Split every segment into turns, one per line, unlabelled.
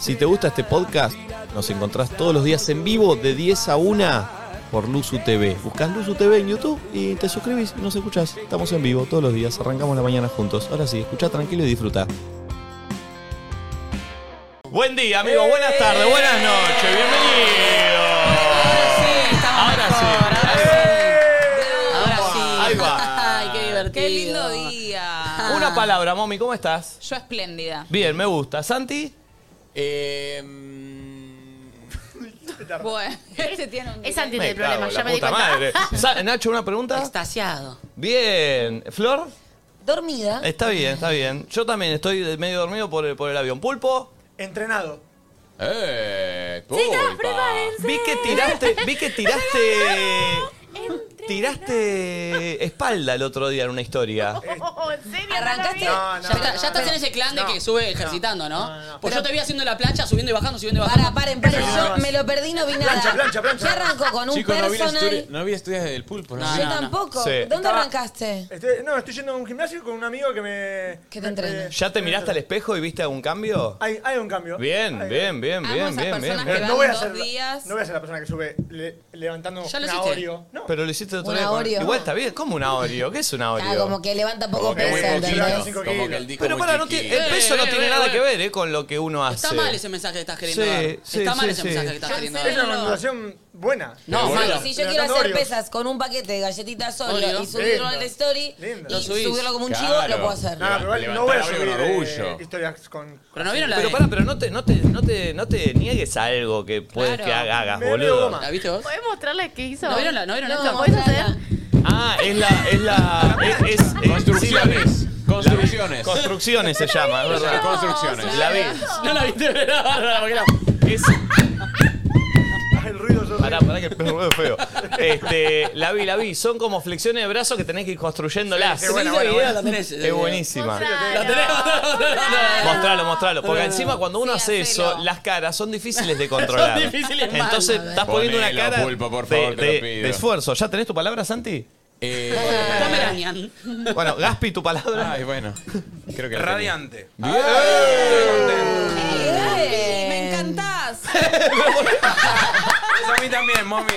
Si te gusta este podcast, nos encontrás todos los días en vivo de 10 a 1 por Luzu TV. Buscás Luzu TV en YouTube y te suscribís y nos escuchás. Estamos en vivo todos los días, arrancamos la mañana juntos. Ahora sí, escucha tranquilo y disfruta. Buen día, amigo. Buenas tardes, buenas noches. Bienvenido.
Eh. Sí, estamos
Ahora
mejor,
sí.
Ahora sí.
Ahí va.
Ay, qué divertido.
Qué lindo día.
Ah.
Una palabra, Mami, ¿cómo estás?
Yo espléndida.
Bien, me gusta. ¿Santi?
Bueno, este tiene un.
Es anti
Me
el problema,
cago en
ya
la
me di
puta
cuenta.
madre. Sa- Nacho, ¿una pregunta?
Extasiado.
Bien. ¿Flor?
Dormida.
Está bien, está bien. Yo también estoy de- medio dormido por el, por el avión. Pulpo,
Entrenado.
¡Eh!
Chicas,
¡Pulpa!
prepárense.
vi que tiraste, vi que tiraste, tiraste espalda el otro día en una historia.
Oh, ¿En serio?
Arrancaste.
No
No, no,
ya, está-
no,
ya estás en ese clan de que sube ejercitando, ¿no? Pues yo te vi haciendo la plancha, subiendo y bajando, subiendo y
Para,
bajando.
paren, paren.
Pero
Yo
no.
me lo perdí, no vi nada.
Plancha, plancha, plancha.
¿Qué arrancó con un
Chicos, no vi, las histori-
personal?
no vi estudias del pulpo, ¿no?
No,
Yo
no.
tampoco.
Sí.
¿Dónde
Estaba-
arrancaste?
Este, no, estoy yendo a un gimnasio con un amigo que me.
Que te
me-
entrene.
me-
¿Ya te miraste al espejo y viste algún cambio?
Hay, hay un cambio.
Bien,
Hay-
bien, bien,
Amo
bien,
esas
bien, bien.
personas
bien.
que
No voy, a
Dos
ser,
días.
no voy a ser la persona que sube le- levantando
Ya lo
una
hiciste.
Oreo. No.
Pero lo hiciste otro
Una
día. con-
Oreo.
Igual está bien. ¿Cómo una Oreo? ¿Qué es una
Ah, como
Oreo?
que levanta poco
Como que
peso,
muy poquito,
¿entendés?
poquito.
como que el disco
Pero
muy
para, no
chiquito.
tiene- el peso no
Eh,
tiene
eh,
nada
eh.
que ver eh, con lo que uno hace.
Está mal ese mensaje que estás queriendo
Sí,
dar.
sí,
Está mal
sí,
ese
sí.
mensaje que estás queriendo
Es
Cancela.
dar.
una recomendación buena.
No,
Sí,
malo.
si yo quiero
Levantando
hacer
Oreos.
pesas con un paquete de galletitas
Oreo.
solo y subirlo
Lindo.
en la story
Lindo.
y
Lo
subís.
subirlo como un chivo,
Claro.
lo puedo hacer.
No, no, pero igual no
Levantar
voy a
algo
subir
con
eh,
orgullo.
historias con.
Pero no vieron la
Pero
de-
pará, pero no te, no te, no te, no te niegues a algo que, puedes,
Claro.
que haga- hagas,
Me veo
boludo.
goma.
¿La viste vos?
¿Puedes mostrarle qué hizo?
¿No vieron la- no vieron
No,
esta?
¿Puedes hacer?
mostrala.
Ah, es la. Es la es, es- es-
Construcciones.
sí,
Construcciones.
la- construcciones se llama, es verdad.
Construcciones.
La vi.
No la viste, pero no, no, porque no.
Es,
El ruido yo.
pará, pará, que el perro es feo. Este, la vi, la vi. Son como flexiones de brazos que tenés que ir construyéndolas.
Sí, sí, bueno,
Ese
bueno,
video
bueno.
la tenés.
es buenísima.
Mostralo.
La tenés.
Mostralo, mostralo. Porque encima cuando uno
Sí,
hace
hacelo.
eso, las caras son difíciles de controlar.
Son difíciles, man.
Entonces
A ver.
estás poniendo una
Ponelo,
cara
Pulpo, por
de-
favor, te lo
de-
pido.
de esfuerzo. ¿Ya tenés tu palabra, Santi?
Eh,
No me arañan.
Bueno, Gaspi, tu palabra.
ay, bueno. Creo que la
Radiante.
tenía. ¡Bien!
Eh,
Me encantás.
Eso a mí también, mami.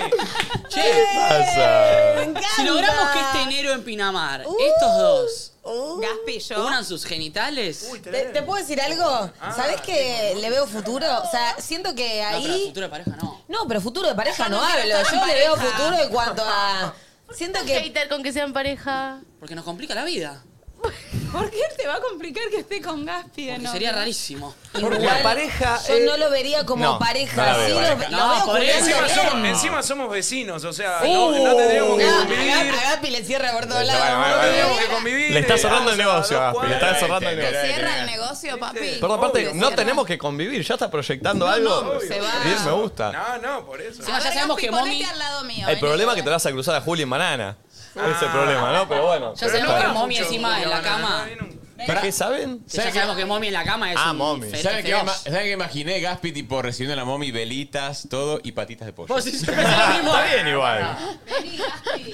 Che,
pasa?
encanta.
si logramos que este enero en Pinamar, estos dos
Uh,
Gaspillo.
unan sus genitales.
Uy, te Ah,
¿Te,
la-
te puedo decir algo? ¿Sabés que le veo futuro? O sea, siento que
No, pero la
ahí...
futura pareja no.
No, pero futuro de pareja
Yo
no,
no quiero
hablo.
estar en
Yo le veo
pareja.
futuro en cuanto a... Siento que...
Hater con que sean pareja.
Porque nos complica la vida.
¿Por qué te va a complicar que esté con Gaspi de
Porque
novio?
sería rarísimo.
Porque la pareja.
Yo
eh,
no lo vería como
no,
pareja.
no la veo
sí, lo,
pareja.
lo
No,
veo
por
culiando
eso
Encima
bien. Uh. Ah,
somos, encima somos vecinos, o sea, no,
Uh.
no tendríamos que
No, a
convivir.
Gapi- a Gapi le cierra por todos
No
bueno,
lados.
bueno.
tendríamos que convivir.
Le está cerrando
O
el
sea,
negocio,
dos
Gaspi, le está
cuadras.
cerrando el
Te
negocio.
Cierra el negocio, papi.
Perdón, aparte,
Obvio,
no
cierra.
tenemos que convivir, ya está proyectando algo.
se va.
Bien, me gusta.
No, no, por eso.
Sí,
A ver,
ya sabemos
Gaspi,
que
ponete
Momi.
al lado mío.
El
ven,
problema es
ven.
que te vas a cruzar a Juli en banana. Ese
Ah.
es el problema, ¿no? Pero bueno.
Ya
pero
sabemos
está
que
bien.
Momi encima en la cama.
Pará,
¿Qué saben?
Que ya sabemos que Momi en la cama es
Ah,
un
Momi.
feto
¿Saben qué,
feroz.
ima- saben qué imaginé? Gaspi tipo recibiendo a la mommy, velitas, todo y patitas de pollo.
Vos sí, siempre es lo mismo.
Está bien igual.
Vení, Gaspi.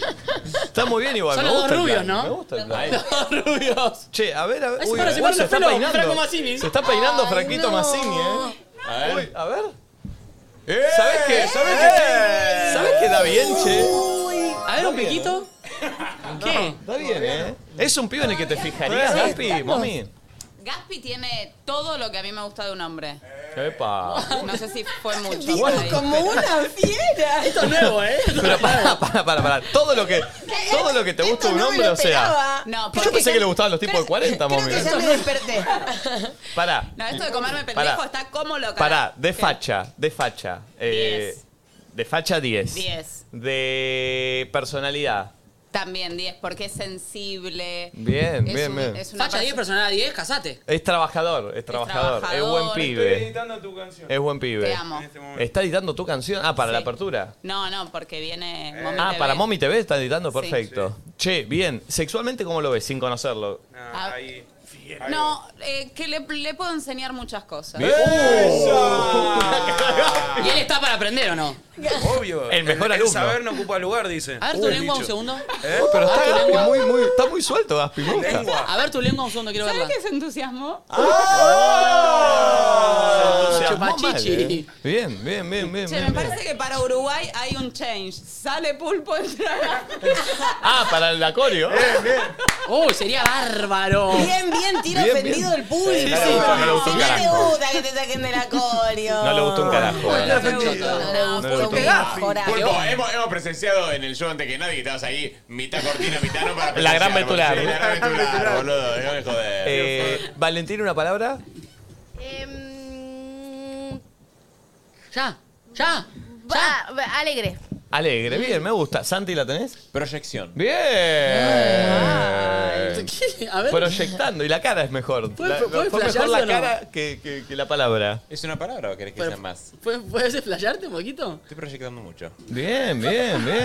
Está muy bien igual.
Son
me
los
gusta
dos
el
rubios,
plan,
¿no?
Me gusta el plan.
Ay,
Los rubios.
Che, a ver, a ver.
Ay, se para, se para
Eh, se
los
está
pelos,
peinando.
Franco Massini.
Se está peinando
Ay,
Franquito
no.
Massini, ¿eh?
a ver.
Uy, a ver.
¡Eh!
¿Sabes qué? ¿Sabes qué? ¿Sabes qué da bien, che?
A ver, un piquito. ¿Qué?
¿eh? Está bien, ¿eh? Es un pibe en el que te fijarías, Gaspi, mami.
Gaspi tiene todo lo que a mí me gusta de un hombre.
Epa.
No sé si fue mucho.
Dijo
por ahí.
como una fiera.
Esto es nuevo, ¿eh?
Pero para, para, para, para. Todo lo que, todo lo que te gusta
Esto
un
no me
hombre,
lo
o sea.
esperaba.
No,
Yo pensé
porque.
que le gustaban los tipos de 40,
Creo
mami.
que ya me desperté.
Pará,
No, esto de comerme pendejo
Pará.
está como loca. ¿eh?
pará, de facha, de facha. Eh,
Diez.
de facha 10.
10.
De personalidad.
También 10, porque es sensible.
Bien,
Es
bien,
un-
bien.
Es una
Facha 10,
persona-
personal 10, casate.
Es trabajador, es trabajador, es
trabajador.
buen
Estoy
pibe.
editando tu canción.
Es buen pibe.
Te amo.
En este momento.
Está editando tu canción. Ah, para
Sí.
la apertura.
No, no, porque viene Mommy
Ah,
TV.
para Mommy TV está editando,
Sí.
perfecto. Che, bien. ¿Sexualmente cómo lo ves sin conocerlo?
Ah.
Ah, ahí.
No, eh, que le, le puedo enseñar muchas cosas.
ah,
¿Y él está para aprender o no?
Obvio.
El mejor alumno.
saber no ocupa lugar, dice.
A ver tu
Uy,
lengua un
dicho.
segundo.
¿Eh?
Pero está Gaspi muy, muy, está muy suelto, Gaspi. me gusta.
Lengua.
A ver tu lengua un segundo, quiero
¿Sabes
verla.
qué se entusiasmó?
Se
Chupachichi.
Bien, bien, bien, bien.
Che,
bien,
me
bien.
parece que para Uruguay hay un change. Sale pulpo, entra.
Ah, para el acorio.
Uy, sería bárbaro.
Bien, bien, tira
Bien,
ofendido
bien.
el público.
Sí, sí, no le gustó un
no te
carajo.
gusta que te saquen del acorio.
No le gustó un carajo.
Bueno,
No le gustó, no le gustó.
No le gustó.
Mejorá.
Pulpo, hemos, hemos presenciado en el show antes que nadie que estabas ahí mitad cortina, mitad no para
La gran
presenciar,
Betular.
boludo. Sí, La gran Betular, boludo. Déjame joder.
Eh, Valentín, una palabra.
Em,
Ya, ya, ya.
va- va- alegre.
Alegre, bien, me gusta. Santi, ¿la tenés?
Proyección.
Bien.
A ver.
Proyectando, y la cara es mejor.
¿Puede-
La-
puede
fue mejor
flashearse
la
o no?
cara que, que- que la palabra.
¿Es una palabra o querés que
Pero-
sea más?
¿Puedes, ¿Puedes explayarte un poquito?
Estoy proyectando mucho.
Bien, bien, bien.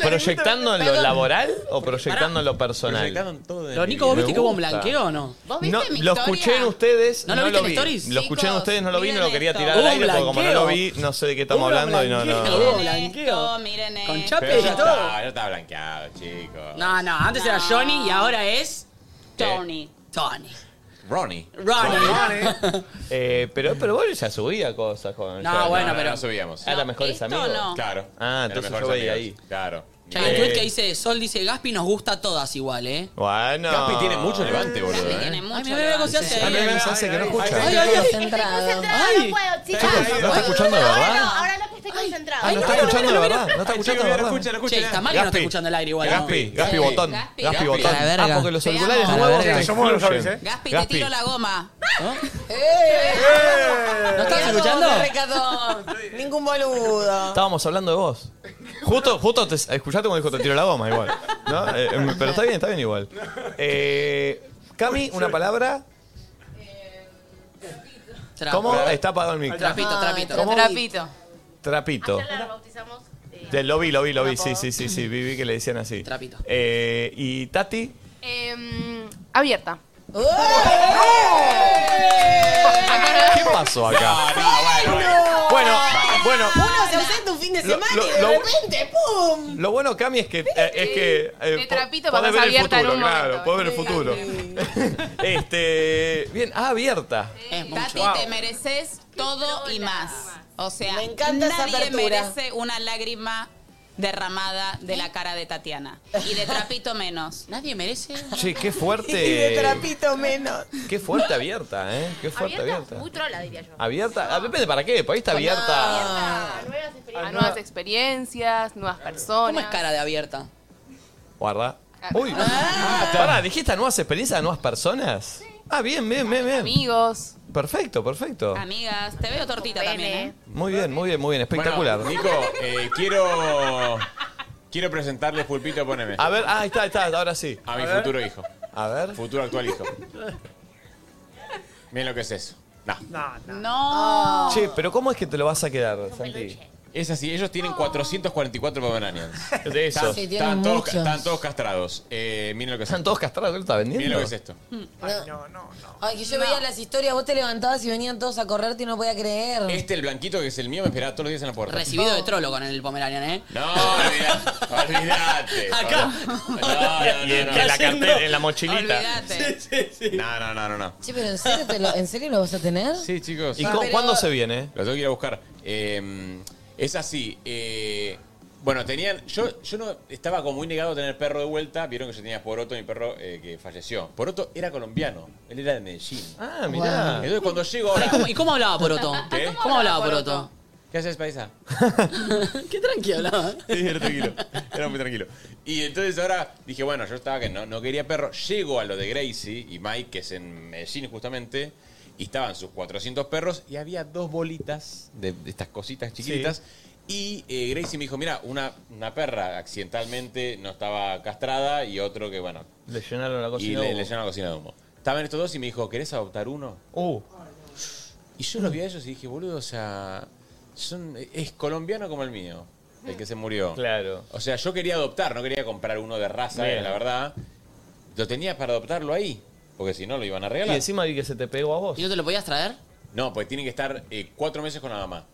¿Proyectando en lo laboral o proyectando en lo personal?
Proyectado en todo. de
Lo
mi
Nico, ¿vos
Me
viste que hubo un
gusta.
blanqueo o no?
¿Vos viste
No,
mi
lo
historia?
escuché en ustedes,
¿No
no,
lo
lo
viste en
vi.
stories?
Lo escuché en
Chicos,
ustedes, no lo vi, no lo
miren
quería
esto.
tirar al
Hubo
aire porque como no lo vi,
blanqueo.
no sé de qué estamos
Hubo
hablando y no, no.
blanqueo,
no.
hubo blanqueo.
Esto, miren
Con
esto.
chape
Pero
y
ya
todo.
estaba, ya estaba blanqueado, chicos.
No, no, antes era Johnny y ahora es
Tony.
Tony.
Ronnie.
Ronnie.
Eh, pero, pero vos ya subía cosas con
No,
yo,
bueno,
no,
pero-
No subíamos.
Era mejores
esto
amigos.
no.
Claro.
Ah,
Era
entonces
mejores
yo veía
amigos.
ahí.
Claro.
Ya hay un tweet
Eh.
que dice, Sol dice, Gaspi nos gusta a todas igual, ¿eh?
Bueno.
Capi tiene mucho levante, boludo.
Gaspi
eh.
tiene mucho
Ay, mira, mira cómo se
avance.
hace.
A mí me hace que no escucha.
ay, ay.
Concentrado.
Ay, no puedo, chicos.
Chicos, ¿no está escuchando de
Ahora
verdad?
no, ahora no que estoy concentrado.
Ah, ¿No está escuchando de verdad? ¿No está
Ay,
escuchando
chico,
de
mira,
verdad?
Escucha, escucha.
Che, está mal que no está escuchando el aire igual. ¿no?
Gaspi, Gaspi botón.
Gaspi,
Gaspi
Gaspi.
botón.
A la verga.
Ah, porque los
Te amo.
celulares
A
no ¿eh?
la verga.
te
Somos los
incluyen.
Javis,
Gaspi, te tiro la goma.
¡Eh!
¿No estás
Mirá
escuchando?
vos, recatón. Ningún boludo.
Estábamos hablando de vos. Justo, justo te escuchaste cuando dijo te tiro la goma, igual. ¿No? Eh, em, pero está bien, está bien igual. Eh, Cami, una palabra.
Tra-
¿Cómo? Está apagado el micro.
Trapito, trapito.
Ay,
Trapito.
Trapito.
Ayer la bautizamos. eh,
Te- Lo vi, lo vi, lo vi. Sí, sí, sí, sí. Vi, vi que le decían así.
Trapito.
Eh, y Tati,
em, abierta.
¿qué pasó acá? Bueno, bueno.
Uno se ausenta un fin de
Lo-
semana
lo-
y de
lo-
repente, ¡pum!
Lo bueno, Cami, es que. eh, es que eh,
De
po-
trapito
podés
pasás
ver el
abierta en
futuro,
un
Claro,
momento.
podés ver el futuro. este. Bien, ah, abierta.
Es mucho.
Eh, Tati, te mereces todo y más. O sea,
Me encanta esa
nadie
apertura.
merece una lágrima derramada de la cara de Tatiana. Y de Trapito menos.
Nadie merece.
Che, qué
Y de
fuerte.
trapito menos.
Qué fuerte abierta, ¿eh? Qué fuerte
Abierta,
abierta.
muy trola, diría yo.
Abierta. ah, Depende para qué, por ahí está abierta.
A nuevas experiencias, a
Ah,
nuevas experiencias, nuevas personas.
¿Cómo es cara de abierta?
Guarda.
Ah.
Uy.
Ah.
Pará, ¿dijiste a nuevas experiencias, a nuevas personas? Ah, bien, bien, bien, bien.
Amigos.
Perfecto, perfecto.
Ah.
Amigas, te veo tortita
Pene.
también, ¿eh?
Muy bien, muy bien, muy bien. Espectacular.
Bueno, Nico, eh, quiero. Quiero presentarles Pulpito, poneme.
A ver, ah, ahí está, ahí está, ahora sí.
A mi futuro hijo.
A ver.
Futuro actual hijo.
¿eh?
Miren lo que es eso. No. Oh.
No.
Che, pero ¿cómo es que te lo vas a quedar, Santi?
peluche.
Es así, ellos tienen 444 Pomeranians.
De eso.
Están, están todos, ca- están todos castrados. Eh, miren lo que es
Están
esto.
todos castrados, ¿qué lo está
Miren lo
vendiendo?
que es esto.
No, no, no.
Mm. Ay, que yo veía las historias, vos te levantabas y venían todos a correrte y no podía creer.
Este, el blanquito, que es el mío, me esperaba todos los días en la puerta.
Recibido de trolo con el Pomeranian, ¿eh?
No, olvidate. olvidate.
Acá.
No, no,
Y en,
no,
en
no.
la cartera, en la mochilita.
Olvídate.
No, no, no, no, no.
Che, pero ¿en serio, te lo, ¿en serio lo vas a tener?
Sí, chicos.
Ah,
¿Y cu- cuándo se viene?
Lo tengo que ir a buscar. Eh, es así. eh, bueno, tenían. Yo, yo no estaba como muy negado a tener perro de vuelta. Vieron que yo tenía Poroto, mi perro eh, que falleció. Poroto era colombiano. Él era de Medellín.
Ah, mirá.
Entonces cuando llego
Pará, ¿y
ahora.
cómo- ¿Y cómo hablaba Poroto?
¿Qué?
¿Cómo, hablaba Poroto?
¿Qué haces, paisa?
Qué tranquilo hablaba.
Sí, era tranquilo. Era muy tranquilo. Y entonces ahora dije, bueno, yo estaba que no, no quería perro. Llego a lo de Gracie y Mike, que es en Medellín justamente, y estaban sus 400 perros y había dos bolitas de, de estas cositas chiquititas. Y eh, Gracie me dijo, mira, una, una perra accidentalmente no estaba castrada y otro que, bueno,
Le llenaron la
y
cocina.
le, le llenó la cocina de humo. Estaban estos dos y me dijo, ¿querés adoptar uno?
Uh,
Y yo los vi a ellos y dije, boludo, o sea, son- es colombiano como el mío, el que se murió.
claro.
O sea, yo quería adoptar, no quería comprar uno de raza,
Bien.
eh, la verdad. Lo tenía para adoptarlo ahí, porque si no lo iban a
Y
regalar.
encima vi que se te pegó a vos.
¿Y no te lo podías traer?
No, pues tienen que estar eh, cuatro meses con la mamá.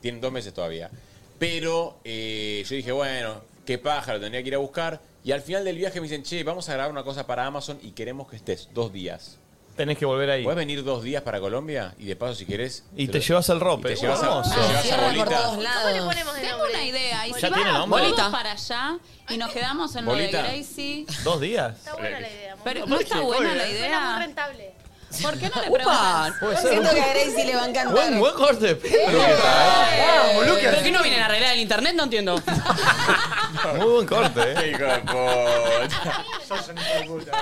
Tienen dos meses todavía. Pero eh, yo dije, bueno, qué paja, lo tendría que ir a buscar. Y al final del viaje me dicen, che, vamos a grabar una cosa para Amazon y queremos que estés dos días.
Tenés que volver ahí.
Puedes venir dos días para Colombia y de paso, si querés.
Y te llevas el rope.
Te llevas a-
Hermoso.
te llevas a
Cierra por
bolita.
todos
le
lados.
ponemos de
Tengo
nombre?
una idea. ¿Y si
¿Ya tiene
vamos
nombre?
todos para allá y nos quedamos en
Bolita.
lo de Gracie?
¿Dos días? Eh,
Está buena la idea. amor.
Pero no está buena la
Suena muy
idea.
rentable.
¿Por qué no le preguntas?
¡Upa!
Puede ser.
Siento que a Gracie le va a encantar.
Buen, buen corte de pelo que traes.
Vamos, Lucas.
¿Pero que no vienen a arreglar el internet? No entiendo.
Muy buen corte, eh.
Qué hijo de puta.
Sos un hijo de puta.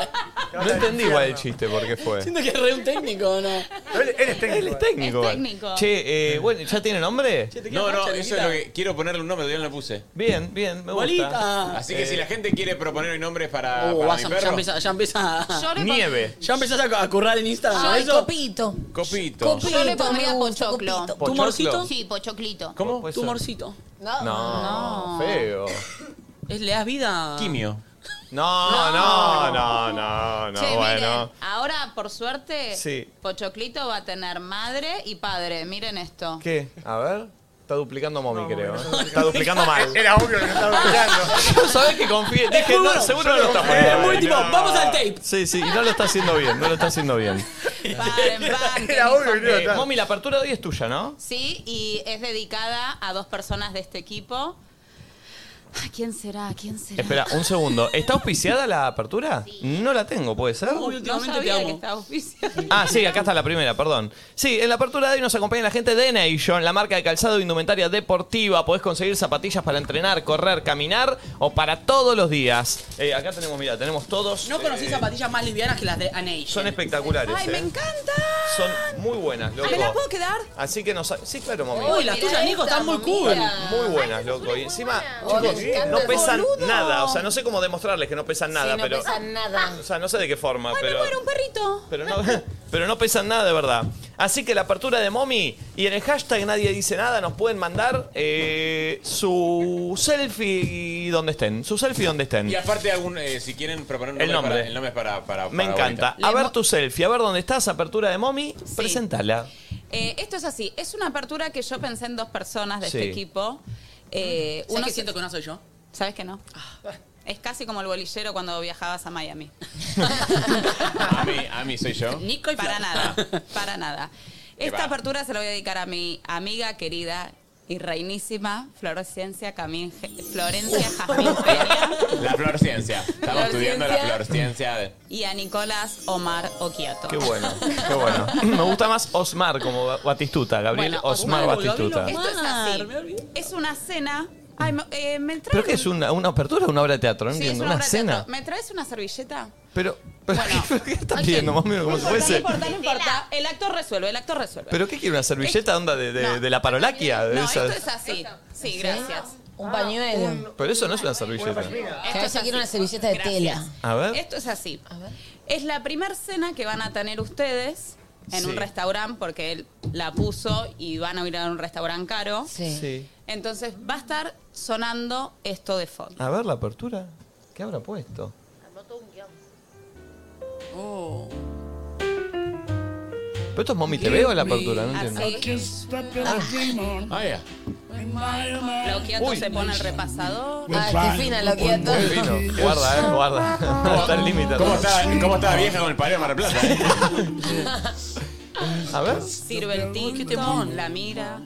Te vas
No
al
entendí igual el
infierno.
chiste por qué fue.
Siento que es re un técnico, ¿no?
Pero Él, él es técnico.
Él es técnico.
Es
igual.
técnico.
Che, eh, bueno, ¿ya tiene nombre?
No, no, eso es lo que. Quiero ponerle un nombre, todavía no le puse.
Bien, bien, me gusta.
Bolita.
Así que si la gente quiere proponer nombres para,
Uh,
para
vas
mi
a- ya
perro,
empieza, ya empieza.
Yo le, pon-
Nieve.
Ya empezás a, a currar en Instagram.
Ay,
¿eso?
copito.
Copito.
Copito.
yo le
me
pondría
gusta,
pochoclo.
copito.
¿Tu
¿Pochoclo?
morcito?
Sí, pochoclito.
¿Cómo?
Puede
Tu
ser.
morcito.
No.
No,
No.
feo.
¿Es, ¿Le das vida?
Quimio.
No, no, no, no, no,
Che,
bueno.
miren, ahora por suerte,
Sí.
Pochoclito va a tener madre y padre. Miren esto.
¿Qué? A ver. Está duplicando mommy, creo.
no,
¿eh?
no, no.
Está duplicando mal.
Era obvio que no estaba
Ah,
escuchando.
Yo sabés que confié. Dije,
juro,
no, seguro no lo está
Es
poniendo
muy
bien.
tipo, vamos al tape.
Sí, sí, y no lo está haciendo bien, no lo está haciendo bien.
Paren, paren, que
Era
mi
obvio que
hijo-
no iba a
Eh,
estar.
mommy, la apertura de hoy es tuya, ¿no?
Sí, y es dedicada a dos personas de este equipo. Ay, ¿Quién será? ¿Quién será?
Espera, un segundo. ¿Está auspiciada la apertura? No la tengo, ¿puede ser?
Uy,
No
últimamente te
sabía que
amo.
estaba oficial.
Ah, sí, acá está la primera, perdón. Sí, en la apertura de hoy nos acompaña la gente de Nation, la marca de calzado e indumentaria deportiva. Podés conseguir zapatillas para entrenar, correr, caminar o para todos los días. Eh, acá tenemos, mira, tenemos todos.
No conocí
eh,
zapatillas más livianas que las de Anage.
Son espectaculares.
Ay,
eh.
me encanta.
Son muy buenas, loco.
¿Me la puedo quedar?
Así que nos. Sí, claro, mami.
Uy, las tuyas, Nico, están muy cool.
Muy buenas, loco. Y encima,
Ay, me
chicos,
encanta,
no pesan
boludo.
nada. O sea, no sé cómo demostrarles que no pesan nada,
Sí, no
pero.
pesan nada.
O sea, no sé de qué forma, pero.
Era un perrito.
Pero no, pero no pesan nada de verdad. Así que la apertura de Momi y en el hashtag Nadie Dice Nada nos pueden mandar eh, su selfie donde estén. Su selfie donde estén.
Y aparte, algún, eh, si quieren proponer un
El
nombre,
nombre.
Para, el nombre es para, para-
Me
para
encanta.
Bonita.
A ver tu selfie, a ver dónde estás, apertura de Momi, presentala.
Eh, esto es así. Es una apertura que yo pensé en dos personas de
Sí.
este equipo. Eh,
Uno
uno se-
siento que no soy yo. Ah.
¿Sabes que no? Es casi como el bolillero cuando viajabas a Miami.
A mí, a mí soy yo.
Oh. Nico y
Para
Flor.
nada, para nada. Esta
va.
apertura se la voy a dedicar a mi amiga querida y reinísima Florencia Camín, Florencia Jazmín Feria
La flor ciencia. Estamos estudiando la flor ciencia. de-
y a Nicolás Omar Oquiato.
Qué bueno, qué bueno. Me gusta más Osmar como Ba- Batistuta, Gabriel
Bueno,
Osmar,
Osmar,
Batistuta.
Gabriel
Esto es
Omar, me
así.
olvidé.
Es una cena. Ay, me, eh, me traen
¿Pero qué
un-
es una, una apertura o una obra de teatro? No
Sí, es
entiendo,
una
una,
obra de
cena.
teatro. ¿Me traes una servilleta?
Pero, pero
Bueno.
¿qué- ¿qué estás
Ok.
pidiendo, mami? Como si
No importa, no
fuese.
importa, no importa. El actor resuelve, el actor resuelve.
¿Pero qué quiere? ¿Una servilleta onda de, de-
No.
de la parolaquia? De
no,
esas?
esto es así. Sí, gracias. Ah,
Un pañuelo.
Pero eso no es una servilleta.
Esto
Cada
es
vez
así.
quiero una servilleta de
Gracias.
tela.
A ver.
Esto es así. Es la primer cena que van a tener ustedes en
Sí.
un restaurante porque él la puso y van a ir a un restaurante caro.
Sí.
Entonces va a estar sonando esto de fondo.
A ver la apertura. ¿Qué habrá puesto?
Oh.
¿Pero esto es Mommy TV o la apertura? No entiendo.
Así,
Ah, ya.
lo que
Uy.
se pone el repasador.
Ay, qué fina lo que todo.
Muy fino. Guarda, eh, guarda. No está el límite.
¿Cómo estaba, ¿Cómo estaba vieja con el paleo de Mar del Plata? eh?
A ver.
Sirve el tinto, la mira,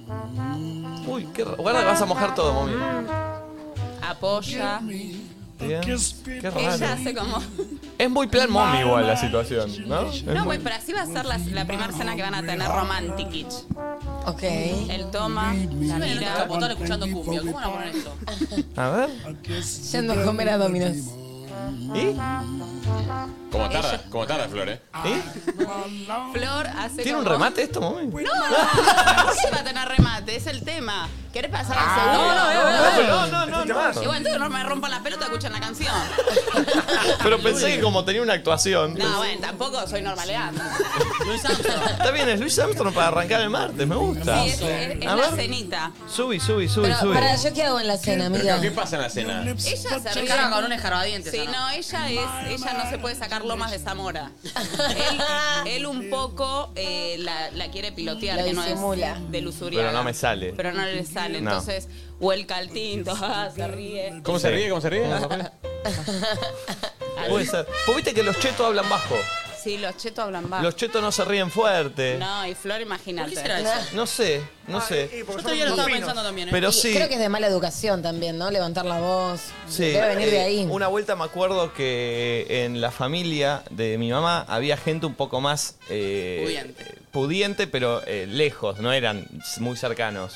Uy, qué raro. Guarda, vas a mojar todo, Mommy.
apoya.
Bien. Qué
Ella
raro.
hace como...
Es muy plan Mommy igual la situación, ¿no? Es
No,
muy-
güey, pero así va a ser la, la primera cena que van a tener romantiquich.
Ok.
Él toma, la
Estoy en el
mira,
capotón escuchando cumbia. ¿Cómo van a poner esto?
A ver.
Yendo a comer a Domino's.
¿Y?
Como tarda, como tarda, Flor, ¿eh?
¿Y?
Flor
Ah,
hace
¿Tiene un
como-
remate esto, Mommy?
No, ¿por qué va a tener remate? Es el tema. ¿Querés pasar al segundo?
No, no, no, no.
Igual entonces no me rompan la pelota, escuchan la canción.
Pero pensé que como tenía una actuación.
No, bueno, tampoco soy normalidad.
Luis Armstrong.
Está bien, es Luis Armstrong para arrancar el martes, me gusta.
Sí, es, es- es
A
la
ver.
cenita.
Subí, subí, subí,
Pero,
subí.
para, ¿yo qué hago en la cena,
Pero,
amiga?
¿Qué pasa en la cena?
Ella se
Se
ríe.
carga con un escarbadientes.
Sí,
¿o
no, ella es, ella no se puede sacar lomas de Zamora. Él, él un poco eh, la, la quiere pilotear,
La
que no
disimula.
es de lusuria.
Pero no me sale.
Pero no le sale.
No.
Entonces, o el caltinto, ah, se ríe.
¿Cómo se ríe? ¿Cómo se ríe?
Puede ser. Pues viste que los chetos hablan bajo.
Sí, los chetos hablan bajo.
Los chetos no se ríen fuerte.
Ah. No, Ah, y Flor, imagínate.
¿Por qué será eso?
No sé, no sé.
Yo todavía lo estaba pensando también. ¿eh?
Pero
Y
sí.
Creo que es de mala educación también, ¿no? Levantar la voz.
Sí.
Debe venir de
Eh,
ahí.
Una vuelta me acuerdo que en la familia de mi mamá había gente un poco más eh,
Pudiente.
eh, pudiente, pero eh, lejos, no eran s- muy cercanos.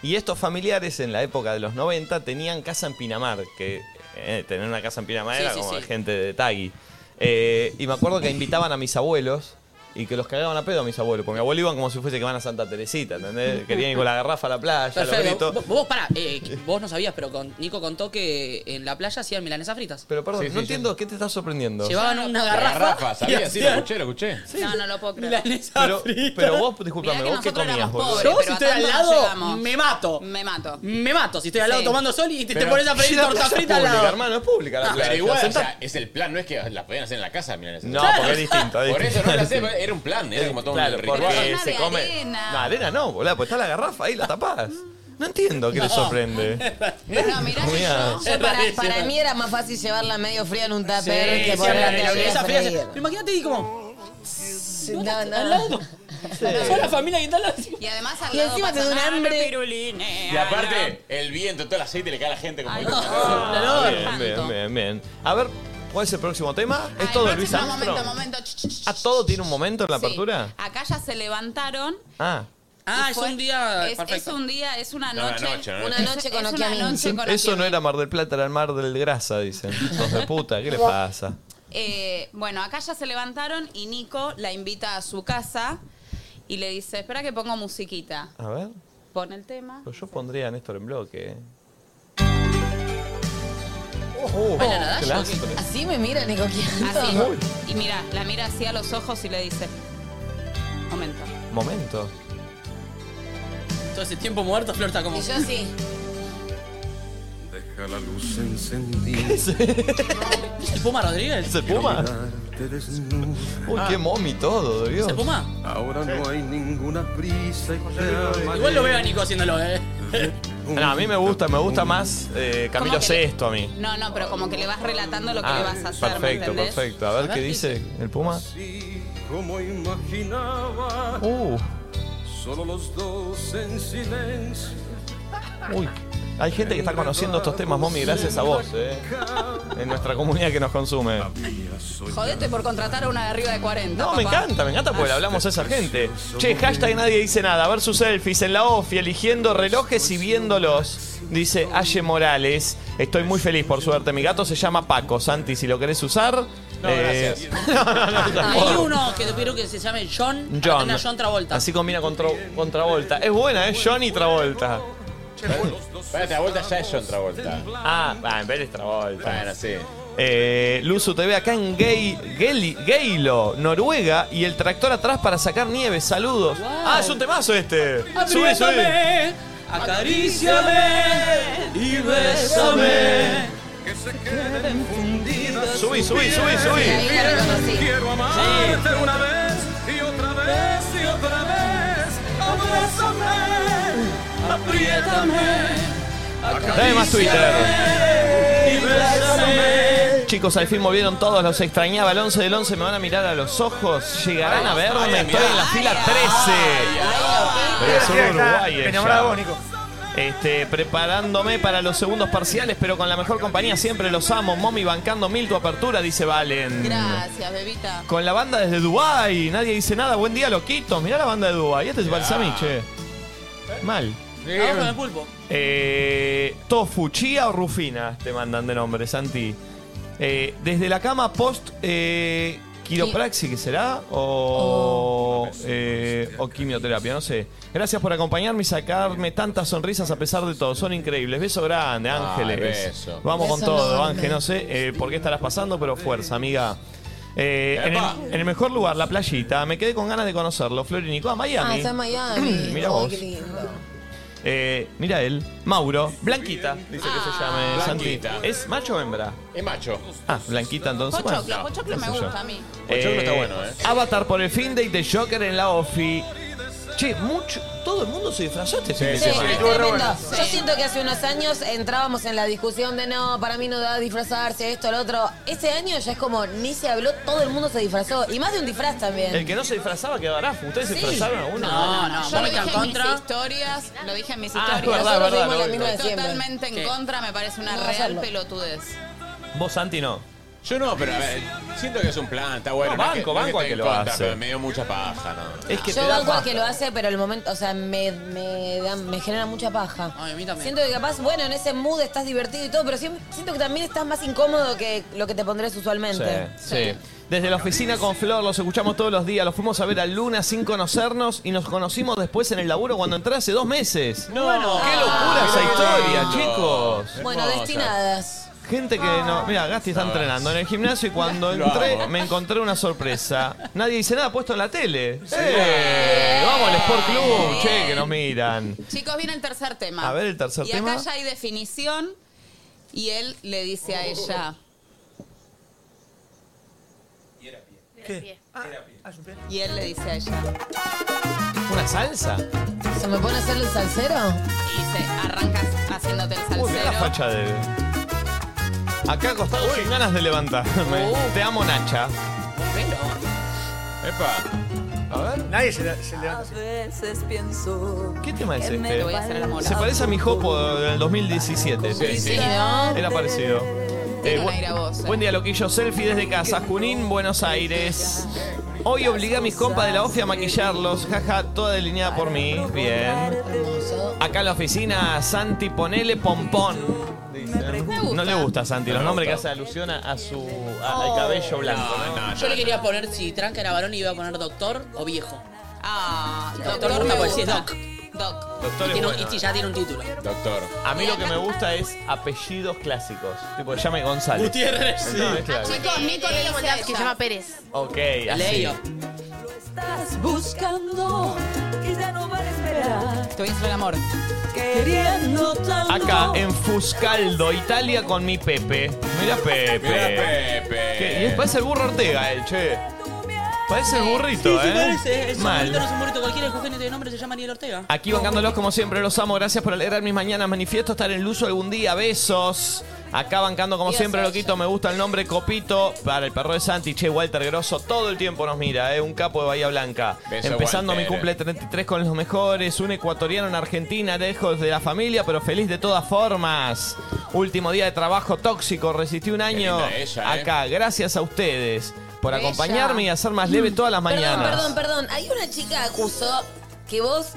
Y estos familiares en la época de los 90 tenían casa en Pinamar, que eh, tener una casa en Pinamar
Sí,
era
sí,
como
sí.
de gente de Tagui. Eh, y me acuerdo que invitaban a mis abuelos y que los cagaban a pedo a mis abuelos, porque mi abuelo iban como si fuese que van a Santa Teresita, ¿entendés? Querían ir con la garrafa a la playa, los
Perfecto.
gritos.
Vos, vos, pará, eh, vos no sabías, pero con- Nico contó que en la playa hacían milanesas fritas.
Pero perdón,
Sí, sí,
no
sí.
entiendo qué te está sorprendiendo.
Llevaban una
La
garrafa.
garrafa,
y
sabía, sí, lo
hacían
escuché, lo escuché.
No, no lo puedo creer.
milanesas
Pero,
fritas.
pero vos,
Mirá
disculpame,
que
vos qué
nosotros
comías,
éramos
boludo.
pobres,
Yo, si
pero
estoy
acá
al
no
lado,
llegamos.
me mato.
Me mato.
Me mato. Si estoy al lado
Sí.
tomando sol y te, te
Pero-
pones a
Sí,
pedir
la
torta
playa
frita al
es pública,
lado.
hermano, es pública la playa.
Pero igual, o
Sentá-
sea, es el plan, no es que las podían hacer en la casa, mirá,
No, porque es distinto. es
Por eso
distinto.
no la sé, era un plan, era como todo
claro,
un ritual.
Pero
porque
llena
se
de
come.
arena.
No, arena no, boludo, pues está la garrafa ahí, la tapás. No entiendo qué le sorprende.
No, mirá que
Mirá.
yo...
Yo para, para mí era más fácil llevarla medio fría en un tupper que
Sí,
ponerla
siempre,
en
la milanesa fría.
freír.
Pero imagínate y como.
No, no.
Al lado. Toda la familia que está al lado. así.
Y además al
Y
lado
encima te da un
pasan,
hambre.
"Ah, pirulines".
Y aparte, el viento, todo el aceite le cae a la gente como...
Ay,
loco.
no.
Ah, Bien, bien, bien, bien. A ver, ¿cuál es el próximo tema? ¿Es
Ay,
todo
no,
Luis
no, Momento,
Armstrong?
momento. Ch, ch, ch,
¿A todo tiene un momento en la
sí. Ah,
apertura?
Acá ya se levantaron.
Ah.
Ah,
y
es
fue-
un día.
Es, es
perfecto.
un día, es una
No, una
noche.
noche, una
noche. Es una noche
con
Eso no era Mar del Plata, era el Mar del Grasa, dicen. Hijos de puta, ¿qué le pasa?
Eh, bueno, acá ya se levantaron y Nico la invita a su casa y le dice, espera que pongo musiquita.
A ver,
Pone el tema.
pues yo pondría a Néstor en bloque. eh. Oh, clásico.
Así me mira Nico
Así.
Quianto.
Y mira, la mira así a los ojos y le dice, momento.
Momento.
Todo ese tiempo muerto, Flor está como.
Y yo sí.
Deja la luz encendida.
¿Es el Puma Rodríguez?
¿Es el Puma?
mirarte desnuda.
Uy, qué momi todo, Dios.
¿Es el Puma?
Ahora no hay ninguna prisa y te amaré.
Igual lo veo a Nico haciéndolo, eh.
No, a mí me gusta, me gusta más eh, Camilo
¿Cómo que le-
Sesto a mí.
No, no, pero como que le vas relatando lo que le
Ah,
vas a hacer, ¿me
perfecto,
entendés?
perfecto. A ver qué dice el Puma.
Así como imaginaba,
Uh,
solo los dos en silencio.
uy. Hay gente que está conociendo estos temas, momi, gracias a vos, eh. En nuestra comunidad que nos consume.
Jodete por contratar a una de arriba de 40.
No, me
papá.
encanta, me encanta pues. porque le hablamos a esa gente. Che, hashtag nadie dice nada. A ver sus selfies en la OFI, eligiendo relojes y viéndolos. Dice Aye Morales. Estoy muy feliz, por suerte. Mi gato se llama Paco. Santi, si lo querés usar. eh,
No, gracias.
no, no, no,
Hay
tampoco.
uno que creo que se llame John. para
John.
tener a John Travolta.
Así combina con, Tro- con Travolta. Es buena, es John y Travolta.
Espérate, la vuelta ya es John Travolta.
Ah, va, en vez de Travolta.
Bueno, sí.
Eh, Luzu TV acá en Gay, Geli- Geilo, Noruega, y el tractor atrás para sacar nieve. Saludos. Ah, es un temazo este. Sube, sube.
Apriétame, acaríciame y bésame.
Que se queden fundidas.
Subí, subí, subí,
Ahí
subí.
la reconocí.
Quiero amarte una vez y otra vez y otra vez. Abrázame,
Dame más Twitter. Chicos, al fin movieron todos, los extrañaba. El 11 del 11 me van a mirar a los ojos. Llegarán a verme. Estoy en la fila 13. Voy a ser uruguayo
Enamorado
ya.
vos, Nico.
Este, preparándome para los segundos parciales, pero con la mejor compañía siempre los amo. Mommy bancando mil tu apertura, dice Valen.
Gracias, bebita.
Con la banda desde Dubai, nadie dice nada. Buen día, loquitos. Mirá la banda de Dubai. Este es Balsami, che. Mal.
Abajo con el pulpo.
Eh, Tofu, Chía o Rufina te mandan de nombre, Santi. Eh, desde la cama post eh, quiropraxi, que será,
Oh.
o, eh, o quimioterapia, no sé. Gracias por acompañarme y sacarme tantas sonrisas a pesar de todo. Son increíbles. Beso grande, Ángeles.
beso.
Vamos con
Beso
todo,
enorme.
Ángel. No sé eh, por qué estarás pasando, pero fuerza, amiga. Eh, en, el, en el mejor lugar, la playita. Me quedé con ganas de conocerlo. Flor y Nico, a Miami.
Ah, está en Miami.
Mira
Ay,
vos.
qué lindo.
Eh, mira él, Mauro, Blanquita, dice que se llame Santi.
Blanquita.
¿Es macho o hembra?
Es macho.
Ah, Blanquita entonces. bueno.
Pochoclo, pochoclo me
qué sé yo. Eh,
gusta a mí.
Pochoclo está bueno, ¿eh?
Avatar por el fin de The Joker en la OFI. Che, mucho, todo el mundo se disfrazó este fin de
Sí,
semana.
es tremendo. Yo siento que hace unos años entrábamos en la discusión de no, para mí no da disfrazarse, esto, lo otro. Este año ya es como ni se habló, todo el mundo se disfrazó. Y más de un disfraz también.
El que no se disfrazaba quedó barafo. ¿Ustedes se
Sí.
disfrazaron a uno?
No, no, yo lo dije en mis
contra?
historias, lo dije en mis
Ah, es
historias.
verdad, Nosotros verdad,
vimos la lo misma vi. de
Estoy
siempre.
totalmente en
¿Qué?
contra, me parece una
No,
real
Gonzalo.
pelotudez.
Vos, Santi, no.
Yo no, pero a ver, siento que es un plan, está bueno.
No,
es que-
banco, banco
no es
al
que esté
que
en
lo
contra,
hace.
Pero me dio mucha paja, ¿no?
Es
Yo banco al que lo hace, pero el momento, o sea, me, me, da- me genera mucha paja. Siento que capaz, bueno, en ese mood estás divertido y todo, pero siempre- siento que también estás más incómodo que lo que te pondrías usualmente.
Sí, sí. Desde la oficina con Flor, los escuchamos todos los días. Los fuimos a ver a Luna sin conocernos y nos conocimos después en el laburo cuando entré hace dos meses.
No, bueno,
qué locura esa historia,
lindo.
chicos.
Bueno, destinadas.
Gente que no. Mira, Gasti está entrenando en el gimnasio y cuando
Lo
entré
amo.
me encontré una sorpresa. Nadie dice nada puesto en la tele. ¡Eh! Vamos al Sport Club, che, que nos miran.
Chicos, viene el tercer tema.
A ver, el tercer
y
tema.
acá ya hay definición y él le dice a ella,
¿Qué? Ah, es un pie.
y él le dice a ella,
¿Una salsa?
¿Se me pone a hacer el salsero?
y dice, arrancas haciéndote el
Uy, mirá la
salsero.
facha de. Acá acostado sin ganas de levantarme. Te amo, Nacha. Epa. A ver.
Nadie se, le- se levanta.
veces pienso.
¿Qué tema es
que me
este?
voy a hacer
Se parece a mi Jopo del 2017.
Sí, sí.
Era parecido. Eh, bu- Buen día, loquillo. Selfie desde casa. Junín, Buenos Aires. Hoy obligué a mis compas de la OFI a maquillarlos. Jaja, toda delineada por mí. Bien. Acá en la oficina, Santi, ponele pompón. No le gusta a Santi los nombres que hace alusión a a su, a- al cabello blanco. ¿no?
Yo le quería poner, si Tranca era varón, iba a poner doctor o viejo.
Ah,
Doctor no está por decir doc.
Doctor
Doc.
Y,
es
tiene un-
bueno.
y sí, ya tiene un título.
Doctor.
A mí lo que me gusta es apellidos clásicos. Tipo, llame González.
Gutiérrez, sí.
No, es claro.
Chicos, Nico no lo mandás, que se llama Pérez.
Ok, así.
Leo.
Estás buscando y ya no van a esperar.
Te voy a hacer el amor.
Queriendo tanto.
Acá en Fuscaldo, Italia, con mi Pepe. Mira Pepe.
Mira, Pepe.
¿Qué? Y es- parece el burro Ortega, el che. Parece el burrito, ¿eh?
No es
Mal. Ah,
un muerto cualquiera, es cogente de este nombre, se llama Ariel Ortega.
Aquí bancándolos como siempre, los amo. Gracias por alegrar mis mañanas. Manifiesto estar en el uso algún día. Besos. Acá bancando como siempre, loquito. Me gusta el nombre Copito. Para el perro de Santi, che, Walter Grosso. Todo el tiempo nos mira, ¿eh? Un capo de Bahía Blanca.
Beso,
Empezando
Walter.
mi cumple 33 con los mejores. Un ecuatoriano en Argentina, lejos de la familia, pero feliz de todas formas. Último día de trabajo tóxico. Resistí un año
linda ella, ¿eh?
acá. Gracias a ustedes por
Bella.
acompañarme y hacer más leve todas las
Perdón,
mañanas.
perdón, perdón. Hay una chica que acusó que vos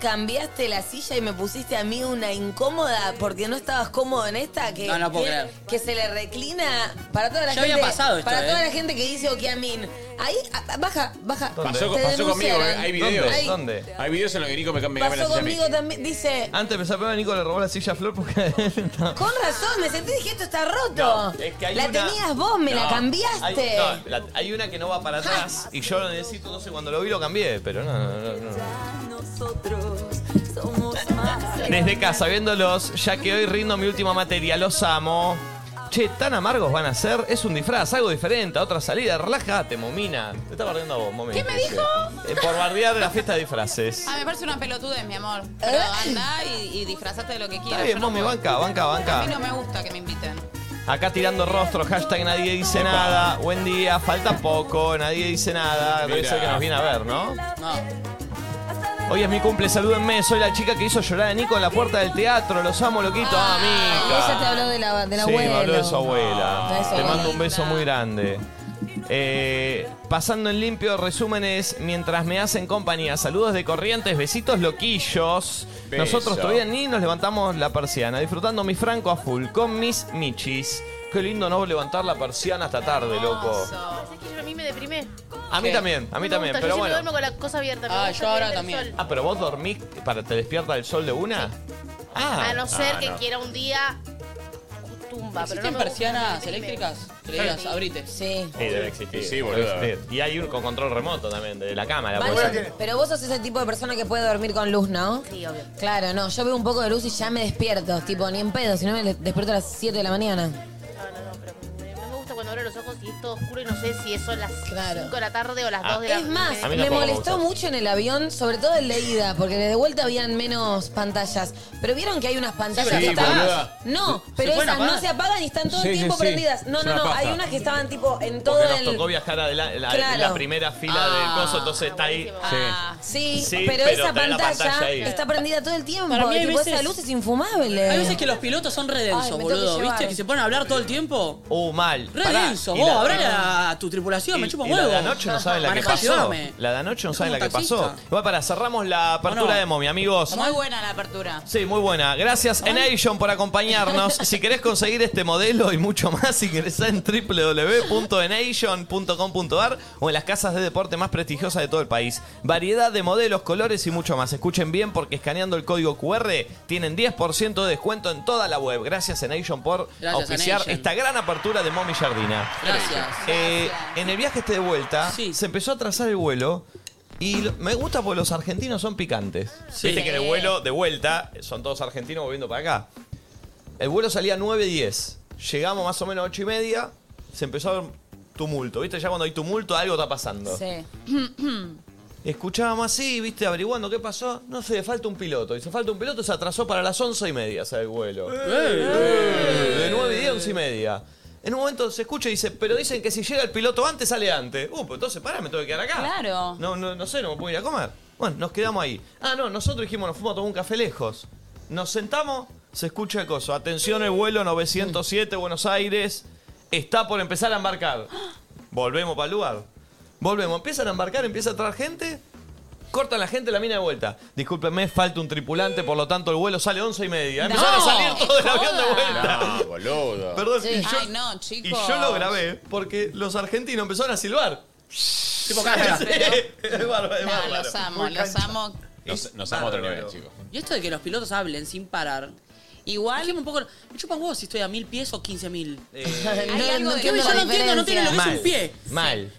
cambiaste la silla y me pusiste a mí una incómoda porque no estabas cómodo en esta que,
No, no puedo
que,
creer.
que se le reclina para toda la
Ya
gente
había pasado esto,
para
¿eh?
toda la gente que dice Okiamin. Ahí a- a- baja, baja.
¿Dónde?
Pasó,
Te
pasó conmigo,
denunciaron.
eh, hay
¿Dónde?
videos.
Ay.
¿Dónde?
Hay videos en los que Nico me, me cambia la
Pasó
silla a mí.
conmigo también dice,
Antes de empezar, primero Nico le robó la silla a Flor porque. no.
con razón, me sentí dije esto está
No,
roto.
es que hay
la
una-
tenías vos, me la
No,
cambiaste.
Hay, no, la- hay una que no va para atrás y yo lo necesito, entonces cuando lo vi lo cambié, pero no, no, no. no.
Nosotros somos más.
Desde casa, viéndolos, ya que hoy rindo mi última materia, los amo. Che, tan amargos van a ser, es un disfraz, algo diferente, a otra salida, relájate, momina. Te está bardeando a vos, momina.
¿Qué me dijo?
Eh, por bardear la fiesta de disfraces.
Ah, me parece una pelotudez, mi amor.
¿Eh?
Pero anda y, y disfrazate de lo que quieras.
Está bien,
Yo no
mami,
puedo.
banca, banca, banca.
A mí no me gusta que me inviten.
Acá tirando rostro, hashtag nadie dice nada. Buen día, falta poco, nadie dice nada. Debe
Mira.
ser que nos viene a ver, ¿no?
No.
Hoy es mi cumple, salúdenme. Soy la chica que hizo llorar a Nico en la puerta del teatro. Los amo, loquito. Ah,
Ella te
amiga.
habló de la del
sí, me
abuelo.
habló de su abuela.
Ah, de su
Te
abuela.
mando un beso muy grande. Eh, pasando en limpio, resúmenes mientras me hacen compañía. Saludos de corrientes, besitos loquillos.
Beso.
Nosotros todavía ni nos levantamos la persiana. Disfrutando mi franco a full con mis michis. Qué lindo no levantar la persiana hasta tarde, loco.
Es que yo a mí me deprimé.
A mí también, a mí
No me
también, pero
gusta, yo siempre
bueno.
duermo con la cosa abierta. me
Ah,
gusta
yo ahora
que prenda el
también.
sol.
Ah, pero vos dormís para te despierta el sol de una. Ah,
A no ser
Ah,
que
no.
quiera un día tumba, pero no
¿Existen
me
persianas
gusta que me deprimé.
eléctricas? Que le digas, abrite.
Sí.
Sí, debe existir.
Y sí, boludo.
Debe existir. Y hay un con control remoto también, de la cámara.
Vale,
puede
tiene.
ser.
pero vos sos ese tipo de persona que puede dormir con luz, ¿no?
Sí, obvio.
Claro, no, yo veo un poco de luz y ya me despierto, tipo, ni en pedo, si no me le- despierto a las 7 de la mañana.
No, no, no, pero me- no me gusta cuando abro los ojos y es todo oscuro y no sé si eso es las 5 de la tarde o las
Ah.
2 de la
Es más,
A mí
me
tampoco me
molestó mucho en el avión, sobre todo el de ida, porque de vuelta habían menos pantallas. Pero vieron que hay unas pantallas
pero
que
sí,
están.
boluda.
No,
Se
pero
pueden
esas no
apagar.
se apagan y están todo
Sí,
el
sí,
tiempo
sí.
prendidas. No,
Es
no,
una
no.
paja.
Hay unas que estaban tipo en todo
Porque nos
el.
tocó viajar adela- la-
Claro.
en la primera fila
Ah.
del coso, entonces está ahí.
Sí,
Sí, pero
pero, esa
tenés la
pantalla,
pantalla ahí.
está prendida todo el tiempo.
Para mí hay
tipo, esa
veces-
luz es infumable.
Hay veces que los pilotos son
Ay, me
redensos,
tengo que
boludo.
llevar.
¿Viste? Que se ponen a hablar todo el tiempo.
Uh, mal. Pará,
Redensos,
y
vos,
la-
hablale a tu tripulación,
Y-
me chupa
y
un huevo.
La de anoche no saben la que
Manejá y
pasó.
llévame.
La de anoche no saben la
como
que pasó.
taxista.
Va para, cerramos la apertura
Bueno.
de Momi, amigos.
Muy buena la apertura.
Sí, muy buena. Gracias Enation por acompañarnos. Si querés conseguir este modelo y mucho más, ingresá en www.enation.com.ar o en las casas de deporte más prestigiosas de todo el país. Variedad de modelos, colores y mucho más. Escuchen bien porque escaneando el código QR tienen 10% de descuento en toda la web. Gracias Enation por
Gracias,
auspiciar
Enation.
esta gran apertura de Momi Jardina.
Gracias.
Eh, en el viaje este de vuelta, se empezó a trazar el vuelo. Y lo- me gusta porque los argentinos son picantes.
Sí.
Viste que en el
Sí.
vuelo de vuelta son todos argentinos volviendo para acá. El vuelo salía 9.10. Llegamos más o menos a 8 y media. Se empezó a ver tumulto. ¿Viste? Ya cuando hay tumulto algo está pasando.
Sí.
Escuchábamos así, viste, averiguando qué pasó. No sé, falta un piloto. Y se falta un piloto, se atrasó para las once y media, el vuelo. Eh, De 9 y 10 once y media. En un momento se escucha y dice, pero dicen que si llega el piloto antes, sale antes. Uh, pues entonces pará, me tengo que quedar acá.
Claro.
No, no, no sé, no me puedo ir a comer. Bueno, nos quedamos ahí. Ah, no, nosotros dijimos, nos fuimos a tomar un café lejos. Nos sentamos, se escucha el coso. Atención, el vuelo 907, Buenos Aires. Está por empezar a embarcar. Volvemos para el lugar. Volvemos. Empiezan a embarcar, empieza a traer gente. Cortan la gente la mina de vuelta. Discúlpenme, falta un tripulante, por lo tanto el vuelo sale 11 y media.
No,
Empezaron a salir todo el
joda.
avión de vuelta.
No, boludo.
Perdón, y, yo,
Ay, no, chicos.
y yo lo grabé porque los argentinos empezaron a silbar. Tipo
cancha.
es bárbaro, es
No,
bárbaro.
los amo, los amo.
Nos, nos amo a otro nivel, chicos.
Y esto de que los pilotos hablen sin parar. Igual. un poco. Me chupan huevos si estoy a mil pies o quince mil.
Eh,
Hay algo de
¿Qué
la
yo no entiendo, no tiene lo que es un pie.
Mal.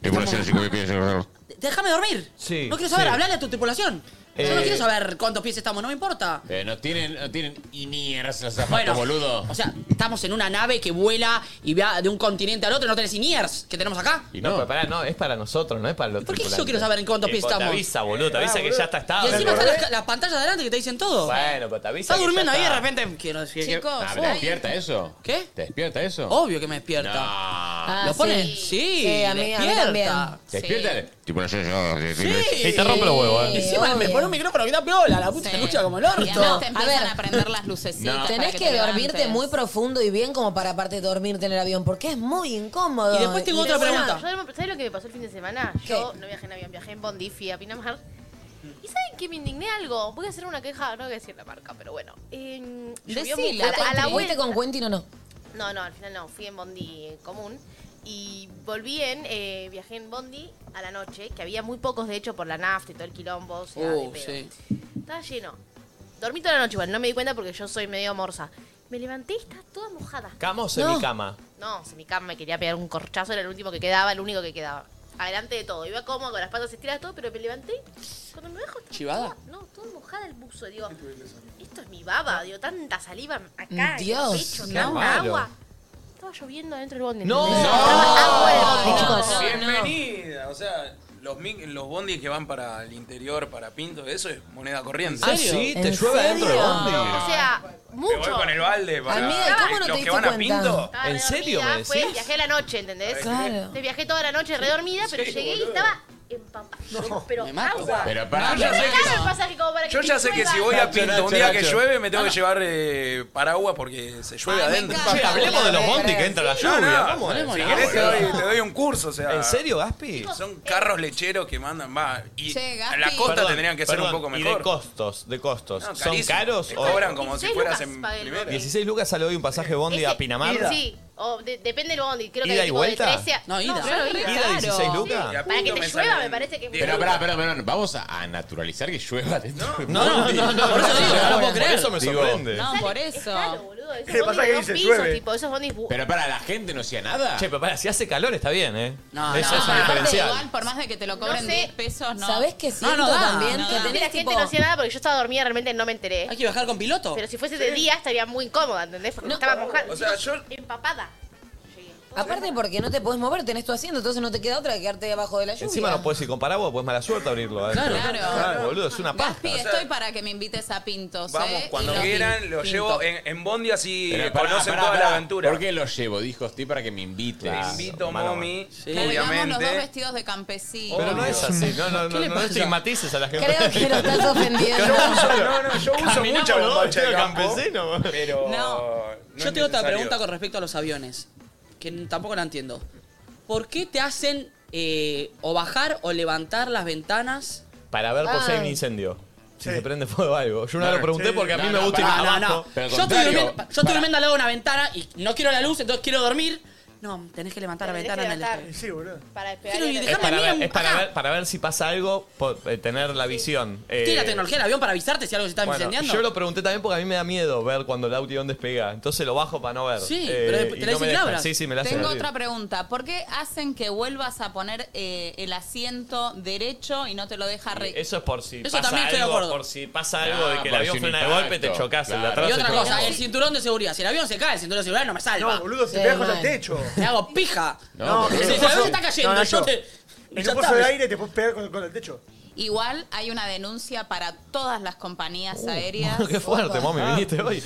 Déjame dormir.
Sí,
No quiero saber,
sí.
hablale a tu tripulación. Yo no
Eh.
quiero saber cuántos pies estamos, no me importa.
Eh, no tienen, no tienen inieras los zapatos,
Bueno,
boludo.
O sea, estamos en una nave que vuela y va de un continente al otro, no tenés iniers que tenemos acá.
Y no, pero pará, no, es para nosotros, no es para los
¿Por qué yo
tripulantes.
quiero saber en cuántos
Eh,
pies
pues,
estamos? Ah,
Te avisa, boludo, te
Ah,
avisa que ya está
Y
estable.
encima están las, las pantallas de adelante que te dicen todo.
Bueno, pero te avisa
Está
que ya
durmiendo ahí de
está.
repente. Quiero decir que-
Chicos, Ah, ¿pero te despierta eso?
¿Qué?
¿Te despierta eso?
Obvio que me despierta. ¿Lo ponen? Sí,
Sí, a mí- a mí
despierta.
también.
¿Te despierta? Tripulación llegada. Sí.
Y te rompe los huevos, eh.
Encima me pone un micrófono que da piola, la puta se escucha como el orto.
Y además te empiezan a prender las lucecitas. para
Tenés que,
te
dormirte
levantes.
muy profundo y bien como para aparte dormirte en el avión, porque es muy incómodo.
Pero bueno, yo
nada.
duermo- ¿Sabes lo que me pasó el fin de semana? Yo no viajé en avión, viajé en Bondi, fui a Pinamar. ¿Y saben que me indigné algo? Voy a hacer una queja, no voy a decir la marca, pero bueno. Eh, llovió
Decila,
mucho. a, la- a la vuelta.
¿Fuiste con Quentin o no?
No, no, al final no, fui en Bondi eh, común. Y volví en, eh, viajé en Bondi a la noche, que había muy pocos, de hecho, por la nafta y todo el quilombo. O sea, de
Uh,
pedo.
sí.
Estaba lleno. Dormí toda la noche, igual, no me di cuenta porque yo soy medio morsa. Me levanté y estaba toda mojada.
Camos en mi cama.
No, si mi cama me quería pegar un corchazo, era el último que quedaba, el único que quedaba. Adelante de todo, iba cómodo, con las patas estiradas, todo, pero me levanté. Cuando me bajo, estaba
¿Chivada?
toda- no, toda mojada el buzo. Digo, esto es mi baba, digo, tanta saliva acá,
Mm, Dios,
en el pecho,
qué
tanta
malo.
agua. Estaba lloviendo adentro del bondi.
¡No! Ah,
¿entendés? Estaba agua del bondi, chicos.
Bienvenida. O sea, los, mi- los bondis que van para el interior, para Pinto, eso es moneda corriente.
¿En serio? Ah, sí, te ¿En llueve adentro del serio? bondi.
O sea,
Me voy
mucho.
con el balde para.
Amiga, ¿cómo no
los
te
que
diste
van a
cuenta?
Pinto.
Estaba redormida, fue- viajé a la noche, ¿entendés?
Claro.
Entonces, viajé toda la noche redormida, pero
Sí,
llegué
boludo.
y estaba empapada. pero
Me mato.
agua.
Pero pará,
Me
yo ya sé
cagaron
que-
el pasaje como para que
Yo
te
ya sé que si
llueva.
voy a
Nacho,
Pinto un
Nacho,
día que
Nacho.
llueve, me tengo que llevar eh, paraguas porque se llueve adentro.
Che, hablemos de los Monti que entra la
No,
lluvia.
no,
¿Cómo es?
Si querés te doy, te doy un curso, o sea.
¿En serio, Gaspi?
Son carros lecheros que mandan, va. Y a
Che, Gaspi.
la costa
Perdón,
tendrían que ser un
perdón,
poco
Y de
mejor.
costos, de costos.
No,
¿Son
carísimo.
caros
Te
o.?
cobran como si
16
fueras
lucas
en
pagué el
primera.
bondi.
16 lucas sale hoy un pasaje bondi a Pinamar.
Sí, o de- depende del bondi. Creo que
¿Ida y
tipo
vuelta?
de 13 a...
No, ida.
claro,
¿Ida 16 lucas? Y a punto
Para que te
me
llueva
salen
me parece que es
Pero,
muy-
pará, pará, pará, no, vamos a, a naturalizar que llueva dentro.
No, no, no, no, por eso digo, no lo puedo creer.
Eso me
Digo,
sorprende.
No, por eso.
Esos
¿Qué le
bondis
pasa
de
que
dos
dice
pisos,
llueve?
tipo, esos bondis bu-
Pero para, la gente no hacía nada.
Che, pero pará, si hace calor está bien, ¿eh?
No,
Eso
no,
es un
aparte,
diferencial.
Igual, por más de que te lo cobren
No sé.
10 pesos, no.
¿Sabés qué siento
no da,
también?
no
que
da.
Creo que
tenés
la gente
tipo-
no hacía nada porque yo estaba dormida, realmente no me enteré.
Hay que bajar con piloto.
Pero si fuese de día estaría muy incómoda, ¿entendés? Porque estaba mojada.
O sea, yo-
Empapada.
Aparte porque no te podés mover, tenés tu asiento, entonces no te queda otra que quedarte abajo de la lluvia.
Encima no puedes ir con paraguas, pues mala suerte abrirlo. adentro.
Claro.
Claro, boludo, es una paja.
Gaspi, estoy para que me invites a Pintos.
Vamos,
¿eh?
cuando
Y los
quieran,
pinto.
los llevo en, en Bondi así
Pero
eh,
pará,
conocen
pará,
toda
pará.
la aventura.
¿Por qué lo llevo? Dijo Steve para que me invite. Ah.
Claro. Te invito, mami.
Claro, Quedamos los dos vestidos de campesinos.
Pero no es así, no, no, no, no, estigmatices a la gente.
Creo que lo estás ofendiendo.
Yo uso-
No, no, yo uso
Caminamos
mucha
los dos
bombacha de
vestidos
campo, Pero no,
Yo
es
tengo otra
necesario.
pregunta con respecto a los aviones, que n- tampoco la entiendo. ¿Por qué te hacen eh, o bajar o levantar las ventanas?
Para ver por si hay un
Ah.
incendio. Si se prende fuego algo. Yo una
No,
vez lo pregunté
sí.
porque a mí
No,
me
no,
gusta ir
pará,
abajo.
no, no.
Pero al
Yo estoy
contrario,
durmiendo, yo estoy durmiendo al lado de una ventana y no quiero la luz, entonces quiero dormir. No, tenés que levantar la
Tenés que
ventana. en el-
levantar.
Sí, boludo.
Para despegar.
Quiero
y
ir-
aterrizar.
Es para,
Déjame,
ver,
mira,
es para,
ah.
acá.
ver, para ver si pasa algo, po- eh, tener la visión. Eh,
Tiene la tecnología del avión para avisarte si algo se está
bueno,
incendiando.
yo lo pregunté también porque a mí me da miedo ver cuando el avión despega. Entonces lo bajo para no ver.
Sí,
Eh,
pero después
y
te la
no me
dicen que
dejan.
abras.
Sí, sí, me la hacen
Tengo
abrir.
otra pregunta. ¿Por qué hacen que vuelvas a poner eh, el asiento derecho y no te lo deja re...
Eh, Eso es por si
Eso
pasa
también estoy de
algo,
acuerdo.
por si pasa algo de
Ah,
que el
por
avión
si un
frena de
impacto,
golpe, te chocas el de
claro.
atrás.
Y
se
otra
choca.
cosa, el cinturón de seguridad. Si el avión se cae, el cinturón de seguridad no me salva. No,
boludo, si pega contra el techo.
Me hago pija.
No,
No,
boludo.
si el avión se está cayendo,
No, no,
yo
yo.
te.
En
Ya
un pozo de
está.
aire te puedes pegar con, con el techo.
Igual hay una denuncia para todas las compañías
Uh.
aéreas.
Qué fuerte, mami, viniste hoy.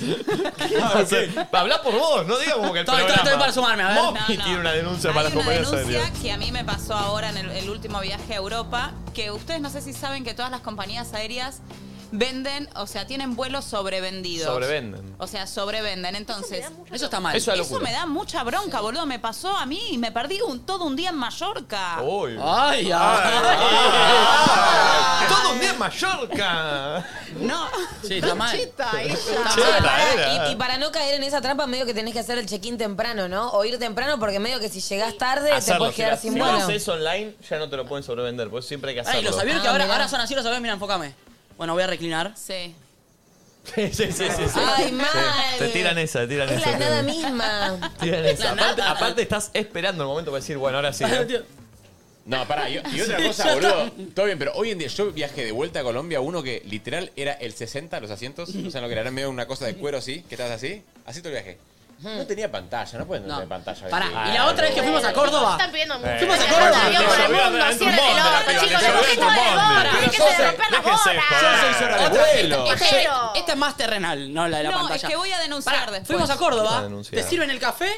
Habla por vos, no digas como que el
Estoy- estoy-
programa.
estoy para sumarme, a ver.
Mami
No, no.
tiene una denuncia
Hay
para las
una
compañías aéreas.
denuncia que a mí me pasó ahora en el, el último viaje a Europa, que ustedes no sé si saben que todas las compañías aéreas venden, o sea, tienen vuelos sobrevendidos.
Sobrevenden.
O sea, sobrevenden. Entonces, eso,
está mal.
Eso
Eso,
es locura.
me da mucha bronca, boludo. Me pasó a mí y me perdí un, todo un día en Mallorca.
Uy.
Ay, ay,
Ah.
Todo un día en Mallorca.
No.
Sí, está mal.
Cheta, ella.
Cheta
Pará,
era.
y, y para no caer en esa trampa, medio que tenés que hacer el check-in temprano, ¿no? O ir temprano, porque medio que si llegás tarde te
Hacerlo,
puedes quedar
si
sin
lo
vuelo.
haces online, ya no te lo pueden sobrevender, porque siempre hay que hacerlo.
Ay, los
Ah,
aviones que ahora,
Ah, mirá.
ahora son así, los aviones, mira, enfócame. Bueno, voy a reclinar.
Sí.
sí, sí, sí, sí, sí.
Ay,
Sí,
mal.
Te tiran esa, te tiran
Es
esa.
la
te
nada
tiran-
misma.
tiran esa. Aparte, aparte estás esperando el momento para decir, bueno, ahora sí. ¿eh?
No, pará, y, y otra
Sí,
cosa,
ya
boludo. Todo bien, pero hoy en día yo viajé de vuelta a Colombia a uno que literal era el 60 los asientos. O sea, lo que era medio una cosa de cuero así, que estás así. Así todo el viaje. No tenía pantalla, no pueden tener pantalla.
Pará,
¿viste?
y la otra vez que fuimos a Córdoba.
Están pidiendo mucho.
Fuimos a
Están
Córdoba.
pidiendo avión por el mundo, cierren el orto, chicos, la gente con el gorro, déjense de romper las bolas.
Esta, esta-
Pero-
esta este es más terrenal, no la de la
No,
pantalla.
es que voy a denunciar
Pará,
después.
Fuimos a
Vas a
Córdoba,
denunciar.
te sirven el café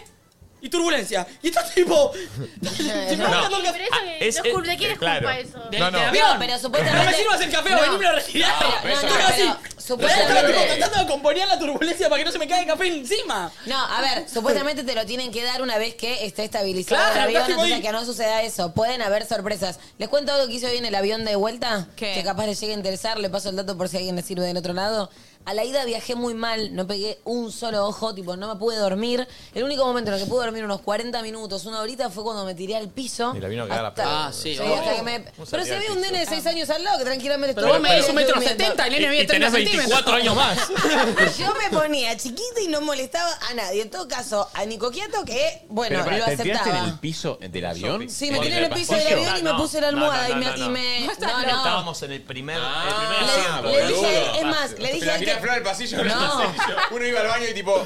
y turbulencia. Y estás tipo.
No.
Pero eso que-
es-
no
es-
es culpa- ¿de quién es
claro.
culpa eso?
Del- No, no. del
avión.
pero
No
supuestamente.
me sirvas el café,
No.
vení, me lo retirás.
No,
Pero
no, no,
estaba así.
pero supuestamente-
Estaba tipo tratando de componer la turbulencia para que no se me caiga el café encima.
No, a ver, supuestamente te lo tienen que dar una vez que esté estabilizado
Claro,
el avión,
acá estoy
entonces
ahí.
que no suceda eso. Pueden haber sorpresas. ¿Les cuento algo que hizo hoy en el avión de vuelta? Que capaz les llegue a interesar, le paso el dato por si a alguien le sirve del otro lado. A la ida viajé muy mal, no pegué un solo ojo, tipo, no me pude dormir. El único momento en el que pude dormir unos 40 minutos, una horita, fue cuando me tiré al piso.
Y la vino a cagar a
Hasta-
pedo.
Ah, sí,
Sí,
oh.
hasta que me-
¿Cómo
Pero
salía
si
al
había un
piso?
nene de 6 años al lado que tranquilamente
Pero vos me medís
un
un metro setenta, el nene mide
Y- y tenés
30
24 años
centímetros.
más.
yo me ponía chiquita y no molestaba a nadie. En todo caso, a Nico Quiato, que, bueno,
Pero pará,
lo
¿Te tiraste en el
aceptaba.
piso del avión?
Sí, me tiré en
¿Con
el piso del
pasillo?
avión y me puse la almohada y me- y me.
No,
No, no.
Estábamos en el primer.
Ah,
Le- le dije a él-
boludo.
es más, le dije
Te la
a él
tiré
que-
a Flor al pasillo.
No.
Uno iba al baño y tipo.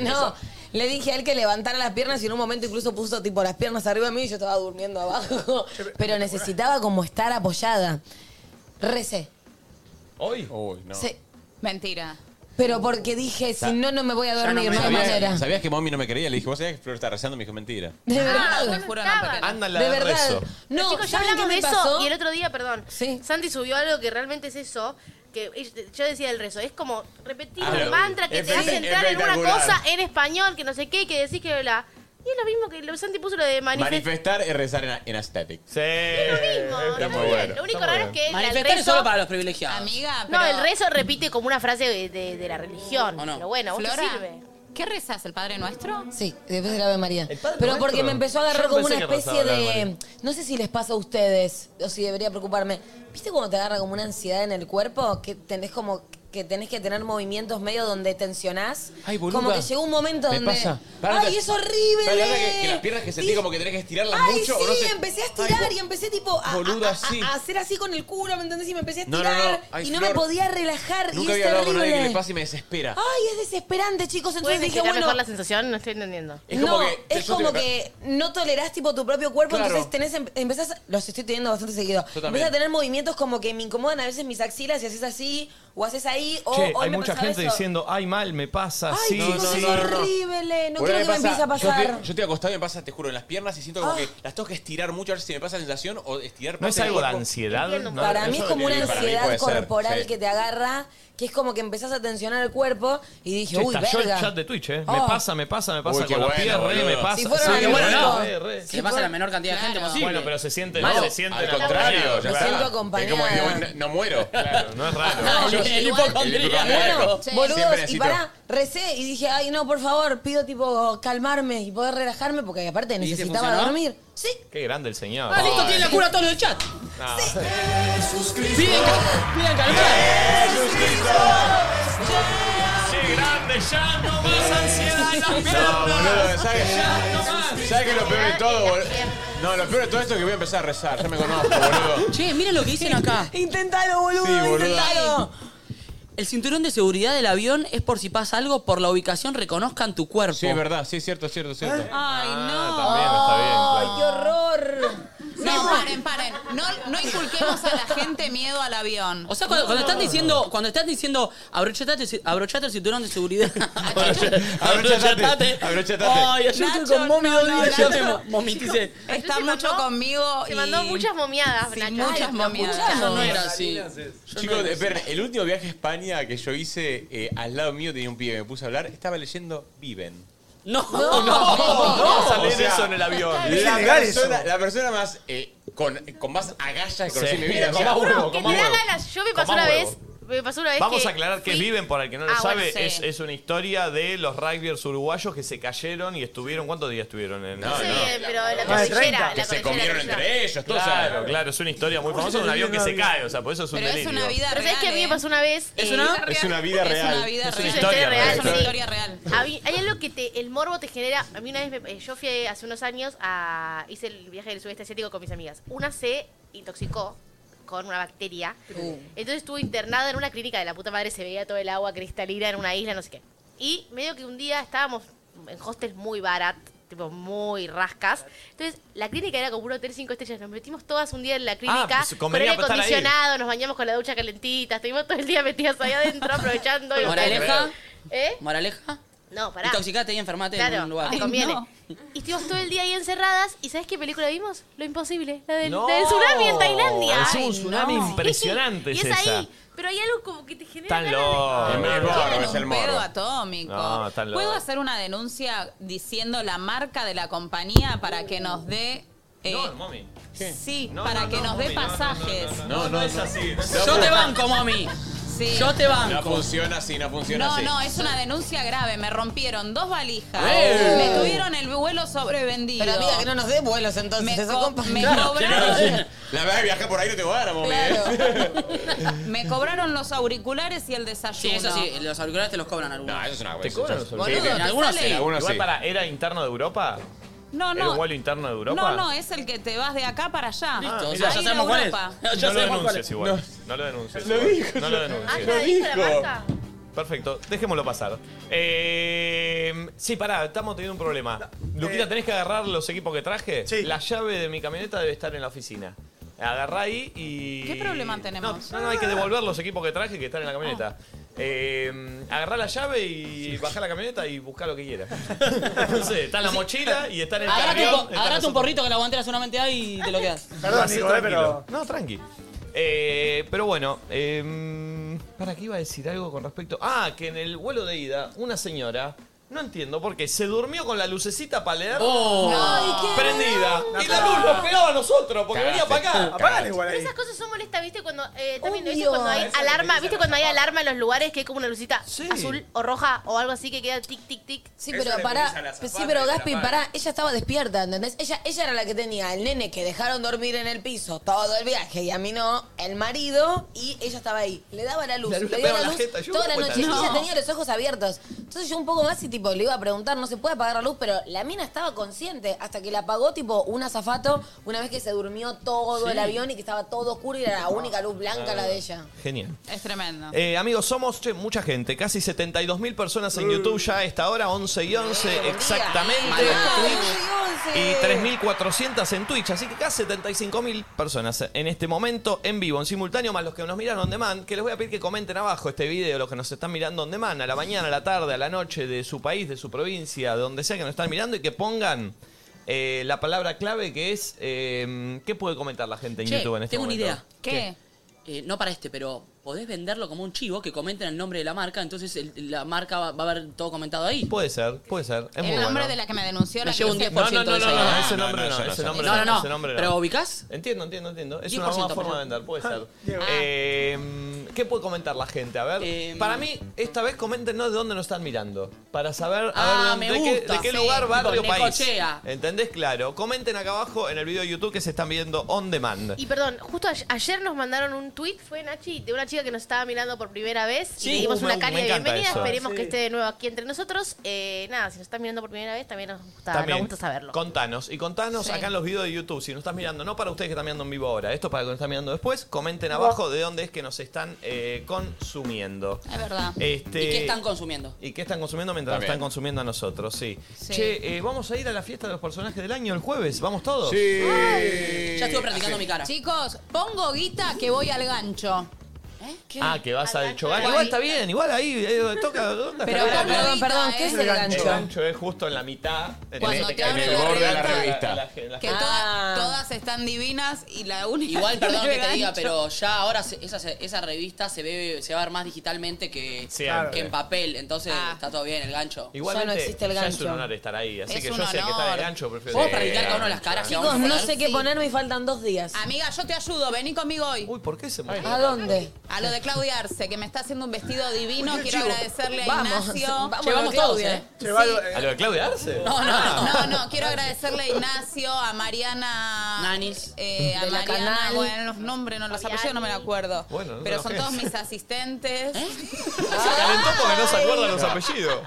No. Le dije a él que levantara las piernas y en un momento incluso puso tipo las piernas arriba de mí y yo estaba durmiendo abajo. Pero necesitaba como estar apoyada. Recé.
Hoy.
Uy, no.
Sí.
Mentira.
Pero porque dije, si no, no me voy a dormir, no hay manera.
¿Sabías, sabías que mami no me creía? Le dije, ¿vos sabías que Flor está rezando? Me dijo, mentira.
De
Ah,
verdad.
bueno, estaban.
Ándale
De
al
verdad.
rezo.
No,
Chicos, ya
¿saben
hablamos
qué me
de eso
pasó?
y el otro día, perdón, Santi subió algo que realmente es eso, que ella- yo decía el rezo, es como repetir
Ah,
un
lo-
mantra que
es
te hace
espe-
entrar en una
espectacular.
cosa en español, que no sé qué, que decís que bla. Y es lo mismo que lo- Santi puso lo de manifestar.
Manifestar es rezar en, en aesthetic.
Sí.
Es
lo mismo,
Está
está
muy
bien.
bueno.
Lo único
Está muy
raro es
bueno.
que el
Manifestar es
rezo-
solo para los privilegiados.
Amiga,
No,
pero-
el rezo repite como una frase de, de- de la religión.
¿O no?
Pero bueno, ¿a vos te
Flora,
sirve.
¿Qué rezas? ¿El Padre Nuestro?
Sí, después de la Ave María. Pero porque me empezó a
Yo
agarrar
no
como una
pensé que
especie
pasaba el Ave
de. No sé si les pasa a ustedes o si debería preocuparme. ¿Viste cuando te agarra como una ansiedad en el cuerpo? Que tenés como que tenés que tener movimientos medio donde tensionás.
Ay, boluda.
como que llegó un momento
Me
donde.
pasa.
¡Ay, es horrible!
Pará, pará, que, que las piernas que sentí como que tenés que estirarlas
Ay,
mucho.
sí,
o no sé.
empecé a estirar
Ay, bo-
y empecé tipo a,
Boluda,
a- a-
sí.
a hacer así con el culo, ¿me entendés? Y me empecé a
No,
estirar
no, no. Ay,
y no me
Flor,
podía relajar y
Nunca
es
había hablado con
terrible.
nadie que le pase y me desespera.
Ay, es desesperante, chicos. Entonces
¿Puedes
dije,
explicar
bueno,
mejor la sensación? No estoy entendiendo.
Es
no,
como que-
es
yo te-
como que no tolerás tipo tu propio cuerpo,
Claro.
entonces tenés, em- empezás, los estoy teniendo bastante seguido.
Yo también.
Empezás a tener movimientos como que me incomodan a veces mis axilas y haces así, o haces ahí, o
Che,
hoy
hay
me
mucha
pasaba
gente
eso.
diciendo, ay, mal, me pasa,
Ay,
sí,
chicos,
sí.
es horrible, no
Boludo,
quiero que me empiece a
yo estoy-
pasar.
Yo estoy acostado y me pasa, te juro, en las piernas y siento como
Ah.
que las tengo que estirar mucho a ver si me pasa la sensación o estirar
¿No es
parte del
algo de
cuerpo.
ansiedad? ¿No?
para mí es
Eso
como una
sí, para mí
ansiedad
puede ser,
corporal
sí.
que te agarra, que es como que empezás a tensionar el cuerpo y dije,
Che,
uy,
estalló el
verga.
chat de Twitch, ¿eh? Me
Oh.
pasa, me pasa, me pasa.
Uy, qué
con la
bueno,
pierna, re,
boludo.
me pasa.
Si fueron
Sí,
al
bueno,
mismo
no,
tiempo.
re, re.
Se le pasa a la menor cantidad de gente posible.
Bueno, pero se siente,
Malo.
no, se siente
Al
la-
contrario, ya
Claro.
está. Es como que bueno, no muero. Claro,
no es raro.
No,
Yo-
el
igual-
hipocondríaco.
Bueno,
Sí. Siempre
boludos, y
necesito-
pará, recé y dije, ay, no, por favor, pido tipo calmarme y poder relajarme porque aparte
te
necesitaba
funcionó?
dormir. Sí.
Qué grande el señor.
Ah, listo,
tiene la cura todo el chat.
No.
Piden, cal- piden calmar.
¡Qué grande! ¡Ya no más ansiedad en las
Ah, No, boludo,
piernas!
¿sabes?
¡Ya no más!
¿Sabes qué es lo peor de todo, boludo? No, lo peor de todo esto es que voy a empezar a rezar. Ya me conozco, boludo.
Che, miren lo que dicen acá.
Intentalo, boludo,
Sí, boluda. intentalo.
El cinturón de seguridad del avión es por si pasa algo, por la ubicación reconozcan tu cuerpo.
Sí, es verdad, sí, es cierto, es cierto, es cierto. Ah,
Ay,
Ay, no.
qué horror.
No, paren, paren. No, no inculquemos a la gente miedo al avión.
O sea, cuando, cuando estás diciendo, cuando estás diciendo abrochatate, abrochate el cinturón de seguridad. abrochatate.
Abrochatate.
Ay, ayer estuve
Nacho,
con Momi
no,
dos
no,
días, ya
Nacho.
me mo- momiticé.
Está mucho conmigo.
Se
y-
mandó muchas momiadas,
Sí,
Nacho.
muchas
Ay, la
momiadas.
pucha.
Yo no era así.
Chicos, esperen, el último viaje a España que yo hice, eh, al lado mío tenía un pibe, me puse a hablar, estaba leyendo Viven.
No,
no,
Vamos a
O
leer
sea,
eso en el avión.
Es
La
ilegal
persona,
eso.
la persona más eh, con, con más agallas que conocí
Sí.
en mi vida.
Con más huevo, con
Que
más
te da
huevo.
ganas. Yo me pasó
Comá
una
huevo.
vez. Me pasó una vez.
Vamos
que
a aclarar que
fui-
viven, para el que no lo
Ah,
sabe,
bueno,
es,
sí.
es una historia de los rugbyers uruguayos que se cayeron y estuvieron. ¿Cuántos días estuvieron en
No,
Sí,
no.
bien, pero en la
Más de
cordillera.
30.
la
Ah, Que se
cordillera,
comieron
la
entre ellos, todo, o sea,
Claro, claro, es una historia muy famosa de un avión que se cae, o sea, por eso es un
Pero es
delirio.
una vida
Pero sabes
real.
que a mí me
eh.
pasó una vez.
Es
eh,
una- Es una vida
Es
real.
una vida
Es una
real.
historia real.
Es una historia real.
Hay, hay algo que te, el morbo te genera. A mí una vez, me- eh, yo fui hace unos años a. Hice el viaje del sudeste asiático con mis amigas. Una se intoxicó con una bacteria.
Uh.
Entonces estuvo internada en una clínica de la puta madre. Se veía todo el agua cristalina en una isla, no sé qué. Y medio que un día estábamos en hostels muy barat, tipo muy rascas. Entonces la clínica era como un hotel cinco estrellas. Nos metimos todas un día en la clínica
pues,
con
convenía
aire
estar ahí.
acondicionado, nos bañamos con la ducha calentita. Estuvimos todo el día metidas ahí adentro aprovechando. y-
Moraleja,
¿Eh?
moraleja.
No, pará.
Intoxicate y enfermate en
Claro,
un lugar.
te
Ay,
conviene.
no.
Y estuvimos todo el día ahí encerradas. ¿Y sabes qué película vimos? Lo imposible. La del,
No.
la del tsunami en Tailandia.
Es un
Ay,
tsunami
no.
impresionante,
y
es
es
esa.
ahí. Pero hay algo como que te genera.
Tan
ganas de-
loco.
El
no,
morbo,
no.
es el
un pedo
morbo.
atómico.
No, están
¿Puedo
locos.
hacer una denuncia diciendo la marca de la compañía para que nos dé. eh,
No, mami.
sí,
No,
para
no,
que
no,
nos dé
mami, no, no,
pasajes.
No, no,
es así.
Yo te banco, mami.
Sí.
Yo te
No
banco.
funciona así, no funciona
No,
así.
no, es una denuncia grave. Me rompieron dos valijas.
¡Eh!
Me tuvieron el vuelo sobrevendido.
Pero amiga, que no nos dé
eh.
vuelos entonces,
Me
eso
co-
compa.
me
Claro,
cobraron.
sí. La verdad que viajar por ahí no te va a dar, mami.
Me cobraron los auriculares y el desayuno.
Sí, eso sí, los auriculares te los cobran algunos.
No, eso es una
¿Te cobran los
Boludo,
auriculares?
en
te
algunos
sale-
sí.
Algunos
Igual
sí.
para, ¿era interno de Europa?
No,
¿Era un
no.
vuelo interno de Europa?
No, no, es el que te vas de acá para allá. Ah,
Listo, o
Ahí
sea,
de
Ah, ya sabemos cuál es.
Europa.
Ya
No lo
sabemos cuál es.
denuncies igual. No, lo denuncies. igual. No lo
Ah,
denuncies.
ya dijo la
dijo.
marca.
Perfecto, dejémoslo pasar. Eh, sí, pará, estamos teniendo un problema.
Eh.
Luquita, tenés que agarrar los equipos que traje.
Sí.
La llave de mi camioneta debe estar en la oficina. Agarrá ahí y.
¿Qué problema tenemos?
No, no, no, hay que devolver los equipos que traje que están en la camioneta. Eh, agarrá la llave y bajá la camioneta y buscá lo que quieras. no sé, está en la mochila y está en el
Agarrate
camión.
un, po-
está
agarrate un
nosotros.
porrito que la guantera solamente hay y te lo quedas.
Perdón,
Así,
Nico, eh,
tranquilo.
pero.
No, tranqui. Eh, pero bueno, em, eh, ¿para qué iba a decir algo con respecto? Ah, que en el vuelo de ida, una señora No entiendo por qué. Se durmió con la lucecita para leer
Oh. Ay, qué
prendida. Y la luz nos pegaba a nosotros porque venía para acá.
Apagale igual
Pero
ahí.
esas cosas son molestas, ¿viste? Cuando, eh, estás viendo
Obvio.
eso, cuando hay
Eso es lo que
alarma,
dice
¿viste?
la
Cuando hay
mamá.
alarma en los lugares que hay como una lucita azul o roja o algo así que queda tic, tic, tic.
Sí, pero pará, sí, pero Gaspi, pará, ella estaba despierta, ¿entendés? Ella, ella era la que tenía al nene que dejaron dormir en el piso todo el viaje y a mí no, el marido, y ella estaba ahí. Le daba la luz,
La luz
le
le
dio
pegaba
la
en la
luz
jeta, yo
toda la
me
noche.
cuenta.
Y ella
No.
tenía los ojos abiertos. Entonces yo un poco más y tipo le iba a preguntar, no se puede apagar la luz, pero la mina estaba consciente hasta que la apagó tipo un azafato una vez que se durmió todo
Sí. Ah.
el avión y que estaba todo oscuro y era la única luz blanca la de ella. Ah.
Genial.
Es tremendo.
Eh, amigos, somos che, mucha gente, casi 72 mil personas en YouTube ya a esta hora, 11 y 11 exactamente. Y 3.400 en Twitch, así que casi 75.000 personas en este momento en vivo, en simultáneo, más los que nos miran on demand, que les voy a pedir que comenten abajo este video, los que nos están mirando on demand, a la mañana, a la tarde, a la noche, de su país, de su provincia, de donde sea que nos están mirando, y que pongan eh, la palabra clave que es, eh, ¿qué puede comentar la gente en
Che,
YouTube en este
tengo
momento?
una idea. Eh, no para este, pero podés venderlo como un chivo que comenten el nombre de la marca, entonces el- la marca va, va a haber todo comentado ahí.
Puede ser, puede ser. Es
el
muy
nombre
bueno.
de la que me denunció
Me
la
llevo un
que se-
10%
No, no,
de
no,
esa
no,
idea.
ese
No,
nombre
no,
no,
eso no,
ese
no.
nombre
No, no, no.
ese nombre
¿Pero ubicás?
Entiendo, entiendo, entiendo. Es una
10%
buena forma de vender, puede ser. Eh, ¿Qué puede comentar la gente? A ver,
Eh,
para mí, esta vez coméntenos de dónde nos están mirando. Para saber, a
Ah,
ver,
me
de, qué-
gusta,
de qué
sí.
lugar, barrio,
Tipo,
país.
Necochea.
¿Entendés? Claro. Comenten acá abajo en el video de YouTube que se están viendo on demand.
Y perdón, justo a- ayer nos mandaron un tweet, fue Nachi, de una chica que nos estaba mirando por primera vez.
Sí.
y le dimos
Uh,
una
me-
cálida
me encanta
bienvenida.
eso.
Esperemos
Sí.
que esté de nuevo aquí entre nosotros. Eh, nada, si nos está mirando por primera vez, también nos gusta,
También,
nos gusta saberlo.
Contanos. Y contanos
Sí.
acá en los videos de YouTube. Si nos estás mirando, no para ustedes que están mirando en vivo ahora, esto para que nos están mirando después, comenten abajo de dónde es que nos están eh, consumiendo.
Es verdad.
Este-
¿Y qué están consumiendo?
¿Y qué están consumiendo mientras nos
También.
están consumiendo a nosotros? Sí.
Sí.
Che, eh, vamos a ir a la fiesta de los personajes del año el jueves. ¿Vamos todos?
Sí.
Ya estuve practicando mi cara.
Chicos, pongo guita que voy al gancho.
Ah, que vas al chogar.
Igual-
Igual está bien, igual ahí eh, toca. toca
Pero
tocar.
pongo Perdón, guita, perdón, ¿qué ¿eh? es el
El
gancho?
gancho es justo en la mitad.
Cuando te
en
abre
el
la
borde de la
revista.
revista. La- la- la-
Que
Ah.
todas, todas están divinas y la única.
Igual, perdón que te
gancho.
diga, pero ya ahora se- esa, esa revista se ve se va a ver más digitalmente que,
Siempre.
que en papel. Entonces está todo bien el gancho.
Igualmente, ya es un honor estar ahí, así
Es
que yo
un
sé que
honor.
está el gancho, prefiero.
¿Podemos
que-
practicar cada uno las caras que
Chicos,
vamos a
no
poner?
sé qué ponerme y faltan dos días.
Amiga, yo te ayudo, vení conmigo hoy.
Uy, ¿por qué se
Ay, ¿A dónde?
A lo de Claudia Arce, que me está haciendo un vestido divino.
Uy,
Quiero
chivo.
agradecerle a
Vamos,
Ignacio.
vamos, Che, vamos todos, Claudia. ¿eh?
Sí.
¿A lo de Claudia Arce?
No, no,
Ah.
no, no, quiero agradecerle a Ignacio, a Mariana.
Nanis.
eh, a
De la
Mariana,
Canal.
bueno, los nombres, no, los apellidos no me los acuerdo.
Bueno, no
pero
te
son
enojes.
todos mis asistentes.
¿Eh?
Se calentó porque no se acuerdan los apellidos.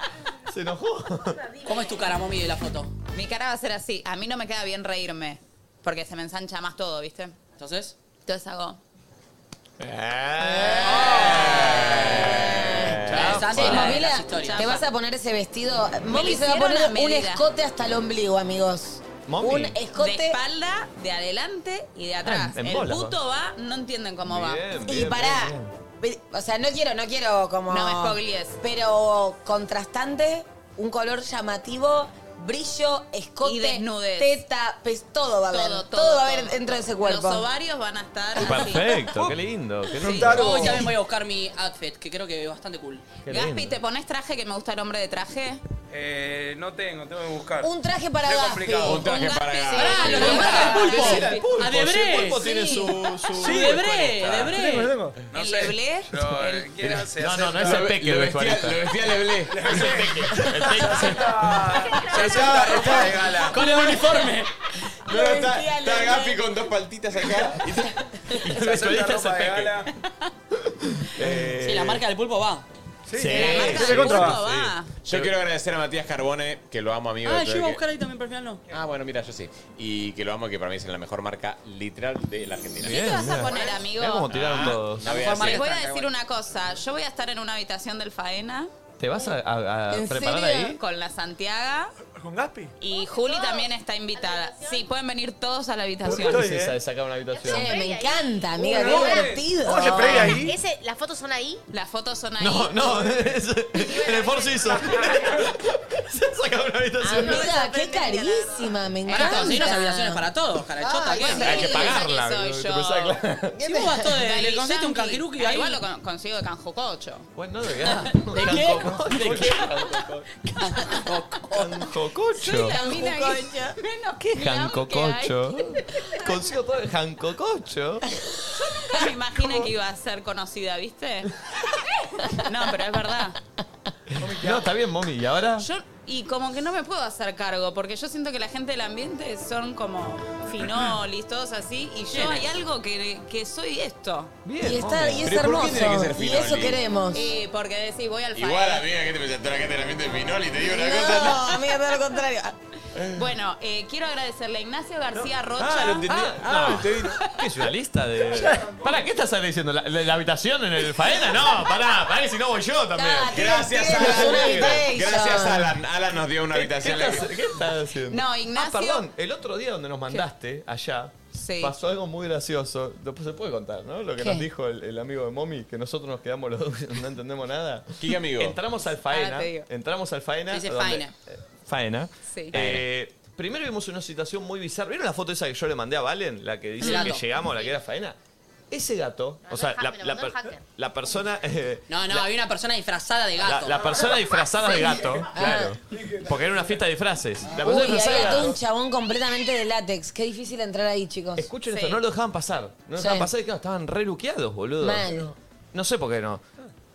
Se enojó.
¿Cómo es tu cara, mommy, de la foto?
Mi cara va a ser así. A mí no me queda bien reírme, porque se me ensancha más todo, ¿viste?
Entonces.
Entonces hago.
Che, Mamila, te vas a poner ese vestido. Mami se va a poner
hicieron a
un
medida.
escote hasta el ombligo, amigos.
Mami.
Un escote.
De espalda, de adelante y de atrás.
en
el
bola,
puto va, no entienden cómo va.
y pará. O sea, no quiero, no quiero como.
No me spoilees.
Pero contrastante, un color llamativo, brillo, escote.
Y desnudez.
Teta, pues, todo va a haber. Todo,
Todo,
va a haber dentro de ese cuerpo.
Los ovarios van a estar.
Perfecto, qué lindo. Qué
Sí,
lindo.
yo también voy a buscar mi outfit, que creo que es bastante cool.
Qué
Gaspi,
lindo.
¿te pones traje que me gusta el hombre de traje?
Eh, no tengo, tengo que buscar.
Un traje para
Qué
Gaspi.
complicado.
Un traje Un para Gaspi, Gaspi.
Ah,
lo que marca el pulpo.
Decir al pulpo.
A Debré.
Si el pulpo tiene
Sí.
su, su.
Sí, Debré, Debré.
Lo tengo, lo tengo.
No ¿El Leblé?
Pero, eh, ¿quién hace?
No, no, no es
Acepta.
el peque,
Lo
el
vestía-
Bejuanita.
lo vestía Leblé.
Es el peque. El peque.
Ya está, ropa de gala.
Con el uniforme.
No, está, está Gafi con dos paltitas acá. Y
Se acepta ropa de gala.
Eh,
Eh,
Sí, la marca del pulpo va.
Sí,
La marca
Sí.
del pulpo
Sí.
va.
Yo quiero agradecer a Matías Carbone, que lo amo, amigo.
Ah,
de todo
yo iba a
el que-
buscar ahí también, pero al final no.
Ah, bueno, mira, yo sí. Y que lo amo, que para mí es la mejor marca literal de la Argentina.
¿Qué te vas a poner, amigo?
Mirá cómo tiraron
Ah,
todos.
la
No voy a
mejor
hacer-
Les voy a decir una cosa. Yo voy a estar en una habitación del Faena.
¿Te vas a, a- a preparar ahí?
Con la Santiaga.
¿Con Gaspi?
Y Juli también está invitada. Sí, pueden venir todos a la
¿Por qué eh?
habitación.
no es esa de sacar una habitación?
Che, me encanta, amiga,
Uy,
qué
no,
divertido.
¿Cómo se previa ahí?
Ese, ¿Las fotos son ahí?
Las fotos son ahí.
No, no, es- en el Force hizo. Saca una
Ah,
habitación.
Amiga, qué carísima, me
Ahora
encanta.
conseguimos habitaciones para todos, carachota.
Ay,
¿qué?
sí, Hay que pagarla,
soy te yo. pensás, claro.
Si vos vas todo de-
Dale,
le conseguiste un
Yankee.
canguiruki
Ah,
ahí.
Igual lo con- consigo de Canjococho.
Bueno, de verdad.
¿De qué?
¿De qué?
Soy
Cancococho.
la mina que... Menos que glam que hay.
Cancococho. Consigo todo el Cancococho.
Nunca me imaginé que iba a ser conocida, ¿viste? No, pero es verdad.
No, está bien, mommy. ¿Y ahora?
Yo, y como que no me puedo hacer cargo, porque yo siento que la gente del ambiente son como finolis, todos así, y yo
Bien.
hay algo que, que soy esto.
Bien, Y está- hombre. y es Pero ¿por qué hermoso, tiene que ser y eso finolis? queremos.
Y Eh, porque decís, voy al
Igual,
fael.
amiga, que te pensaste? Toda la gente de la mente de Pinol y te digo una cosa.
No,
a mí me da lo contrario.
Bueno, eh, quiero agradecerle a Ignacio García Rocha.
Ah, lo entendí.
Ah,
no. ¿Qué es una lista de.? Pará, ¿qué estás diciendo? ¿La, la- la habitación en el faena? No, pará, pará, que si no voy yo también.
Ah, tiene- Gracias, tiene Alan. una invitation. Gracias, Alan. Alan nos dio una
¿Qué-
habitación.
¿Qué, estás, qué estás haciendo?
No, Ignacio-
Ah, perdón, el otro día donde nos mandaste, allá,
Sí.
pasó algo muy gracioso. Después se puede contar, ¿no? Lo que
¿Qué?
nos dijo el, el amigo de Momi, que nosotros nos quedamos los dos, no entendemos nada.
¿Qué amigo?
Entramos al faena.
Ah, te digo.
entramos al faena.
Dice
donde-
faena.
eh, faena.
Sí.
Eh, primero vimos una situación muy bizarra. ¿Vieron la foto esa que yo le mandé a Valen? La que dice
El
que
gato.
llegamos, la que era faena. Ese gato, o sea, la,
me lo mandó
la
el
per-
hacker.
la persona. eh,
No, no,
la-
había una persona disfrazada de
la,
gato.
la persona disfrazada de gato, claro. Porque era una fiesta de disfraces. La persona
Uy,
disfrazada de
había todo
gato.
un chabón completamente de látex. Qué difícil entrar ahí, chicos.
Escuchen esto, no lo dejaban pasar. No lo
Sí.
dejaban pasar y claro, estaban reluqueados, boludo.
Mal.
No sé por qué no.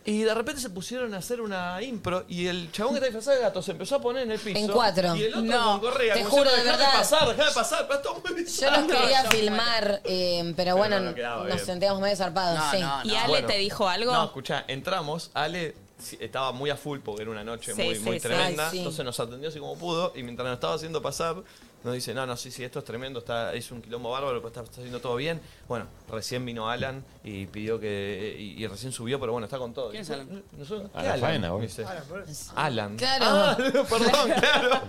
Y de repente se pusieron a hacer una impro y el chabón que está disfrazado de gato se empezó a poner en el piso.
En cuatro.
Y el otro
No,
con correa.
te
como
juro,
diciendo,
de
"Dejame
verdad.
pasar, dejame pasar. pero esto es muy
Yo
bizarro".
los quería
Yo-
filmar, eh, pero bueno,
no quedaba
nos
bien.
sentíamos medio zarpados, sí.
¿Y Ale te dijo algo?
No, escuchá, entramos, Ale sí, estaba muy a full porque era una noche
Sí,
muy,
sí,
muy
sí.
tremenda.
Ay, sí.
Entonces nos atendió así como pudo y mientras nos estaba haciendo pasar, nos dice, no, no, sí, sí, esto es tremendo, está, es un quilombo bárbaro, pero está, está haciendo todo bien. Bueno, recién vino Alan y pidió que. y, y recién subió, pero bueno, está con todo.
¿Quién es
Y-
Alan?
Nosotros,
A
¿qué
Ah, la
Alan?
faena, boludo.
Me dice,
Alan,
Alan.
Claro.
Ah, perdón, claro.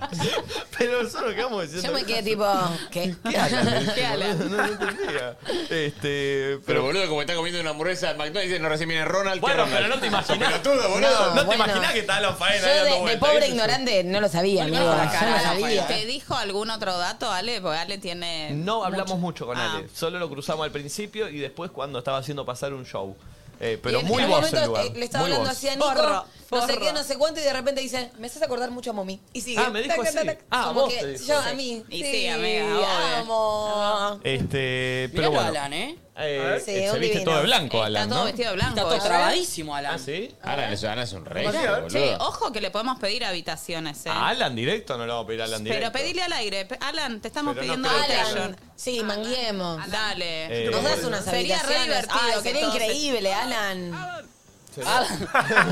Pero nosotros quedamos diciendo.
Yo me quedé tipo, ¿qué?
¿Qué Alan? ¿Qué Alan? No, no entendía. Este.
Pero boludo, como está comiendo una hamburguesa de McDonald's, dice, no recién viene Ronald.
Bueno, pero no te imaginas.
pelotudo, boludo.
No, te imaginas que está Alan Faena
Yo
ahí
de,
dando
de
vueltas,
pobre
¿viste?
ignorante no lo sabía, amigo. Yo no lo sabía.
¿Te dijo algún otro dato, Ale? Porque Ale tiene. Ah,
No hablamos mucho, con Ale. Solo lo cruzamos al principio y después cuando estaba haciendo pasar un show. Eh, pero
Y en
muy
un
vos
momento,
el lugar.
eh, le estaba
muy
hablando
vos.
así a Nico,
Forro,
no sé
forro.
qué, no sé cuánto, y de repente dice, me haces acordar mucho a Momi. Y sigue.
Ah, me dijo
Tac, tac,
así.
tac.
Ah,
Como
vos
que
te dijo.
Yo a mí.
Y sí, amiga, obvio.
Vamos.
Este,
Mirá
pero
lo
bueno.
Alan, ¿eh?
Eh,
Sí,
se
un
viste
divino.
todo de blanco,
Está
Alan,
todo
¿no?
Vestido de blanco.
Está todo
¿eh?
trabadísimo, Alan.
¿Ah, sí?
Alan es, Alan es un rey.
Che,
boludo.
ojo que le podemos pedir habitaciones, ¿eh?
A Alan directo no lo vamos a pedir a Alan directo.
Pero pedile al aire. Pe- Alan, te estamos
Pero no
pidiendo
creo que
habitación.
Sí, manguemos.
Dale.
Eh,
Nos das unas
Sería re
habitaciones.
divertido
Ay,
que
sería
todos-
increíble, Alan. Ah.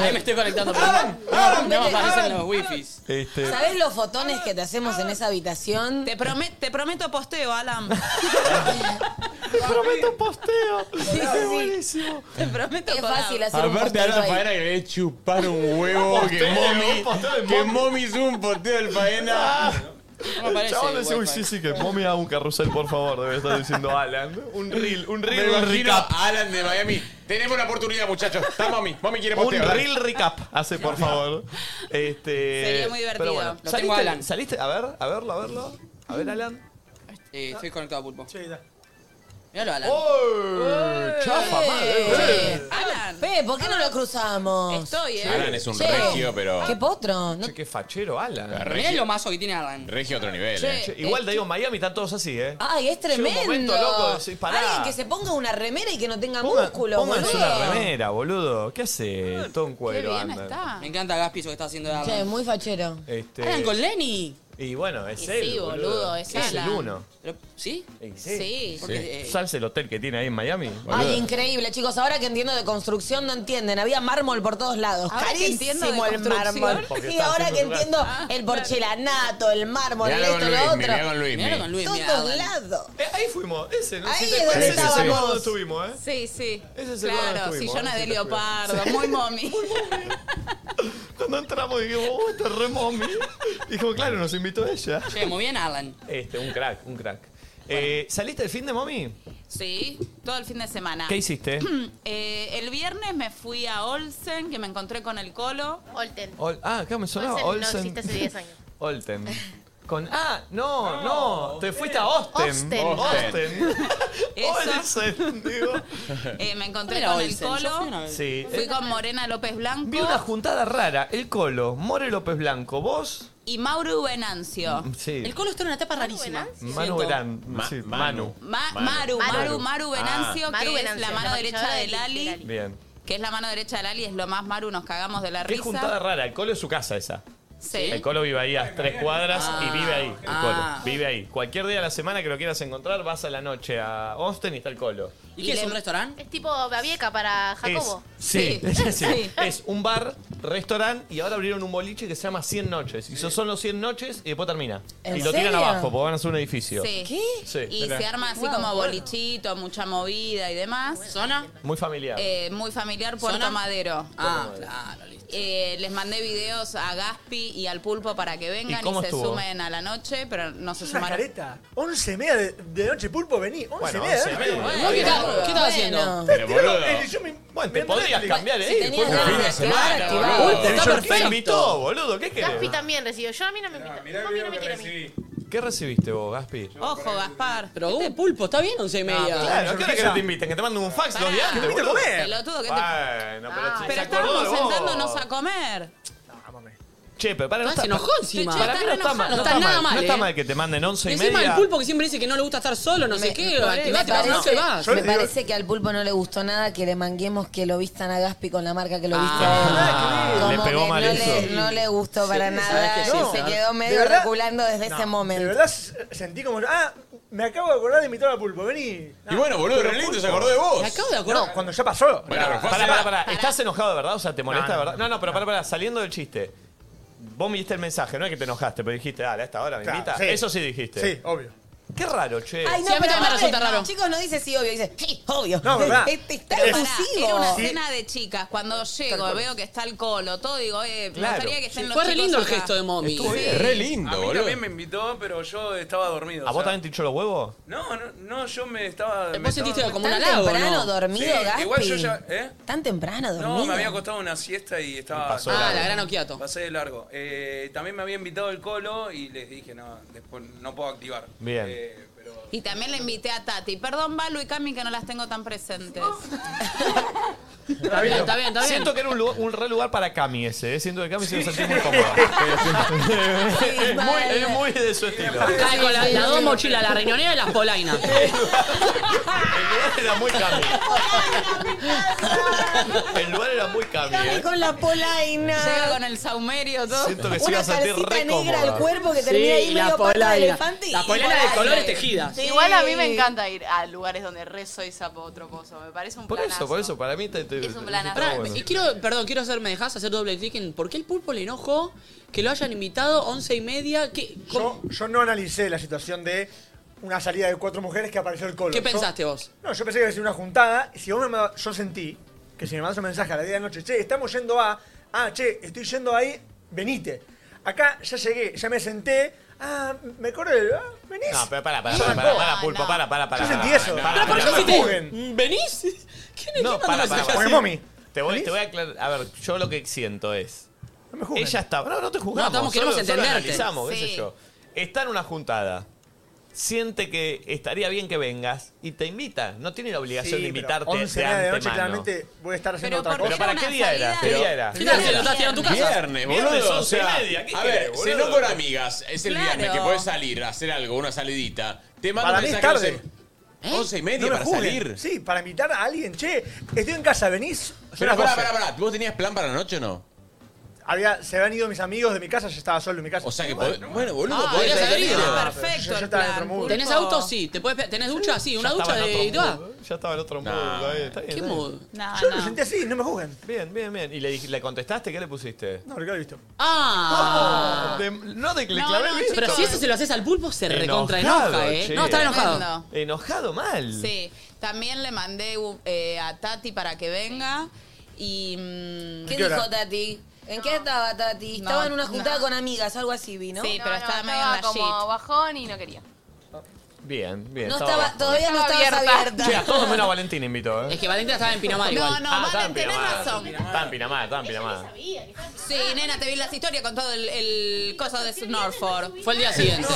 Ahí me estoy conectando. Pero no, no me aparecen los wifis.
Este,
¿Sabés los fotones que te hacemos en esa habitación?
Te, prome- te prometo posteo, Alan.
prometo posteo.
Sí, sí,
buenísimo.
Te prometo
Es
posteo.
fácil hacer un
Aparte, Alan
posteo ahí.
Faena que le chupar un huevo
Un
que
posteo,
momi.
un posteo de
Que
Momi.
momi hizo un posteo del
Ah,
Faena.
No me aparece.
Chaval, decía, uy,
Wi-Fi.
sí, sí, que Momi haga un carrusel, por favor, debe estar diciendo Alan. Un reel, un
Me
reel, un
imagino
recap.
a Alan de Miami. Tenemos la oportunidad, muchachos. Está momi. Momi quiere
Un
posteo. dale.
reel recap, hace por favor. Este,
Sería muy divertido.
Pero bueno,
tengo
Lo
saliste,
Alan.
saliste- a ver, a verlo, a verlo. A ver, Alan.
Eh, estoy conectado a Pulpo.
Sí, da.
Míralo, Alan.
¡Oh! ¡Chafa, madre!
Eh,
Alan,
Pe, ¿por qué no lo cruzamos?
estoy, ¿eh?
Alan es un
Che,
regio, pero.
Qué potro. No,
Che, qué fachero, Alan.
Agarré.
Mirá lo mazo que tiene Alan.
Regio a otro nivel, eh.
Che, igual te digo, Miami están todos así, ¿eh?
Ay, es
Llega un
tremendo.
momento, loco, decís, pará.
Alguien que se ponga una remera y que no tenga
Ponga-
músculo,
pónganse
boludo.
una remera, boludo. ¿Qué hace todo en
Qué
cuero,
bien
andan?
está.
Me encanta Gaspi eso que está haciendo Alan.
Che, muy fachero.
Este,
Alan con Lenny.
y bueno, es
Y
él,
sí, boludo, es
Es el
Alan.
uno.
Pero- ¿Sí?
Y
Sí.
Porque,
Sí.
eh,
¿Sabes el hotel que tiene ahí en Miami?
Ay, increíble, chicos. Ahora que entiendo de construcción, no entienden. Había mármol por todos lados.
Ahora que entiendo de
Carísimo el
construcción. Ah,
mármol.
Porque
Y
está
ahora
haciendo
que
un lugar.
entiendo el porcelanato, el mármol,
Mirá
el
con
esto,
Luis,
lo
mirá
otro.
con Luis.
Mirá con Luis, mirá,
Todos
Alan.
lados.
Eh, ahí fuimos, ese, ¿no?
Ahí
Si te
es
acuerdas, ese
donde
es el
estábamos.
lugar donde estuvimos, ¿eh?
Sí, sí.
Ese es el lugar
claro,
donde estuvimos,
sillona
ese
de
es el lugar.
leopardo, muy mommy.
Cuando entramos dijimos, oh, este re mommy. Dijimos, claro, nos invitó ella.
Che, muy bien Alan.
Este, un crack, un crack. Eh, ¿Saliste el fin de mommy?
Sí, todo el fin de semana.
¿Qué hiciste?
Eh, el viernes me fui a Olsen, que me encontré con el Colo.
Olten.
Ol- ah, acá me sonaba
Olsen no
Olsen.
existe hace 10 años.
Olten. Con, ah, no, eh, no, te fuiste a Osten.
Osten.
Osten. Olsen, digo.
Eh, me encontré
¿Cuál era
con el
Olsen? Yo fui una
Colo.
vez. Sí.
Fui con Morena López Blanco.
Vi una juntada rara. El Colo, More López Blanco, vos,
Y Mauro Venancio.
Mm, sí. El
Ah. Colo está en una etapa rarísima.
Manu Verán. sí, Manu.
Maru, Maru, Maru Venancio,
Ah.
que
Maru
es
Venancio,
la
la
mano derecha
maquilladora
de
de-
Lali.
Ah, Bien.
Que es la mano derecha de Lali, es lo más Maru, nos cagamos de la
Qué
risa.
juntada rara. El Colo es su casa esa.
Sí.
El Colo vive ahí a tres cuadras
Ah.
y vive ahí. El
Ah.
Colo. Vive ahí. Cualquier día de la semana que lo quieras encontrar, vas a la noche a Austin y está el Colo.
¿Y qué es, un
restaurante?
Es tipo Babieca para Jacobo.
Es, sí, es decir, es un bar, restaurante y ahora abrieron un boliche que se llama 100 noches. Y so- son los 100 noches y después termina.
¿En
Y lo tiran
serio?
abajo porque van a hacer un edificio.
Sí.
Sí.
Y se arma así como bolichito, mucha movida y demás. ¿Zona?
Muy familiar.
muy familiar Puerto
¿Zona?
Madero.
Ah,
claro, listo. Eh, les mandé videos a Gaspi y al Pulpo para que vengan
¿Y
y,
cómo
se
estuvo?
sumen a la noche, pero no se
Es una
sumaron.
careta. 11 y media de, de noche, pulpo, vení. 11
Bueno,
y media.
11 y media.
¿eh?
Bueno, ¿qué tal-
Bueno.
qué estaba haciendo? Pero, boludo.
Eh, yo me-
Bueno, te
me-
podrías cambiar,
Si
¿eh?
tenías
Fue un
nada
fin de
que
semana,
hacer,
boludo.
activado.
Te
Está
yo-
perfecto.
te invitó, boludo. ¿Qué
Gaspi
querés?
también recibió. Yo a mí no me invita. Yo a mí no me
eh.
quiere a mí.
¿Qué recibiste vos, Gaspi? Ah,
Ojo, Gaspar.
Pero un pulpo, ¿está bien? Once y media.
Claro, ¿qué hora que no te inviten? Que te manden un fax dos días antes,
fuiste a
boludo.
comer. Pelotudo, ¿qué te-
Bueno, pero si se
Pero
acordó
estábamos
de vos.
sentándonos a comer.
Che, pero para, no
Ah,
está...
se enojó encima.
Para mí no está mal, no está mal, no está mal que te manden once y
eh. Encima
media.
el pulpo que siempre dice que no le gusta estar solo, no sé qué,
me
activate, pero no se
parece,
vas.
me parece que al pulpo no le gustó nada que le manguemos que lo vistan a Gaspi con la marca que lo viste
Ah,
a él.
le
Como
pegó
que
mal
no,
eso.
Le, no le gustó para
Sí,
nada.
sabes que no.
Se
De
quedó medio
verdad-
reculando desde
No,
ese momento.
De verdad s- sentí como. Ah, me acabo de acordar de invitar a Pulpo, vení.
Y bueno, boludo,
Pero
re lindo,
Pulpo.
se acordó de vos.
Me acabo de acordar. No, cuando ya pasó.
Pará,
fue
pará,
hace-
pará, pará. ¿Estás enojado de verdad? O sea, ¿te molesta
No,
de
no,
verdad? No, no, pero pará, pará. Saliendo del chiste. Vos me diste el mensaje, no es que te enojaste, pero dijiste, dale, a esta hora me
Claro,
invita.
sí.
Eso sí dijiste.
Sí, obvio.
Qué raro, che.
Ay, no,
Sí, a mí
pero
también me
aparte,
resulta raro.
Chicos, no dice sí, obvio, dice sí, obvio.
No, ¿verdad?
Este está
Pero pará,
efusivo.
era una
Sí.
cena de chicas. Cuando llego,
cual.
veo que está el colo, todo, digo, eh, me
Claro.
gustaría que estén
Sí,
los
fue re
chicos
lindo el
acá.
gesto de Momi. Estuvo bien.
Re lindo,
a mí
boludo.
también me invitó, pero yo estaba dormido.
¿A
o
vos
sea,
también te hinchó los huevos?
No, no, no, yo me estaba. me
vos sentiste
estaba-
como un ¿Tan halago, temprano no? dormido,
Sí, Igual
Gaspi?
yo ya. ¿eh?
Tan temprano, dormido.
No, me había acostado una siesta y estaba.
pasó de Ah, largo. la gran Okiato.
Pasé de largo. Eh, también me había invitado el colo y les dije, no, después no puedo activar.
Bien.
Eh, pero.
Y también le invité a Tati. Perdón, Balu y Cami, que no las tengo tan presentes.
Está
bien, está bien, está bien.
Siento que era un, lugar- un re lugar para Cami ese, ¿eh? Siento que Cami se lo sentí muy cómoda. es, muy, es muy de su estilo.
Cae con la- las dos mochilas, la riñonera y las polainas.
Era muy Cami. El lugar era muy Cami. ¿eh?
con la polaina.
Llega con el saumerio, todo.
Siento que se iba
Una
a sentir
calcita
re
negra al
cómoda.
cuerpo que
Sí,
termina ahí
la
medio pata de
polaina.
elefante. y-
La polera de colores tejidas.
Sí.
Igual a mí me encanta ir a lugares donde rezo y sapo otro pozo. Me parece un
Por
planazo.
eso, por eso, para mí te, te-
Es un
te-
planazo.
está
Pará,
bueno.
Y quiero, perdón, quiero hacer, me dejás hacer doble clic en por qué el pulpo le enojó que lo hayan invitado once y media. ¿Qué,
Yo, yo no analicé la situación de una salida de cuatro mujeres que apareció el colo.
¿Qué
Yo-
pensaste vos?
No, yo pensé que iba a ser una juntada. y Si vos me manda- yo sentí que si me mandas un mensaje a la 10 de la noche, che, estamos yendo a. Ah, che, estoy yendo ahí, venite. Acá ya llegué, ya me senté. Ah, me acordé, ah, venís.
No, pero para, para,
No,
para, para,
no.
para, pulpo, para, para, para.
Yo sentí
para,
eso.
para,
Pero
para,
¿por qué
para.
hiciste-
¿Venís? ¿Quién
No, para, para, para.
mami.
Te voy, te voy a aclarar. A ver, yo lo que siento es. Ella está. No, no te juzgamos.
No, estamos- queremos
solo- solo
entenderte.
analizamos, qué
Sí.
sé yo. Está en una juntada. Siente que estaría bien que vengas y te invita. No tiene la obligación de invitarte
pero 11 y media de noche
antemano.
claramente voy a estar haciendo otra
Pero
cosa.
para qué día era? ¿Qué
Pero-
día era?
¿Qué tal si lo
estás tirando en tu casa?
Viernes, boludo.
Viernes,
o
once y
sea,
media, ¿qué
a
querés,
ver,
boludo?
cenó con amigas. Es el
Claro.
viernes que podés salir a hacer algo, una salidita. Te mando
Para
un
mí es
mensaje.
tarde.
¿Eh?
no sé, Once y media
No me
para
juzguen.
salir.
Sí, para invitar a alguien. Che, estoy en casa, venís. Son
Pero
las
pará,
12.
pará, pará. ¿Vos tenías plan para la noche o no?
Había, se habían ido mis amigos de mi casa, yo estaba solo en mi casa. O sea
que podés- bueno, boludo,
Ah, podrías haber ido.
Perfecto. Yo, yo estaba en otro mundo.
¿Tenés auto? Sí. ¿Te puedes, pe- ¿Tenés ducha? Sí, una
Ya
ducha
estaba en
de.
otro
y te va.
mood. Ya estaba el otro mundo. eh,
¿Qué mood?
Yo lo sentí así, no me juzguen.
Bien, bien, bien. ¿Y le, dij- le contestaste? ¿Qué le pusiste?
No, Oh, lo que había visto.
¡Ah!
De- no, de, le
No,
clavé
no,
el visto.
Pero si eso se lo haces al pulpo, se recontra enoja, ¿eh?
che.
No, estaba enojado.
Tremendo.
Enojado mal.
Sí, también le mandé uh, eh, a Tati para que venga y... mm,
¿Qué dijo Tati? ¿En qué estaba Tati?
No,
estaba en una juntada
no.
con amigas, algo así, vi, ¿no?
Sí,
No,
pero
no,
estaba medio en
estaba
la
como
shit.
bajón y no quería.
Bien, bien.
No
estaba
estaba-
abajo.
todavía no Estaba estabas abierta. abierta.
Che, a todos menos a Valentín invito, ¿eh?
Es que Valentina estaba en Pinamar
No,
igual.
no,
Ah,
Valen,
estaba en
tenés
Pinamar,
razón.
Estaba en Pinamar, estaba en Pinamar.
Sí, nena, te vi las historias con todo el, el coso de Norfolk.
Fue el día siguiente.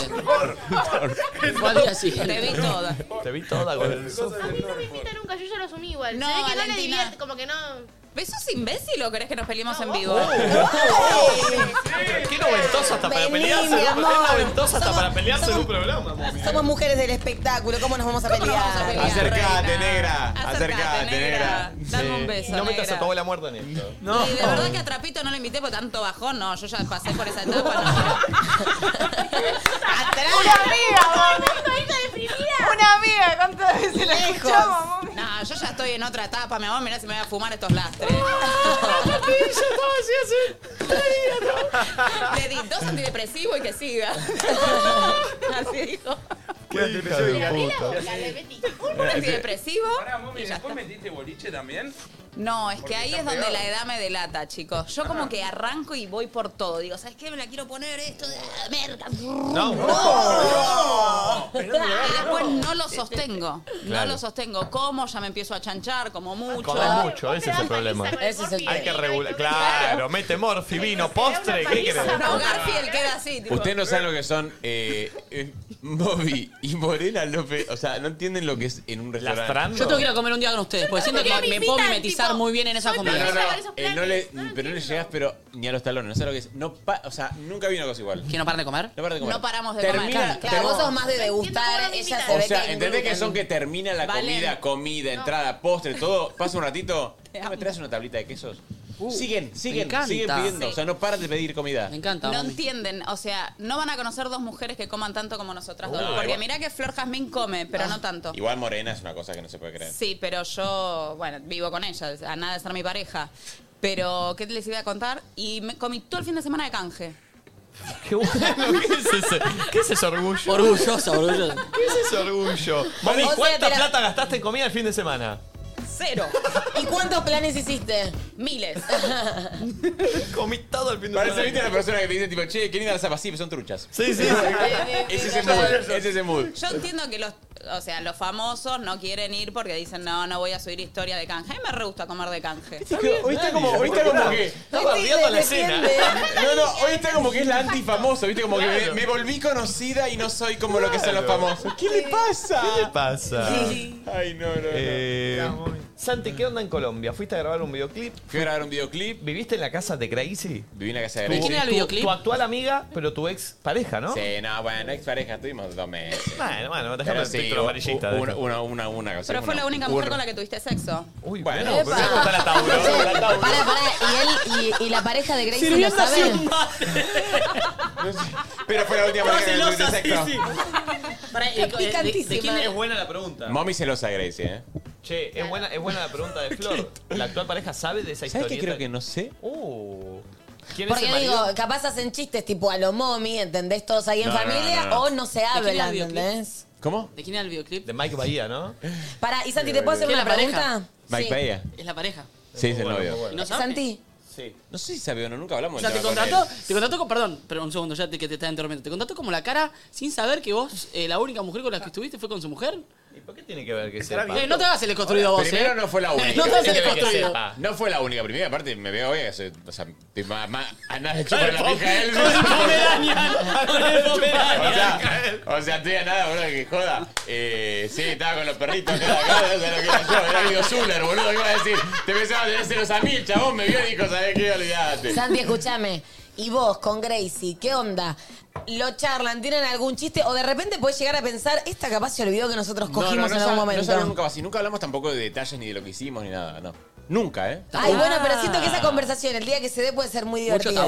Fue al día siguiente.
Te vi toda.
Te vi toda con el
No me invita nunca, yo ya lo asumí igual.
No,
Se ve que no le
Valentina.
divierte, como que no.
¿Ves sos imbécil o querés que nos peleemos en vivo?
Oh.
Qué noventosa hasta para
Vení,
pelearse.
mi
¿no?
amor.
Qué noventosa hasta
Somos-
para pelearse en un programa.
Somos mujeres del espectáculo, ¿cómo nos vamos a pelear?
Acercate, negra. Acercate, negra.
Dame un beso,
No metas
negra.
a tu abuela muerta en esto.
Y de verdad que a Trapito no le invité por tanto bajón, no, yo ya pasé por esa etapa. No. ¡Atrás!
Una amiga, mami.
¡Una amiga! ¿Cuántas
veces la escuchamos,
No, yo ya estoy en otra etapa, mi amor, mirá si me voy a fumar estos lastres. Le di dos antidepresivos y que siga. Así dijo.
Eh,
Un antidepresivo.
Pará, mami, ¿después metiste boliche también?
No, es que
Porque
ahí
está
es donde
pegado.
la edad me delata, chicos. Yo como que arranco y voy por todo. Digo, ¿sabes qué? Me la quiero poner esto de ah, merda. No,
no.
Y después no lo sostengo.
Claro.
No lo sostengo. Como ya me empiezo a chanchar, como mucho.
Comes mucho, ese es el problema.
Ese es el
Hay que regular. Claro, mete morfi, vino, postre. ¿Qué querés?
No, Garfield queda así, tipo.
Ustedes no saben lo que son eh, eh, Bobby y Morena López. O sea, no entienden lo que es en un restaurante.
trando?
Yo tengo que ir a comer un día con ustedes, porque siento que
¿Por qué
me
me
puedo
invitan,
mimetizar
tipo?
muy bien en esa
Yo
No,
comida.
no, no.
esos
eh, no le, pero no le llegas, pero ni a los talones. No sé lo que es. No pa- o sea, nunca vi una cosa igual.
¿Que no paran de comer?
No paran de comer.
No paramos de
Termina-
comer.
Claro, vos sos más
de degustar, ella
O sea, entendés que son que termina la
Valen.
comida, comida, entrada, postre, todo. Pasa un ratito. ¿No me traes una tablita de quesos? siguen, siguen,
encanta.
siguen pidiendo.
Sí.
O sea, no paran de pedir comida. Me
encanta.
No entienden, o sea, no van a conocer dos mujeres que coman tanto como nosotras dos.
No,
Porque
igual.
mirá que Flor Jazmín come, pero
Ah.
no tanto.
Igual Morena es una cosa que no se puede creer.
Sí, pero yo, bueno, vivo con ella, a nada de ser mi pareja. Pero, ¿qué les iba a contar? Y me comí todo el fin de semana de canje.
Qué bueno, ¿qué es ese, ¿qué es ese orgullo?
Orgulloso, orgulloso.
¿Qué es ese orgullo? Mami,
O sea,
¿cuánta
te la-
plata gastaste en comida el fin de semana?
Cero.
¿Y cuántos planes hiciste?
Miles.
Comí todo el fin de
Parece,
semana.
viste, la persona que te dice, tipo, che, ¿quieren ir a la zapa? Sí, pero son truchas.
Sí, sí.
Ese es el mood. Ese es el mood.
Yo entiendo que los, o sea, los famosos no quieren ir porque dicen, no, no voy a subir historia de canje. A mí me re gusta comer de canje.
Hoy está como, hoy está como que.
Está bardeando la escena.
No, no, hoy está como que es la antifamosa, viste, como que me, me volví conocida y no soy como lo que son los
Claro.
famosos. ¿Qué le pasa?
¿Qué le pasa?
Ay, no, no. no.
Eh, Santi, ¿qué onda en Colombia? ¿Fuiste a grabar un videoclip?
Fui a grabar un videoclip.
¿Viviste en la casa de Crazy?
Viví en la casa de
¿De
Gracie.
quién era el Tu- videoclip? tu actual amiga, pero tu ex pareja, ¿no?
Sí, no, bueno, ex pareja, estuvimos dos meses.
Bueno, bueno, dejame
Pero
el título
u-
amarillista de
Una,
esto.
una, una, una cosa.
Pero fue
una-
la única mujer
una-
con la que tuviste sexo.
Uy,
Bueno,
bueno,
pero
está la Tauro, la Tauro.
Pará, pará, ¿y él y, y la pareja de Gracie lo
Sirviéndose
saben?
Pero fue la última
Estaba
mujer que tuviste
celosa,
sexo.
sí, Pará, eh,
Está
eh, de- de-
picantísima.
¿de quién
Es
es?
buena la pregunta.
Mami celosa, Gracie, ¿eh?
Che, es buena, es buena la pregunta de Flor. ¿La actual pareja sabe de esa
¿Sabes
historia?
qué creo que no sé?
Uh. ¿Quién es
Porque
el marido?
digo, capaz hacen chistes tipo a lo momi, ¿entendés? Todos ahí en
No, no,
familia,
no, no.
o no se
quién era
hablan,
el videoclip?
¿entendés?
¿Cómo?
¿De quién era el videoclip?
De Mike Bahía, ¿no?
Pará, y Santi, ¿te puedo hacer
¿Quién
una
es la pareja?
pregunta?
Mike
Sí.
Bahía.
Es la pareja.
Sí, es el novio.
¿Y no sabe?
Santi,
Sí. No sé si sabe o no, nunca
O
hablamos del
sea, te
tema con
contrató,
él.
te contrató con, perdón, pero un segundo, ya te, que te estaba interrumpiendo. Te contrató como la cara sin saber que vos, eh, la única mujer con la que estuviste fue con su mujer.
¿Y por qué tiene que ver que
Estará
sepa?
bien. Eh, no te hagas el desconstruido vos,
Primero
eh.
no fue la única.
No te hagas el
Tiene que ver que
desconstruido.
sepa. No fue la única. Primero, aparte, me veo hoy. soy- O sea, estoy más, más a nada de chupar la
Con-
pija de él.
con el Pomeranian. Con el Pomeranian.
O sea, o sea, estoy a nada, boludo, que joda. Eh, sí, estaba con los perritos. que la cara, o sea, lo que era yo. Era Guido Zuller, boludo. ¿Qué iba a decir? Te pensaba que tener celos a mil, chabón. Me vio y dijo, ¿sabés qué? Olvídate.
Santi, escúchame. Y vos con Gracie, ¿qué onda? ¿Lo charlan? ¿Tienen algún chiste? O de repente podés llegar a pensar, esta capaz se olvidó que nosotros cogimos en algún
sab-
momento.
No sabemos nunca así. Nunca hablamos tampoco de detalles ni de lo que hicimos ni nada, no. Nunca, ¿eh? Ah.
Ay, bueno,
Ah.
pero siento que esa conversación, el día que se dé, puede ser muy divertida.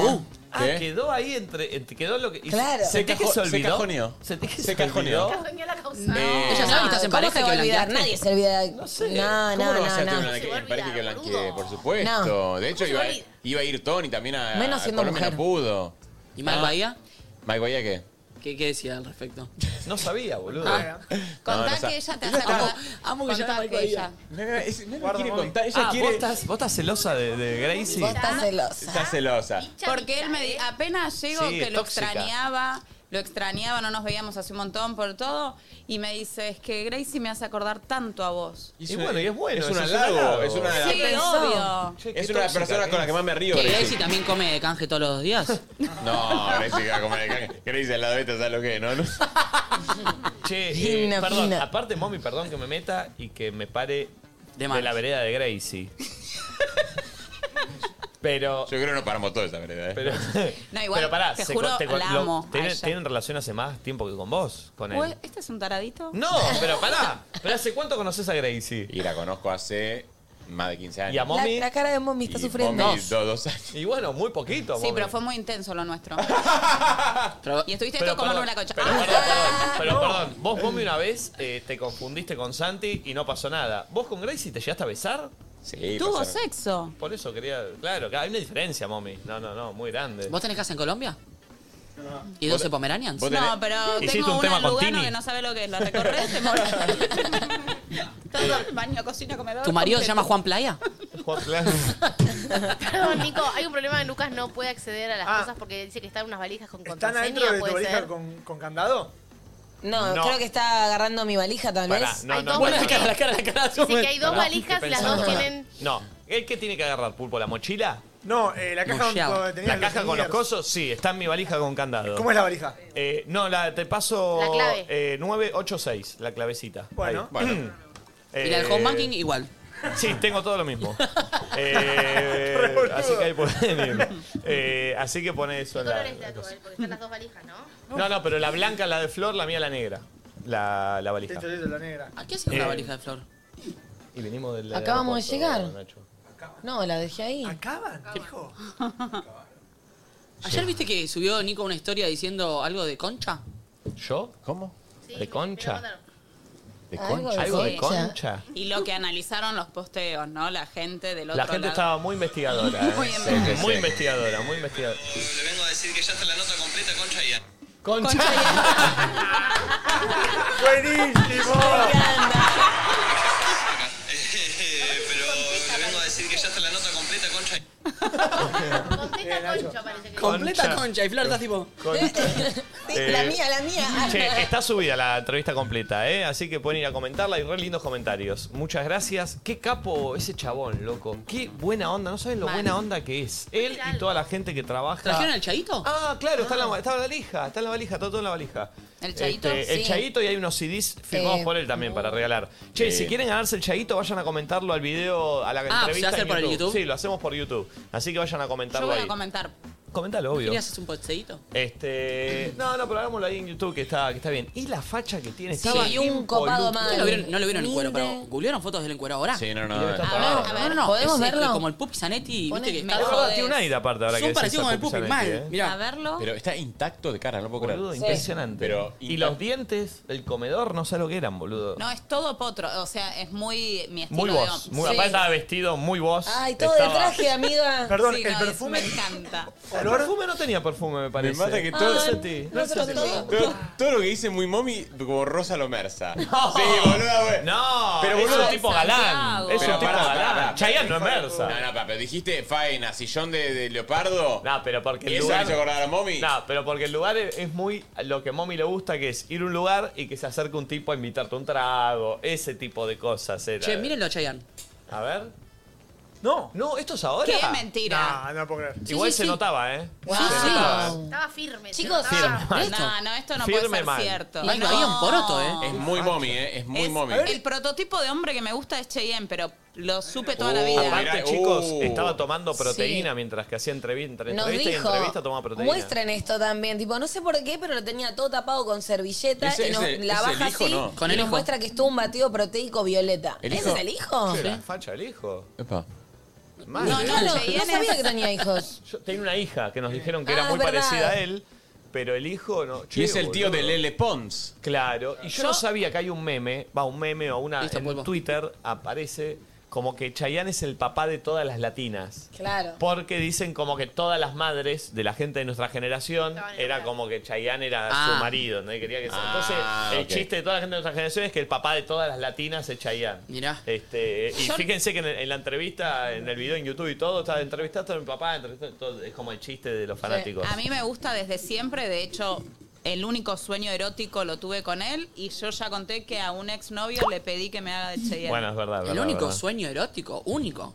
Ah, quedó ahí entre, entre- Quedó lo que. y
Claro.
¿Se, te que
cajo-
se
se
olvidó?
cajoneó.
¿Se, que se,
Se
cajoneó?
cajoneó.
Cajoneó la causa.
Eh,
Ella sabe que estás en
¿Cómo
pareja
se
y
va a
que
olvidar?
blanqueaste.
Nadie se olvida. No sé. No,
¿Cómo
no,
no vas a
no.
tener una que- parece que blanqueé, por supuesto.
No.
De hecho, iba, iba a ir Tony también a.
Menos
a
siendo
Colombia, No
mujer.
pudo.
¿Y Mike
Ah.
Bahía?
¿Mike Bahía qué?
¿Qué, qué decía al respecto?
No sabía, boludo.
Ah.
Contá
No, no
que
sabe.
ella te hace acordar.
amo que
Contá
llame Mike Bahía.
No, no, es- no me
Guarda,
quiere
mami.
contar. Ella
Ah,
quiere.
¿vos estás, vos estás celosa de, de Gracie?
Vos estás celosa.
Está celosa.
¿eh?
Porque él me di- apenas llego
Sí,
que lo
tóxica.
extrañaba, lo extrañaba, no nos veíamos hace un montón por todo. Y me dice, es que Gracie me hace acordar tanto a vos.
Y bueno, y es bueno.
Es un
eso
halago, es una-
Sí,
¿Qué
obvio.
Es una de las personas
¿eh?
con las que más me río.
¿Que
Gracie.
Gracie también come de canje todos los días?
No, Gracie que va a comer el canje. Gracie al lado de esta, ¿sabes lo que es, no? No-
Che, eh,
Fina,
perdón,
fina.
aparte, mommy, perdón que me meta y que me pare de,
manos.
la vereda de Gracie. Pero.
Yo creo que nos paramos todos esa vereda, ¿eh?
Pero,
No, igual,
pero pará,
te
se-
juro,
te-
la
lo-
amo a
¿tienen,
ella.
tienen relación hace más tiempo que con vos? Con él.
Ué, ¿Este es un taradito?
No, pero pará. ¿Pero hace cuánto conoces a Gracie?
Y la conozco hace más de 15 años.
¿Y a mommy?
La, la cara de mommy está sufriendo.
Mommy, dos, dos años.
Y bueno, muy poquito.
Sí, pero fue muy intenso lo nuestro. y estuviste
pero
todo como
perdón,
una concha.
pero
Ah,
Pero perdón, vos, Mommy, una vez eh, te confundiste con Santi y no pasó nada. ¿Vos con Gracie te llegaste a besar?
Sí.
tuvo sexo.
Por eso quería. Claro, que hay una diferencia, Mommy. No, no, no, muy grande.
¿Vos tenés casa en Colombia? ¿Y 12 Pomeranians?
vos tenés-
No, pero
Hiciste
tengo
un
una
tema
en
con
Lugano
Tini.
que no sabe lo que es. La recorres, te morís. Todo el baño, cocina, comedor.
¿Tu marido se
completo.
llama Juan Playa?
Juan Playa.
Perdón, Nico, hay un problema. Lucas no puede acceder a las cosas porque dice que están unas valijas con
Ah. ¿Están
contraseña.
adentro de tu
puede
valija
ser.
con, con candado?
No,
No.
creo que está agarrando mi valija tal
Pará,
vez.
no, Hay no, dos bueno, valijas. la
cara, la cara.
Dice que hay dos
Pará,
valijas
estoy
y las
pensando,
dos
pará.
tienen.
No, ¿el qué tiene que agarrar, Pulpo? ¿La mochila?
No, eh, la caja
Musheaba.
donde tenía
¿La caja con los
souvenirs.
cosos? Sí, está en mi valija con candado.
¿Cómo es la valija?
Eh, no, la, te paso.
La clave.
eh, 986, la clavecita.
Bueno.
Ahí. Mm. Eh,
Bueno.
Y la del home banking igual.
Sí, tengo todo lo mismo. Eh, así que ahí pueden ir. Eh, así que pone eso en la.
color es la tuya? Porque están las dos valijas, ¿no?
No, no, pero la blanca, la de flor, la mía, la negra. La, la valija.
Esto es la negra.
¿A qué hace una
Eh,
valija de flor?
Y venimos del.
Acabamos de
aeropuerto,
llegar.
Nacho.
No, la dejé ahí.
¿Acaban, hijo?
¿Ayer viste que subió Nico una historia diciendo algo de concha?
¿Yo? ¿Cómo? ¿De concha? ¿De
Algo de
concha? ¿Algo de
concha.
concha?
Y lo que analizaron los posteos, ¿no? La gente del
La
otro
gente
lado.
estaba muy investigadora. ¿eh?
Muy
Sí,
investigadora.
muy investigadora, muy investigadora.
Le vengo a decir que ya está la nota completa, Concha y
Concha.
¡Buenísimo!
Pero le vengo a decir que ya está la nota completa, Concha y
Completa concha parece que.
Completa concha y flor estás tipo.
La
Eh,
mía, la mía.
Che, está subida la entrevista completa, ¿eh? Así que pueden ir a comentarla y re lindos comentarios. Muchas gracias. Qué capo ese chabón, loco. Qué buena onda. No saben lo
Mal.
buena onda que es. Él y toda la gente que trabaja.
¿Trajeron al Chadito?
Ah, claro, está en, la, está en la valija. Está en la valija, está todo en la valija.
¿El Chaito?
Este, El
Sí.
Chaito y hay unos CDs firmados
Eh,
por él también para regalar. Che,
Eh.
si quieren ganarse el Chaito, vayan a comentarlo al video, a la
Ah, ¿se va a
entrevista.
hacer
en
por el YouTube?
Sí, lo hacemos por YouTube. Así que vayan a
Yo
comentarlo
voy
ahí.
a comentar.
Comentalo, obvio.
¿Querías hacer un posteíto?
Este. No, no, pero hagámoslo ahí en YouTube que está, que está bien. Y la facha que tiene.
Sí,
estaba
y un
impoluto.
copado más.
¿Ustedes lo vieron- no lo vieron en
Humilde.
cuero, pero ¿googlearon fotos del encuero ahora?
Sí, no,
Y
no.
debe estar
eh.
pagado.
No, no, no.
¿Podemos
es, es
verlo?
como el Pupi Zanetti,
Pone-
viste que
me
está...
Es verdad, tiene un aire aparte ahora que
Son
decís
parecidos con el
esa
Pupi,
Pupi
mal.
Zanetti, ¿eh?
Mirá.
A verlo.
Pero está intacto de cara, no puedo
Boludo,
creer.
impresionante.
Pero-
y los dientes, el comedor, no sé lo que eran, boludo.
No, es todo potro. O sea, es muy mi estilo
muy
de
vos.
hombre.
Muy,
Sí.
Aparte estaba vestido muy vos.
Ay, todo de
Estaba-
traje, amiga.
Perdón,
Sí,
el
no, es-
perfume.
Me encanta.
El perfume no tenía perfume, me parece.
mata que todo-
Gracias a ti. Gracias a ti.
Todo, todo lo que dice muy mommy, como Rosa Lomerza. Sí, boludo, güey.
No,
Pero,
es
boludo,
un tipo galán.
Santiago.
Es un
Pero
tipo
pará, pará,
galán.
pará.
Chayanne no es
No,
Mersa.
no, papá, pero dijiste faena, sillón de, de leopardo.
No, pero porque el
¿Y eso
lugar...
le hizo acordar a mommy?
No, pero porque el lugar es, es muy lo que a Mommy le gusta, que es ir a un lugar y que se acerque un tipo a invitarte un trago, ese tipo de cosas. Era.
Che, mírenlo a Chayanne.
A ver.
No.
No, esto es ahora.
Qué mentira.
No, no puedo creer.
Igual
sí,
se
sí.
notaba, ¿eh?
Wow.
Se notaba.
Estaba firme.
Chicos,
se notaba.
Firme.
¿Esto?
Ah, No, no, esto no
Firme
puede ser
mal.
cierto.
Ay, no,
No.
había un poroto, ¿eh?
Es muy mommy, ¿eh? Es muy
Es-
mommy.
El prototipo de hombre que me gusta es Cheyenne, pero lo supe toda la
Uh,
vida.
mirá.
Aparte,
Uh.
chicos, estaba tomando proteína mientras que hacía entrevista, entre
Nos
entrevista
dijo,
y entrevista tomaba proteína.
muestren esto también. Tipo, no sé por qué, pero lo tenía todo tapado con servilleta
Ese-
y nos,
ese-
la
ese
baja
el hijo,
así
¿no?
Con
y
el
nos
hijo.
muestra que estuvo un batido proteico violeta.
¿El
¿Ese
hijo?
es el hijo?
Che, la facha el hijo.
Epa.
Mal,
No,
¿eh?
no,
Claro,
Cheyenne
no
es-
sabía que tenía hijos.
Yo tenía una hija que nos dijeron que era
Ah,
muy
es verdad.
parecida a él, pero el hijo no.
Y es el tío
del
de Lele Pons.
Claro, y yo, no sabía que hay un meme, va, un meme o una
Listo,
en
vuelvo.
Twitter aparece como que Chayanne es el papá de todas las latinas.
Claro.
Porque dicen como que todas las madres de la gente de nuestra generación
Estaban
era
enamoradas.
como que Chayanne era
Ah.
su marido, ¿no? Y quería que sea-
Ah,
Entonces, el
ok.
chiste de toda la gente de nuestra generación es que el papá de todas las latinas es Chayanne.
Mirá.
Este, y
Yo-
fíjense que en, en la entrevista, en el video en YouTube y todo, estaba entrevistado a mi papá, entrevistado, todo, es como el chiste de los fanáticos.
A mí me gusta desde siempre, de hecho, el único sueño erótico lo tuve con él y yo ya conté que a un exnovio le pedí que me haga de Cheyenne.
Bueno, es verdad.
El único sueño erótico, único.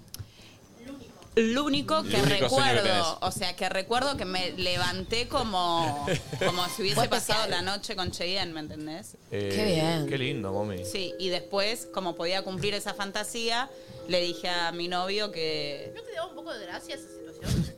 Lo único que
El único sueño que tenés.
recuerdo, o sea, que recuerdo que me levanté como, como si
Fue
hubiese
especial.
pasado la noche con Cheyenne, ¿me entendés?
Eh,
Qué bien.
Qué lindo, mami.
Sí, y después, como podía cumplir esa fantasía, le dije a mi novio que...
¿No te daba un poco de gracia esa situación?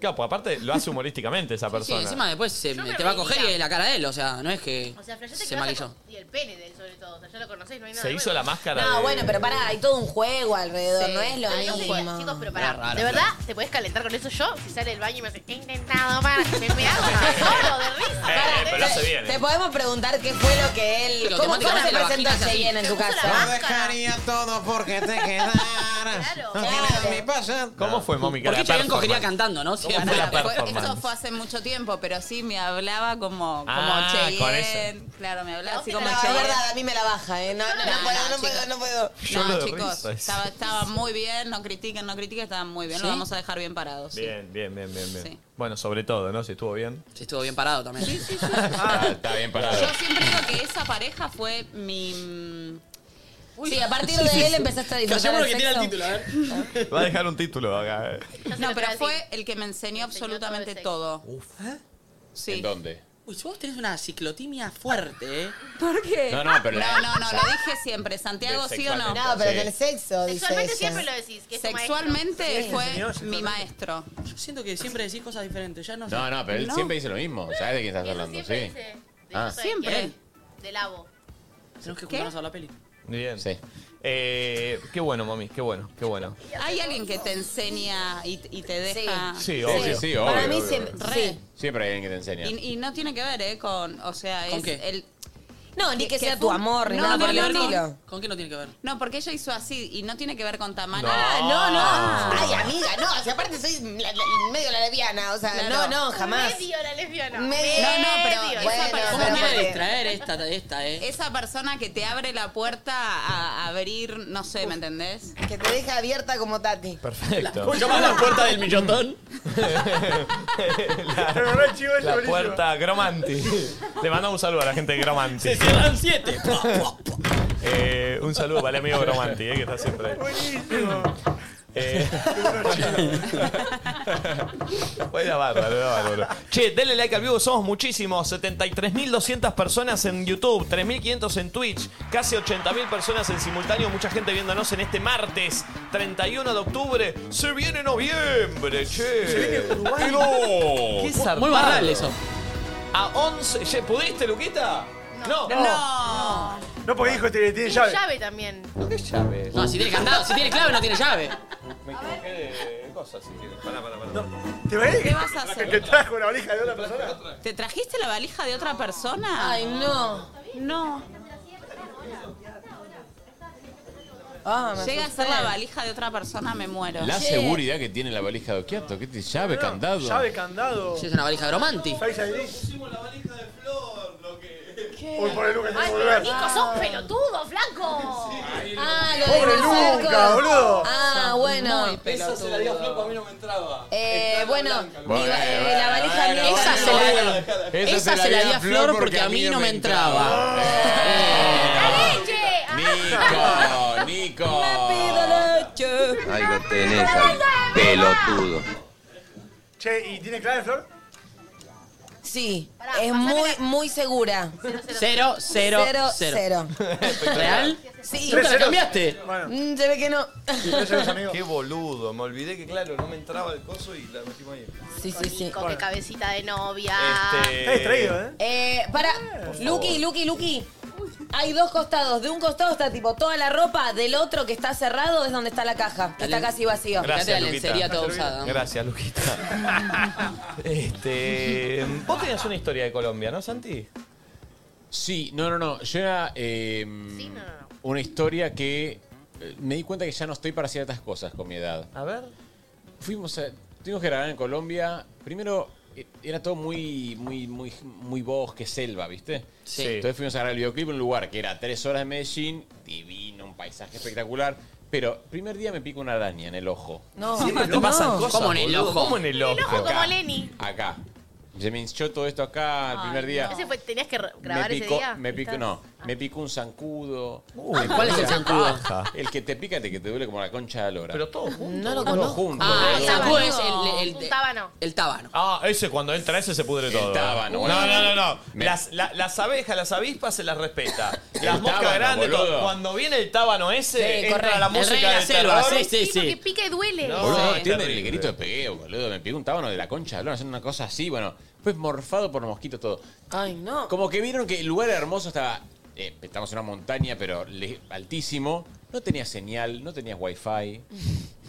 Capo, aparte lo hace humorísticamente esa
Sí,
persona.
encima después se-
Yo me
te va a coger y
reiría.
es la cara de él, o sea, no es que
O sea, flasheaste
se
que vas a
maquilló.
co- Y el pene de él, sobre todo. O sea, ya lo conocés, no hay nada.
Se hizo la máscara.
No,
de-
bueno, pero pará, hay todo un juego alrededor,
Sí.
no es lo
Ah, yo
mismo.
sé, chicos, pero pará.
Era raro,
de verdad, ¿te podés calentar con eso? Yo, si sale del baño y me hace, he intentado, para. Me, me hago solo de risa.
Eh, pero lo hace bien.
Te podemos preguntar qué fue lo que él.
Pero
¿Cómo fue que se
automáticamente la
presentó
vagina se-
Cheyenne en
te
tu
puso la
casa? Ah,
Lo dejaría
todo porque te quedaras.
¿Cómo fue, mami? que
¿Por qué
la
Chayanne cogería
performance?
cantando, no? Si
fue la
Fue-
performance?
Eso fue hace mucho tiempo, pero sí me hablaba como, como
Ah, con
Cheyenne. Claro, me hablaba así
No,
como
la
Cheyenne.
verdad, a mí me la baja, ¿eh? No, no, no,
No,
puedo, no
no,
puedo,
chicos.
no puedo.
Yo
no,
lo de
chicos,
risa, es-
estaba, estaba muy bien, no critiquen, no critiquen, estaba muy bien,
¿Sí?
lo vamos a dejar bien parados. sí.
Bien, bien, bien, bien. bien.
Sí.
Bueno, sobre todo, ¿no? Si estuvo bien.
Si estuvo bien parado también.
Sí, sí, sí.
Ah, está bien parado.
Yo siempre digo que esa pareja fue mi... mm,
Sí, a partir de él empezaste a disfrutar.
Hacemos lo
del
que tira el
sexo.
título, a ver.
¿eh?
Va a dejar un título acá. eh.
No, pero fue el que me enseñó absolutamente todo. Sí.
¿En dónde?
Uy, si vos tenés una ciclotimia fuerte, ¿eh?
¿Por qué?
No, no, pero la-
No, no, no, lo dije siempre. Santiago,
Del
¿sí o no?
sexual. No, pero Sí. del
sexo,
Sexualmente siempre lo decís. Que es tu maestro.
Sexualmente
Sí.
fue
señor, sexualmente.
mi maestro.
Yo siento que siempre decís cosas diferentes, ya no sé.
No, no, pero él siempre dice lo mismo. ¿Sabes de quién estás hablando?
Siempre
Sí.
dice, de
Ah.
yo soy
Siempre.
quien, De labo.
Tenemos que juntarnos a la peli.
Bien. Sí. Eh, qué bueno, mami, qué bueno, qué bueno.
Hay alguien que te enseña y, y te
Ah,
deja.
Sí,
obvio.
obvio.
Sí, sí, obvio,
Para mí
obvio.
se- re.
Siempre hay alguien que te enseña.
Y, y no tiene que ver, ¿eh? Con. O sea,
¿Con
es
qué?
el.
No, ni que sea tu
fue-
amor, ni nada por el estilo.
¿Con qué no tiene que ver?
No, porque ella hizo así y no tiene que ver con tamaño.
No. Ah, no, no. Ay, amiga, no. O sea, aparte soy la- la- medio la lesbiana, o sea,
Claro.
no, no, jamás.
Medio la lesbiana.
Medio.
No, no, pero
Medio.
esa
Bueno,
persona-
¿Cómo quiere distraer esta, esta, eh?
Esa persona que te abre la puerta a abrir, no sé, ¿me entendés?
Que te deja abierta como Tati.
Perfecto.
¿Cómo llamás la puerta del millotón?
La, la puerta Gromanti. Le mandamos un saludo a la gente de Gromanti. Se
cierran siete.
Eh, un saludo para el amigo Gromanti, eh, que está siempre ahí.
Buenísimo.
Eh, Era bárbaro, era bárbaro. Che, denle like al vivo, somos muchísimos. 73.200 personas en YouTube, 3.500 en Twitch, casi 80.000 personas en simultáneo, mucha gente viéndonos en este martes, 31 de octubre. Se viene noviembre, che.
Se viene Uruguay.
Qué loco.
Qué
zarpado.
muy barral eso.
A 11. Che, ¿pudiste, Luquita? No.
No.
No, porque dijo que tiene, tiene
Tiene
llave.
llave también.
¿Qué llave?
No, si tiene candado, si tiene clave no tiene llave.
Me equivoqué de cosas, si quieres. Pará, pará, pará.
¿Te ves?
¿Qué vas a hacer?
¿Te trajo la valija de otra persona?
¿Te trajiste la valija de otra persona?
Ay, no.
No.
Ah, me
Llega a
asusté.
ser la valija de otra persona, me muero.
La seguridad que tiene la valija de Occhiato. ¿Qué te llave, candado?
Llave, candado.
Sí, es una valija gromanti.
Face ID. Uy, por el Lucas, tiene que volver.
Nico, sos pelotudo, flaco.
Ah, lo
Pobre
de los
Luca,
arcos.
boludo.
Ah, bueno.
Esa se la dio Flopo, a mí no me entraba.
Eh, bueno,
Bueno,
mi va- eh,
bueno,
la valija
bueno,
mía-
Esa se la, esa se la di a Flor porque a mí no me entraba. Eh.
¡La leche!
Nico,
Ah,
Nico.
Ahí lo tenés al pelotudo.
Che, ¿y tiene clave, Flor?
Sí, es muy, muy segura.
Cero, cero,
Cero,
cero.
cero.
¿Real?
Sí.
¿Nunca la cambiaste?
Bueno.
Mm, Se ve que no.
Qué boludo, me olvidé que claro, no me entraba el coso y la metimos ahí.
Sí, sí, sí.
Nico, qué cabecita de novia.
Este-
Está distraído, ¿eh?
Eh, para, Luqui, Luqui, Luqui. Hay dos costados. De un costado está tipo toda la ropa, del otro que está cerrado es donde está la caja. que Está casi vacío.
Gracias,
la
Luquita.
lencería toda usada.
Gracias, Luquita. este, vos tenías una historia de Colombia, ¿no, Santi?
Sí, no, no, no. Yo era eh, una historia que eh, me di cuenta que ya no estoy para ciertas cosas con mi edad.
A ver.
Fuimos a, tuvimos que grabar en Colombia. Primero eh, era todo muy, muy, muy, muy bosque, selva, ¿viste?
Sí.
Entonces fuimos a grabar el videoclip en un lugar que era a tres horas de Medellín, divino, un paisaje espectacular. Pero primer día me pica una araña en el ojo.
No,
Siempre te pasan cosas.
¿Cómo en el
boludo,
ojo?
¿Cómo en el ojo?
Ojo como Lenny.
Acá. Se me hinchó todo esto acá el primer día.
Ese fue- ¿Tenías que re-
Me
grabar ese
picó,
día?
me picó,
¿Estás? Ah.
no, me picó un zancudo.
Uy, ¿cuál es el zancudo?
El que te pica, te- que te duele como la concha de la lora. Pero
todo junto.
No
lo
Todo
conozco.
junto.
Ah, el
boludo.
zancudo es el, el,
Un tábano.
el tábano.
Ah, ese cuando entra ese se pudre todo.
tábano,
no,
boludo.
no, no, no. Las, la- las abejas, las avispas se las respeta. Las moscas
tábano,
grandes,
boludo.
todo. cuando viene el tábano ese,
Sí,
entra
correcto.
la
El rey
música
de la
del
selva,
terror.
sí, sí, sí.
Que pica y duele.
Boludo, no,
Sí.
entienden el grito de pegueo, boludo. Me pegó un tábano de la concha de lona, haciendo una cosa así, bueno. Fue morfado por los mosquitos todo.
Ay, no.
Como que vieron que el lugar hermoso estaba. eh, estamos en una montaña, pero le- altísimo. No tenía señal, no tenías wifi.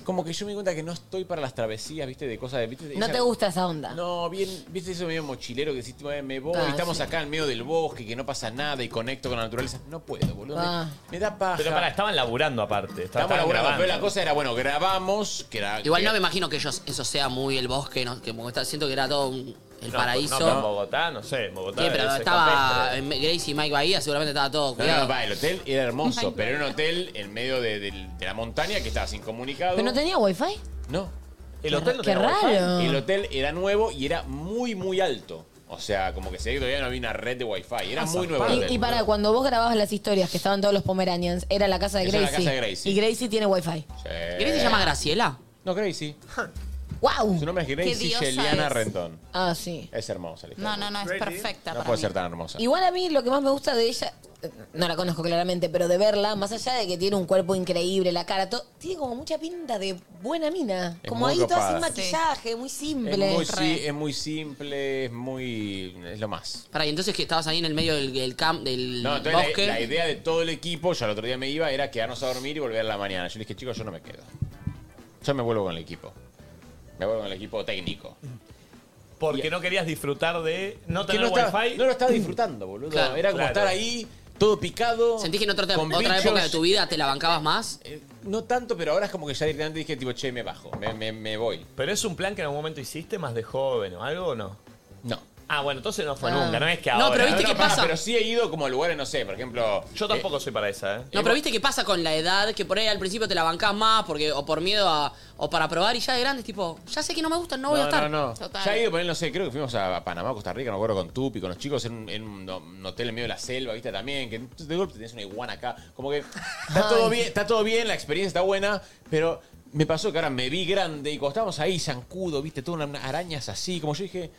Como que yo me di cuenta que no estoy para las travesías, viste, de cosas de. ¿viste?
No
Esa-
te gusta esa onda.
No, bien, viste eso medio mochilero que decís, "Bueno, me voy,
Ah,
estamos
sí.
acá en medio del bosque, que no pasa nada y conecto con la naturaleza. No puedo, boludo.
Ah.
Me-
Ah.
Me da paja.
Pero pará, estaban laburando aparte.
Estamos
estaban
laburando,
grabando.
pero la cosa era, bueno, grabamos, que era.
Igual
eh.
que-
no me imagino que ellos, eso sea muy el bosque, ¿no? que como está, siento que era todo un- el
No,
paraíso.
No, pero en Bogotá, no sé, en Bogotá.
Sí,
debe
pero
ser
estaba
campestre.
en Grace y Mike Bahía, seguramente estaba todo
No, no,
cuidado.
va, el hotel era hermoso, pero era un hotel en medio de, del- de la montaña que estabas incomunicado.
¿Pero no tenía wifi?
No. El
Qué
hotel no
Qué
tenía wifi.
raro.
El hotel era nuevo y era muy, muy alto. O sea, como que se ve que todavía no había una red de wifi. Era
Ah,
muy nuevo. el
Y,
hotel.
y para cuando vos grababas las historias que estaban todos los Pomeranians, era la casa de
Esa
Gracie.
era la casa de Gracie.
Y Gracie tiene wifi.
Sí.
¿Gracie se llama Graciela?
No, Gracie.
¡Wow!
Su nombre es
Qué
Gracie
diosa
Sheliana
es.
Renton.
Ah, sí.
Es hermosa la historia.
No, no, no, es perfecta.
No
para
puede
mí.
ser tan hermosa.
Igual a mí lo que más me gusta de ella, eh, no la conozco claramente, pero de verla, más allá de que tiene un cuerpo increíble, la cara, todo, tiene como mucha pinta de buena mina.
Es
como
muy
ahí toda sin
copada.
maquillaje, muy
es,
simple.
muy, si- es muy simple, es muy. es lo más.
Para, y entonces que estabas ahí en el medio del, del camp, del
No, entonces
bosque.
la, la idea de todo el equipo, yo el otro día me iba, era quedarnos a dormir y volver a la mañana. Yo le dije, chicos, yo no me quedo. Yo me vuelvo con el equipo. Me vuelvo con el equipo técnico.
Porque no querías disfrutar de no
Que
tener
no estaba-
wifi.
no lo estaba disfrutando, boludo. Era como estar ahí, todo picado.
¿Sentís que en otra,
con
otra
bichos. Eh,
época de tu vida te la bancabas más?
No tanto, pero ahora es como que ya directamente dije, tipo, che, me bajo, me, me- me voy.
Pero es un plan que en algún momento hiciste más de joven o algo o no?
No.
Ah, bueno, entonces no fue
Ah.
nunca, no es que ahora.
pará, Pero sí he ido como a lugares, no sé, por ejemplo.
Yo tampoco soy para esa, ¿eh?
No, pero viste que pasa con la edad, que por ahí al principio te la bancás más, porque, o por miedo a, o para probar, y ya de grande es tipo, ya sé que no me gustan, no voy a estar.
No, no. Ya he ido poner, no sé, creo que fuimos a Panamá, Costa Rica, no me acuerdo, con Tupi, con los chicos en, un- en un, un hotel en medio de la selva, ¿viste? También, que de golpe tenés una iguana acá. Como que está todo bien, está todo bien, la experiencia está buena, pero me pasó que ahora me vi grande y cuando estábamos ahí, zancudo, ¿viste? Todas unas arañas así, como yo dije,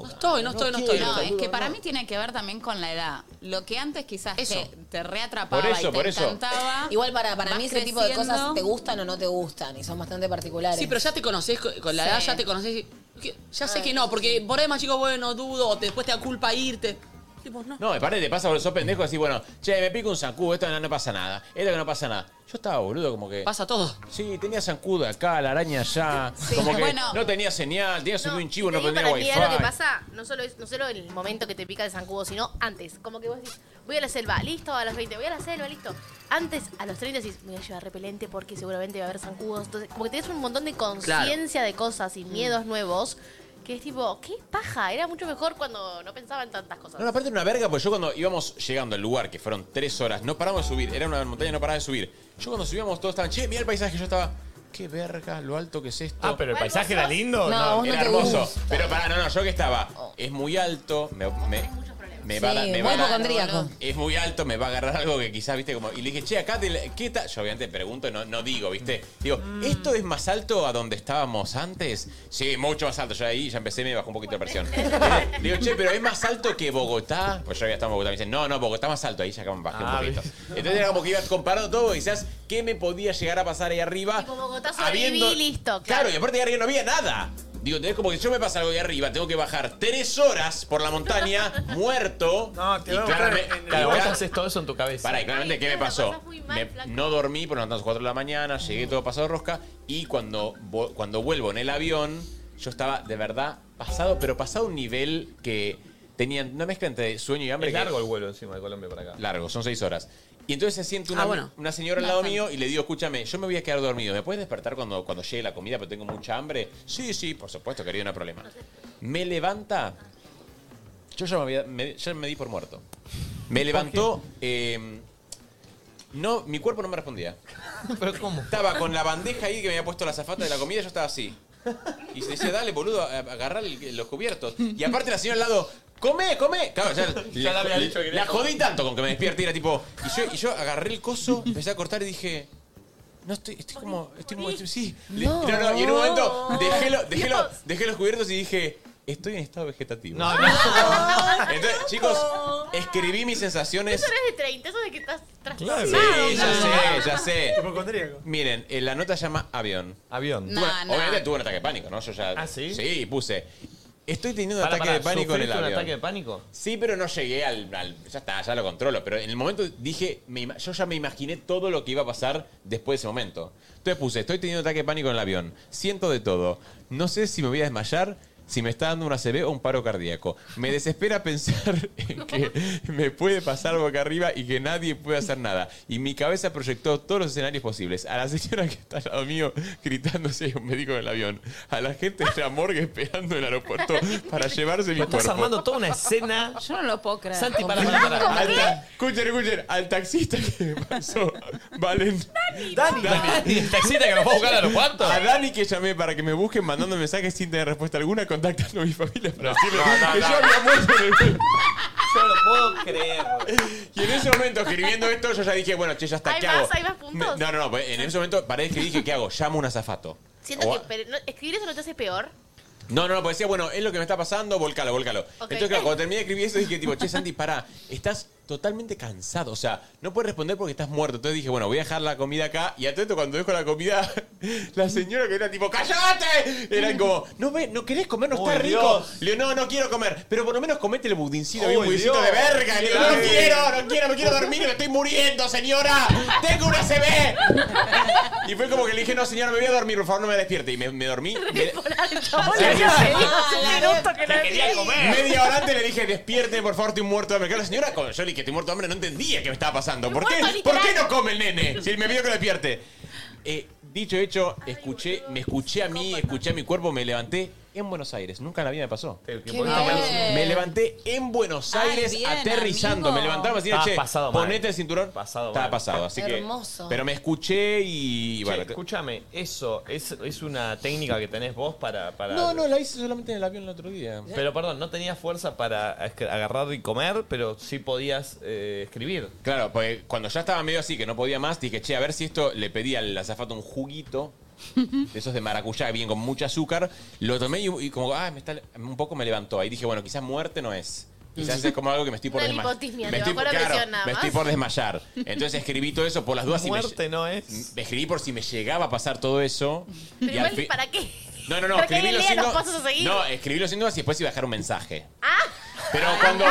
No estoy, no estoy, no estoy.
No, es que para mí tiene que ver también con la edad. Lo que antes quizás te, te reatrapaba
Por eso,
y te
por eso.
encantaba.
Igual para, para
Vas
mí ese tipo de
creciendo.
cosas te gustan o no te gustan y son bastante particulares.
Sí, pero ya te conocés, co- con la
Sí.
edad ya te conocés. y- que- Ya sé
Ay,
que no, porque por ahí más chico, bueno, dudo, o te- después te da culpa irte. Tipo, no.
No, aparte te pasa por esos pendejos así, bueno, che, me pico un zancudo, esto no, no pasa nada, esto que no pasa nada. Yo estaba boludo como que.
Pasa todo.
Sí, tenía zancudo acá, la araña allá. como que
bueno.
no tenía señal, tenía subido un chivo, no
Digo,
tenía
para
wifi.
mí ahora lo que pasa, no solo, es, no solo el momento que te pica el zancudo, sino antes. Como que vos decís, voy a la selva, listo, a los 20, voy a la selva, listo. Antes, a los 30 decís, me voy a llevar repelente porque seguramente va a haber zancudos. Entonces, como que tenés un montón de conciencia de cosas y miedos nuevos, que es tipo, qué paja, era mucho mejor cuando no pensaba en tantas cosas.
No, no, aparte era una verga, porque yo cuando íbamos llegando al lugar, que fueron tres horas, no paramos de subir, era una montaña, no paramos de subir. Yo cuando subíamos todos estaban, che, mira el paisaje, yo estaba, qué verga, lo alto que es esto.
Ah, pero el paisaje era lindo.
era hermoso. Pero pará, no, no, yo que estaba, es muy alto, me... me me va, a-
Sí,
me
muy
va a-
hipocondríaco.
es muy alto, me va a agarrar algo que quizás, viste, como. Y le dije, che, acá te, ¿qué tal? Yo obviamente pregunto, no, no digo, viste. Digo, ¿esto es más alto a donde estábamos antes? Sí, mucho más alto. Yo ahí ya empecé, me bajó un poquito la presión. Le digo, che, pero es más alto que Bogotá. Pues yo había estado en Bogotá. Me dicen, no, no, Bogotá más alto. Ahí ya acá me bajé
Ah,
un poquito. Entonces era como que iba comparando todo, quizás, ¿qué me podía llegar a pasar ahí arriba?
Tipo, Bogotá sobreviví, listo, claro.
y aparte ahí arriba no había nada. Digo, tenés como que yo me pasa algo ahí arriba, tengo que bajar tres horas por la montaña, muerto. No,
Te va a gustar en- Claro, vos haces todo eso en tu cabeza.
Para, y claramente, ¿qué me pasó? Me- no dormí pues por las 4 de la mañana, llegué todo pasado de rosca y cuando, vo- cuando vuelvo en el avión, yo estaba de verdad pasado, pero pasado un nivel que tenía una mezcla entre sueño y hambre.
Es largo el vuelo encima de Colombia para acá.
Largo, son 6 horas. Y entonces se siente una,
Ah, bueno.
una señora al lado
Bastante.
mío y le digo, escúchame, yo me voy a quedar dormido. ¿Me puedes despertar cuando, cuando llegue la comida porque tengo mucha hambre? Sí, sí, por supuesto, querido, no hay problema. Me levanta. Yo ya me, había- me- ya me di por muerto. Me levantó. eh, no, mi cuerpo no me respondía.
¿Pero cómo?
Estaba con la bandeja ahí que me había puesto la zafata de la comida, yo estaba así. Y se decía, dale, boludo, a- agarrá el- los cubiertos. Y aparte la señora al lado, come, come. Claro, ya,
Ya le había dicho que
la
quería
jodí
comer.
tanto con que me despierte y era tipo. Y yo, y yo agarré el coso, empecé a cortar y dije. No estoy, estoy como. Estoy como. Sí. le-
No.
No. no, y en un momento dejé, lo- dejé, lo- dejé los cubiertos y dije. Estoy en estado vegetativo.
No,
Entonces, chicos, escribí mis sensaciones
Eso no es de 30, eso de que estás trastornado.
Sí, ya sé, ya sé. Miren, eh, la nota llama avión.
Avión.
Tuve-
No, no.
Obviamente tuve un ataque de pánico, ¿no? Yo ya. ¿Ah, sí? Sí, puse. Estoy teniendo un
Pará,
ataque
pará,
de pánico en el
¿sufriste un
avión.
ataque de pánico?
Sí, pero no llegué al, al- Ya está, ya lo controlo. Pero en el momento dije. me ima- yo ya me imaginé todo lo que iba a pasar después de ese momento. Entonces puse: Estoy teniendo un ataque de pánico en el avión. Siento de todo. No sé si me voy a desmayar. Si me está dando una CB o un paro cardíaco. Me desespera pensar en que me puede pasar boca arriba y que nadie puede hacer nada. Y mi cabeza proyectó todos los escenarios posibles. A la señora que está al lado mío gritándose hay un médico en el avión. A la gente de la morgue esperando en el aeropuerto para llevarse mi
Estás
cuerpo.
armando toda una escena.
Yo no lo puedo creer.
Santi, para, para, para.
Al ta- Escuchen, escuchen. Al taxista que me pasó, Valen.
Dani. Dani, el taxista que nos fue a buscar al aeropuerto.
A Dani que llamé para que me busquen mandando mensajes sin tener respuesta alguna, contactando a mi familia para decirle
no,
que
no.
yo había muerto en el vuelo.
Yo no lo puedo creer.
Y en ese momento, escribiendo esto, yo ya dije, bueno, che, ya está,
Hay
¿qué
más,
hago?
hay más puntos.
Me- no, no, no, pues, en ese momento parece que dije, ¿qué hago? Llamo a un azafato.
Siento
O
que
a-
pero, no, escribir eso no te hace peor.
No, no, no, pues decía, bueno, es lo que me está pasando, volcalo, volcalo.
Ok.
Entonces, claro, cuando terminé de escribir eso, dije, tipo, che, Santi, pará, estás totalmente cansado, o sea, no puedes responder porque estás muerto. Entonces dije, bueno, voy a dejar la comida acá, y atento, cuando dejo la comida, la señora que era tipo, ¡cállate! Era como, no ve, no querés comer, no está
Uy,
rico.
Dios.
Le digo, no, no quiero comer, pero por lo menos comete el budincito,
Uy,
había un budincito de
Dios.
verga. Le digo, no, no
Ay.
quiero, no quiero, no quiero dormir, me estoy muriendo, señora. Tengo una CB. Y fue como que le dije, no, señora, me voy a dormir, por favor, no me despierte. Y me, me dormí. me-
Chabón, le había pedido hace un minuto que no
quería
decía.
comer. Media hora antes le dije, despierte, por favor, estoy muerto de hambre. Claro, la señora, cuando yo le dije, estoy muerto de hambre, no entendía qué me estaba pasando. ¿Por qué,
muerto,
¿por qué
literal.
no come el nene? Si me pidió que lo despierte. Eh, dicho y hecho, escuché, me escuché a mí, escuché a mi cuerpo, me levanté en Buenos Aires. Nunca en la vida me pasó.
Qué bueno, bien. buenísimo.
Me levanté en Buenos
Ay,
Aires
bien,
aterrizando.
amigo.
Me levantaron así,
Estabas
che,
pasado mal.
ponete el cinturón.
Pasado
Estaba
mal.
pasado, así que...
Hermoso.
Pero me escuché y...
Che,
bueno,
escúchame, eso es, es una técnica que tenés vos para, para.
no, no, la hice solamente en el avión el otro día.
Pero perdón, no tenías fuerza para ag- agarrar y comer, pero sí podías eh, escribir.
Claro, pues cuando ya estaba medio así, que no podía más, dije, che, a ver si esto le pedí al azafato un juguito. De esos de maracuyá que vienen con mucho azúcar. Lo tomé y, y como, ah, me está, un poco me levantó. Ahí dije, bueno, quizás muerte no es. Quizás es como algo que me estoy por
Una
desmayar.
lipotismia,
Me,
te
estoy,
bajó la presión nada
me
más.
estoy por desmayar. Entonces escribí todo eso por las dudas.
Muerte
no es. Escribí por si me llegaba a pasar todo eso.
Pero
y al
igual,
fin-
¿para qué?
No, no, no.
¿Para que
Escribí
alguien
los
lea los
síntomas.
pasos a seguir? Ah.
No, escribí los síntomas y después iba a dejar un mensaje. Pero cuando.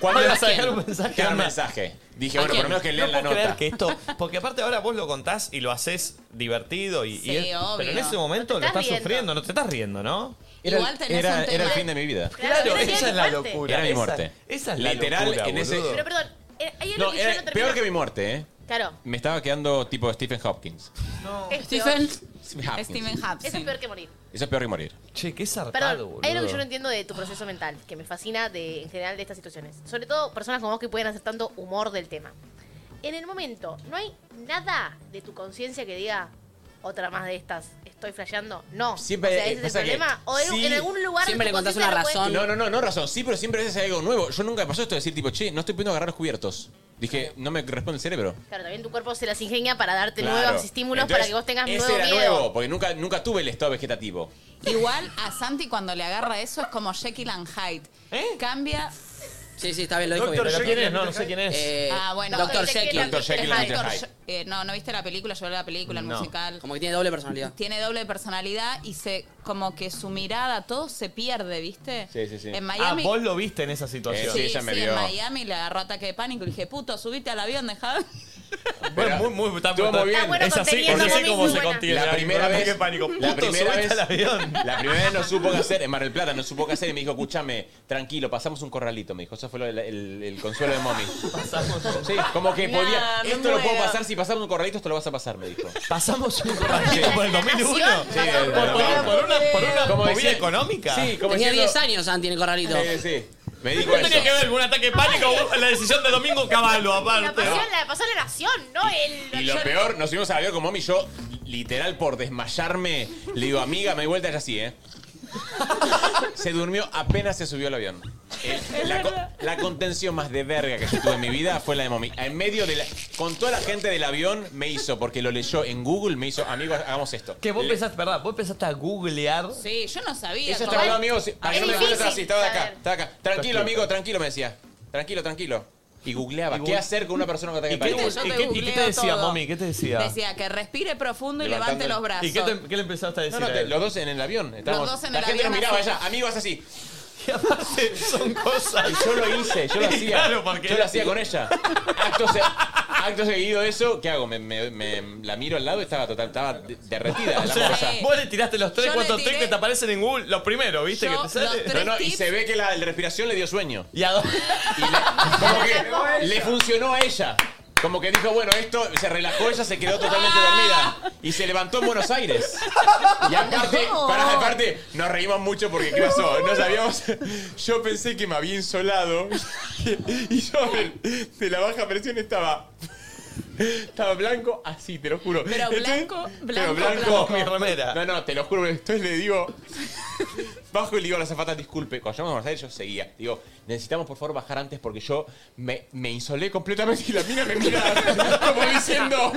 cuando
¿Vas a dejar un mensaje?
Dejar un
Anda.
mensaje. Dije, bueno,
¿A
por
quién?
lo menos que
no
lean la
puedo creer
nota.
que esto, porque aparte ahora vos lo contás y lo haces divertido y, y
Sí,
es-
obvio.
pero en ese momento
No te
lo
estás
estás
riendo.
sufriendo, no te estás riendo, ¿no?
Era- Igual tenés
era-
un tema-
era el fin de mi vida.
Claro,
Era
esa
tu
es la
muerte.
locura.
Era mi
esa-
muerte.
Esa es la
Literal,
locura,
en ese-
boludo.
Pero perdón, eh, hay algo
No,
que yo no
era
terminé.
peor que mi muerte, ¿eh?
Claro.
Me estaba quedando tipo Stephen Hopkins.
es
Stephen-
peor.
Stephen Hopkins.
Stephen
Eso es
Hopkins.
peor que morir.
Eso es peor que morir.
Che, qué zarpado,
Perdón,
boludo.
hay algo que yo no entiendo de tu proceso mental, que me fascina de, en general de estas situaciones. Sobre todo personas como vos que pueden hacer tanto humor del tema. En el momento, ¿no hay nada de tu conciencia que diga otra más de estas, estoy flasheando? No.
Siempre
o sea,
hay-
¿ese es
pasa
el
que
problema. O en,
sí,
en algún lugar.
siempre
de tu
le encontrás
conciencia
una
no puedes-
razón.
No, no, no, no razón. Sí, pero siempre es algo nuevo. Yo nunca me pasó esto de decir tipo, che, no estoy pudiendo agarrar los cubiertos. Dije, no me responde el cerebro.
Claro, también tu cuerpo se las ingenia para darte
Claro.
nuevos estímulos
Entonces,
para que vos tengas
ese
nuevo
era
miedo.
nuevo, porque nunca, nunca tuve el estado vegetativo.
Igual a Santi cuando le agarra eso es como Jekyll and Hyde.
¿Eh?
Cambia.
Sí, sí, está bien, lo dijo
Doctor
bien.
Jekyll ¿Pero quién es? No, no sé quién es.
Eh,
ah, bueno.
Doctor Jekyll.
Dr. Jekyll and Mr.
Doctor
Hyde.
Je- eh, no, no viste la película, yo vi la película, el
No.
musical.
Como que tiene doble personalidad.
Tiene doble personalidad y se como que su mirada, todo se pierde, ¿viste?
Sí, sí, sí.
En Miami.
Ah, vos lo viste en esa
Sí,
situación.
sí, en Miami le agarró ataque de pánico y le dije, puto, subite al avión, dejá.
Bueno, muy, muy, está-
Estuvo muy
está-
bien.
Es así, es así como se contiene.
La primera
Ataque
vez,
de pánico.
la
Puto,
primera
subite
vez,
al avión.
la primera vez no supo qué hacer. En Mar del Plata no supo qué hacer y me dijo, escúchame, tranquilo, pasamos un corralito. Me dijo, eso fue lo del- el, el consuelo de mommy. Pasamos. Sí, como que
Nah,
podía.
me
Esto lo puedo
muero.
pasar si pasamos un corralito, esto lo vas a pasar, me dijo.
Pasamos un corralito por el 2001.
Sí, el-
por, una, por una, por una
Como
movida
decía-
económica.
Sí, como
Tenía
diciendo-
10 años Santi en el corralito.
Sí, sí. Me dijo
No
eso.
tenía que ver con un ataque de pánico o la decisión de Domingo Caballo,
La
aparte.
pasión, la pasión la nación, no el.
Y lo peor, nos fuimos al avión con mommy y yo literal por desmayarme, le digo, amiga, me di vuelta y ella así, ¿eh? Se durmió apenas se subió al avión. Eh, la, co- la contención más de verga que yo tuve en mi vida fue la de Momi. En medio de la. Con toda la gente del avión me hizo, porque lo leyó en Google, me hizo, amigos, hagamos esto.
Que vos
Le-
pensaste, ¿verdad? Vos pensaste a googlear.
Sí, yo no sabía.
Eso
cómo-
estaba hablando, amigo. sí, Para que no me
difícil
vuelvas así, estaba de acá,
saber.
estaba acá. Tranquilo, amigo, tranquilo, me decía. Tranquilo, tranquilo. Y googleaba.
Y
¿Qué
gu-
hacer con una persona que ataque
¿Y qué,
pánico?
Viste, yo te googleo todo. Decía que respire profundo y levante los brazos.
¿Y qué, te- qué le empezaste a decir?
No, no,
a
te-
él?
los dos en el avión. estábamos-
dos en
la
el
gente
avión
nos miraba
así.
allá, amigos así.
Y aparte, son cosas.
Y yo lo hice, yo lo
Y
hacía.
claro, porque-
Yo lo hacía con ella. Acto, se- acto seguido de eso, ¿qué hago? Me, me- me- la miro al lado y estaba total, estaba de- derretida
O
la
sea,
morsa.
vos le tiraste los tres,
Yo le
cuatro
tiré-
tics que te aparecen en Google, los primeros, ¿viste?
Yo
que te sale.
los tres No, no, y tips- se ve que la respiración le dio sueño.
Y a dónde-
Como que le funcionó a ella. Como que dijo, bueno, esto se relajó, ella se quedó totalmente dormida. Y se levantó en Buenos Aires. Y aparte,
No.
para, aparte nos reímos mucho porque, ¿qué pasó? No sabíamos. Yo pensé que me había insolado. Y yo, de- de la baja presión, estaba. Estaba blanco así, te lo juro.
Pero
Este,
blanco, blanco,
pero blanco.
blanco.
Mi remera. No, no, te lo juro. Entonces le digo. Bajo y le digo a la zafata, disculpe. Cuando llamamos a Buenos Aires, yo seguía. Digo, necesitamos por favor bajar antes porque yo me, me insolé completamente y la mina me mira como diciendo.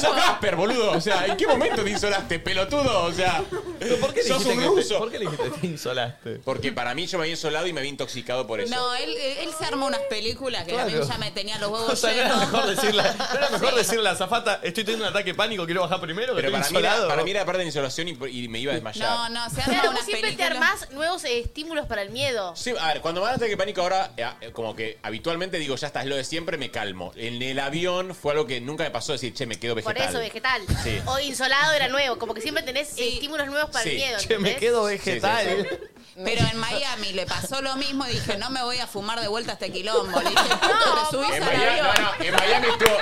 Sos Gasper, boludo. O sea, ¿en qué momento te insolaste, pelotudo? O sea, ¿por
qué le
sos
dijiste
un
que te-
ruso?
¿Por qué le dijiste te insolaste?
Porque para mí yo me había insolado y me había intoxicado por eso.
No, él, él se armó unas películas que a
Claro.
mí ya me tenía los
O
huevos
sea, no era
llenos.
mejor decirle, no era mejor decirle a la zafata, estoy teniendo un ataque de pánico, quiero bajar primero, que
Pero
estoy
para mí, era,
insolado.
para mí era parte de insolación y, y me iba a desmayar.
No, no, se arma
Claro, vos
unas
siempre te
películas.
armás nuevos eh, estímulos para el miedo.
Sí, a ver, cuando me dan ataque de pánico ahora, eh, eh, como que habitualmente digo, ya está, es lo de siempre, me calmo. En el avión fue algo que nunca me pasó decir, che, me quedo vegetal.
Por eso, vegetal.
Sí.
O insolado era nuevo. Como que siempre tenés eh, estímulos nuevos para el miedo. ¿entendés?
vegetal.
Pero en Miami le pasó lo mismo. Dije, no me voy a fumar de vuelta este quilombo. Le dije, puto, te subís
En
al
Miami,
avión.
no, no, en Miami estuvo...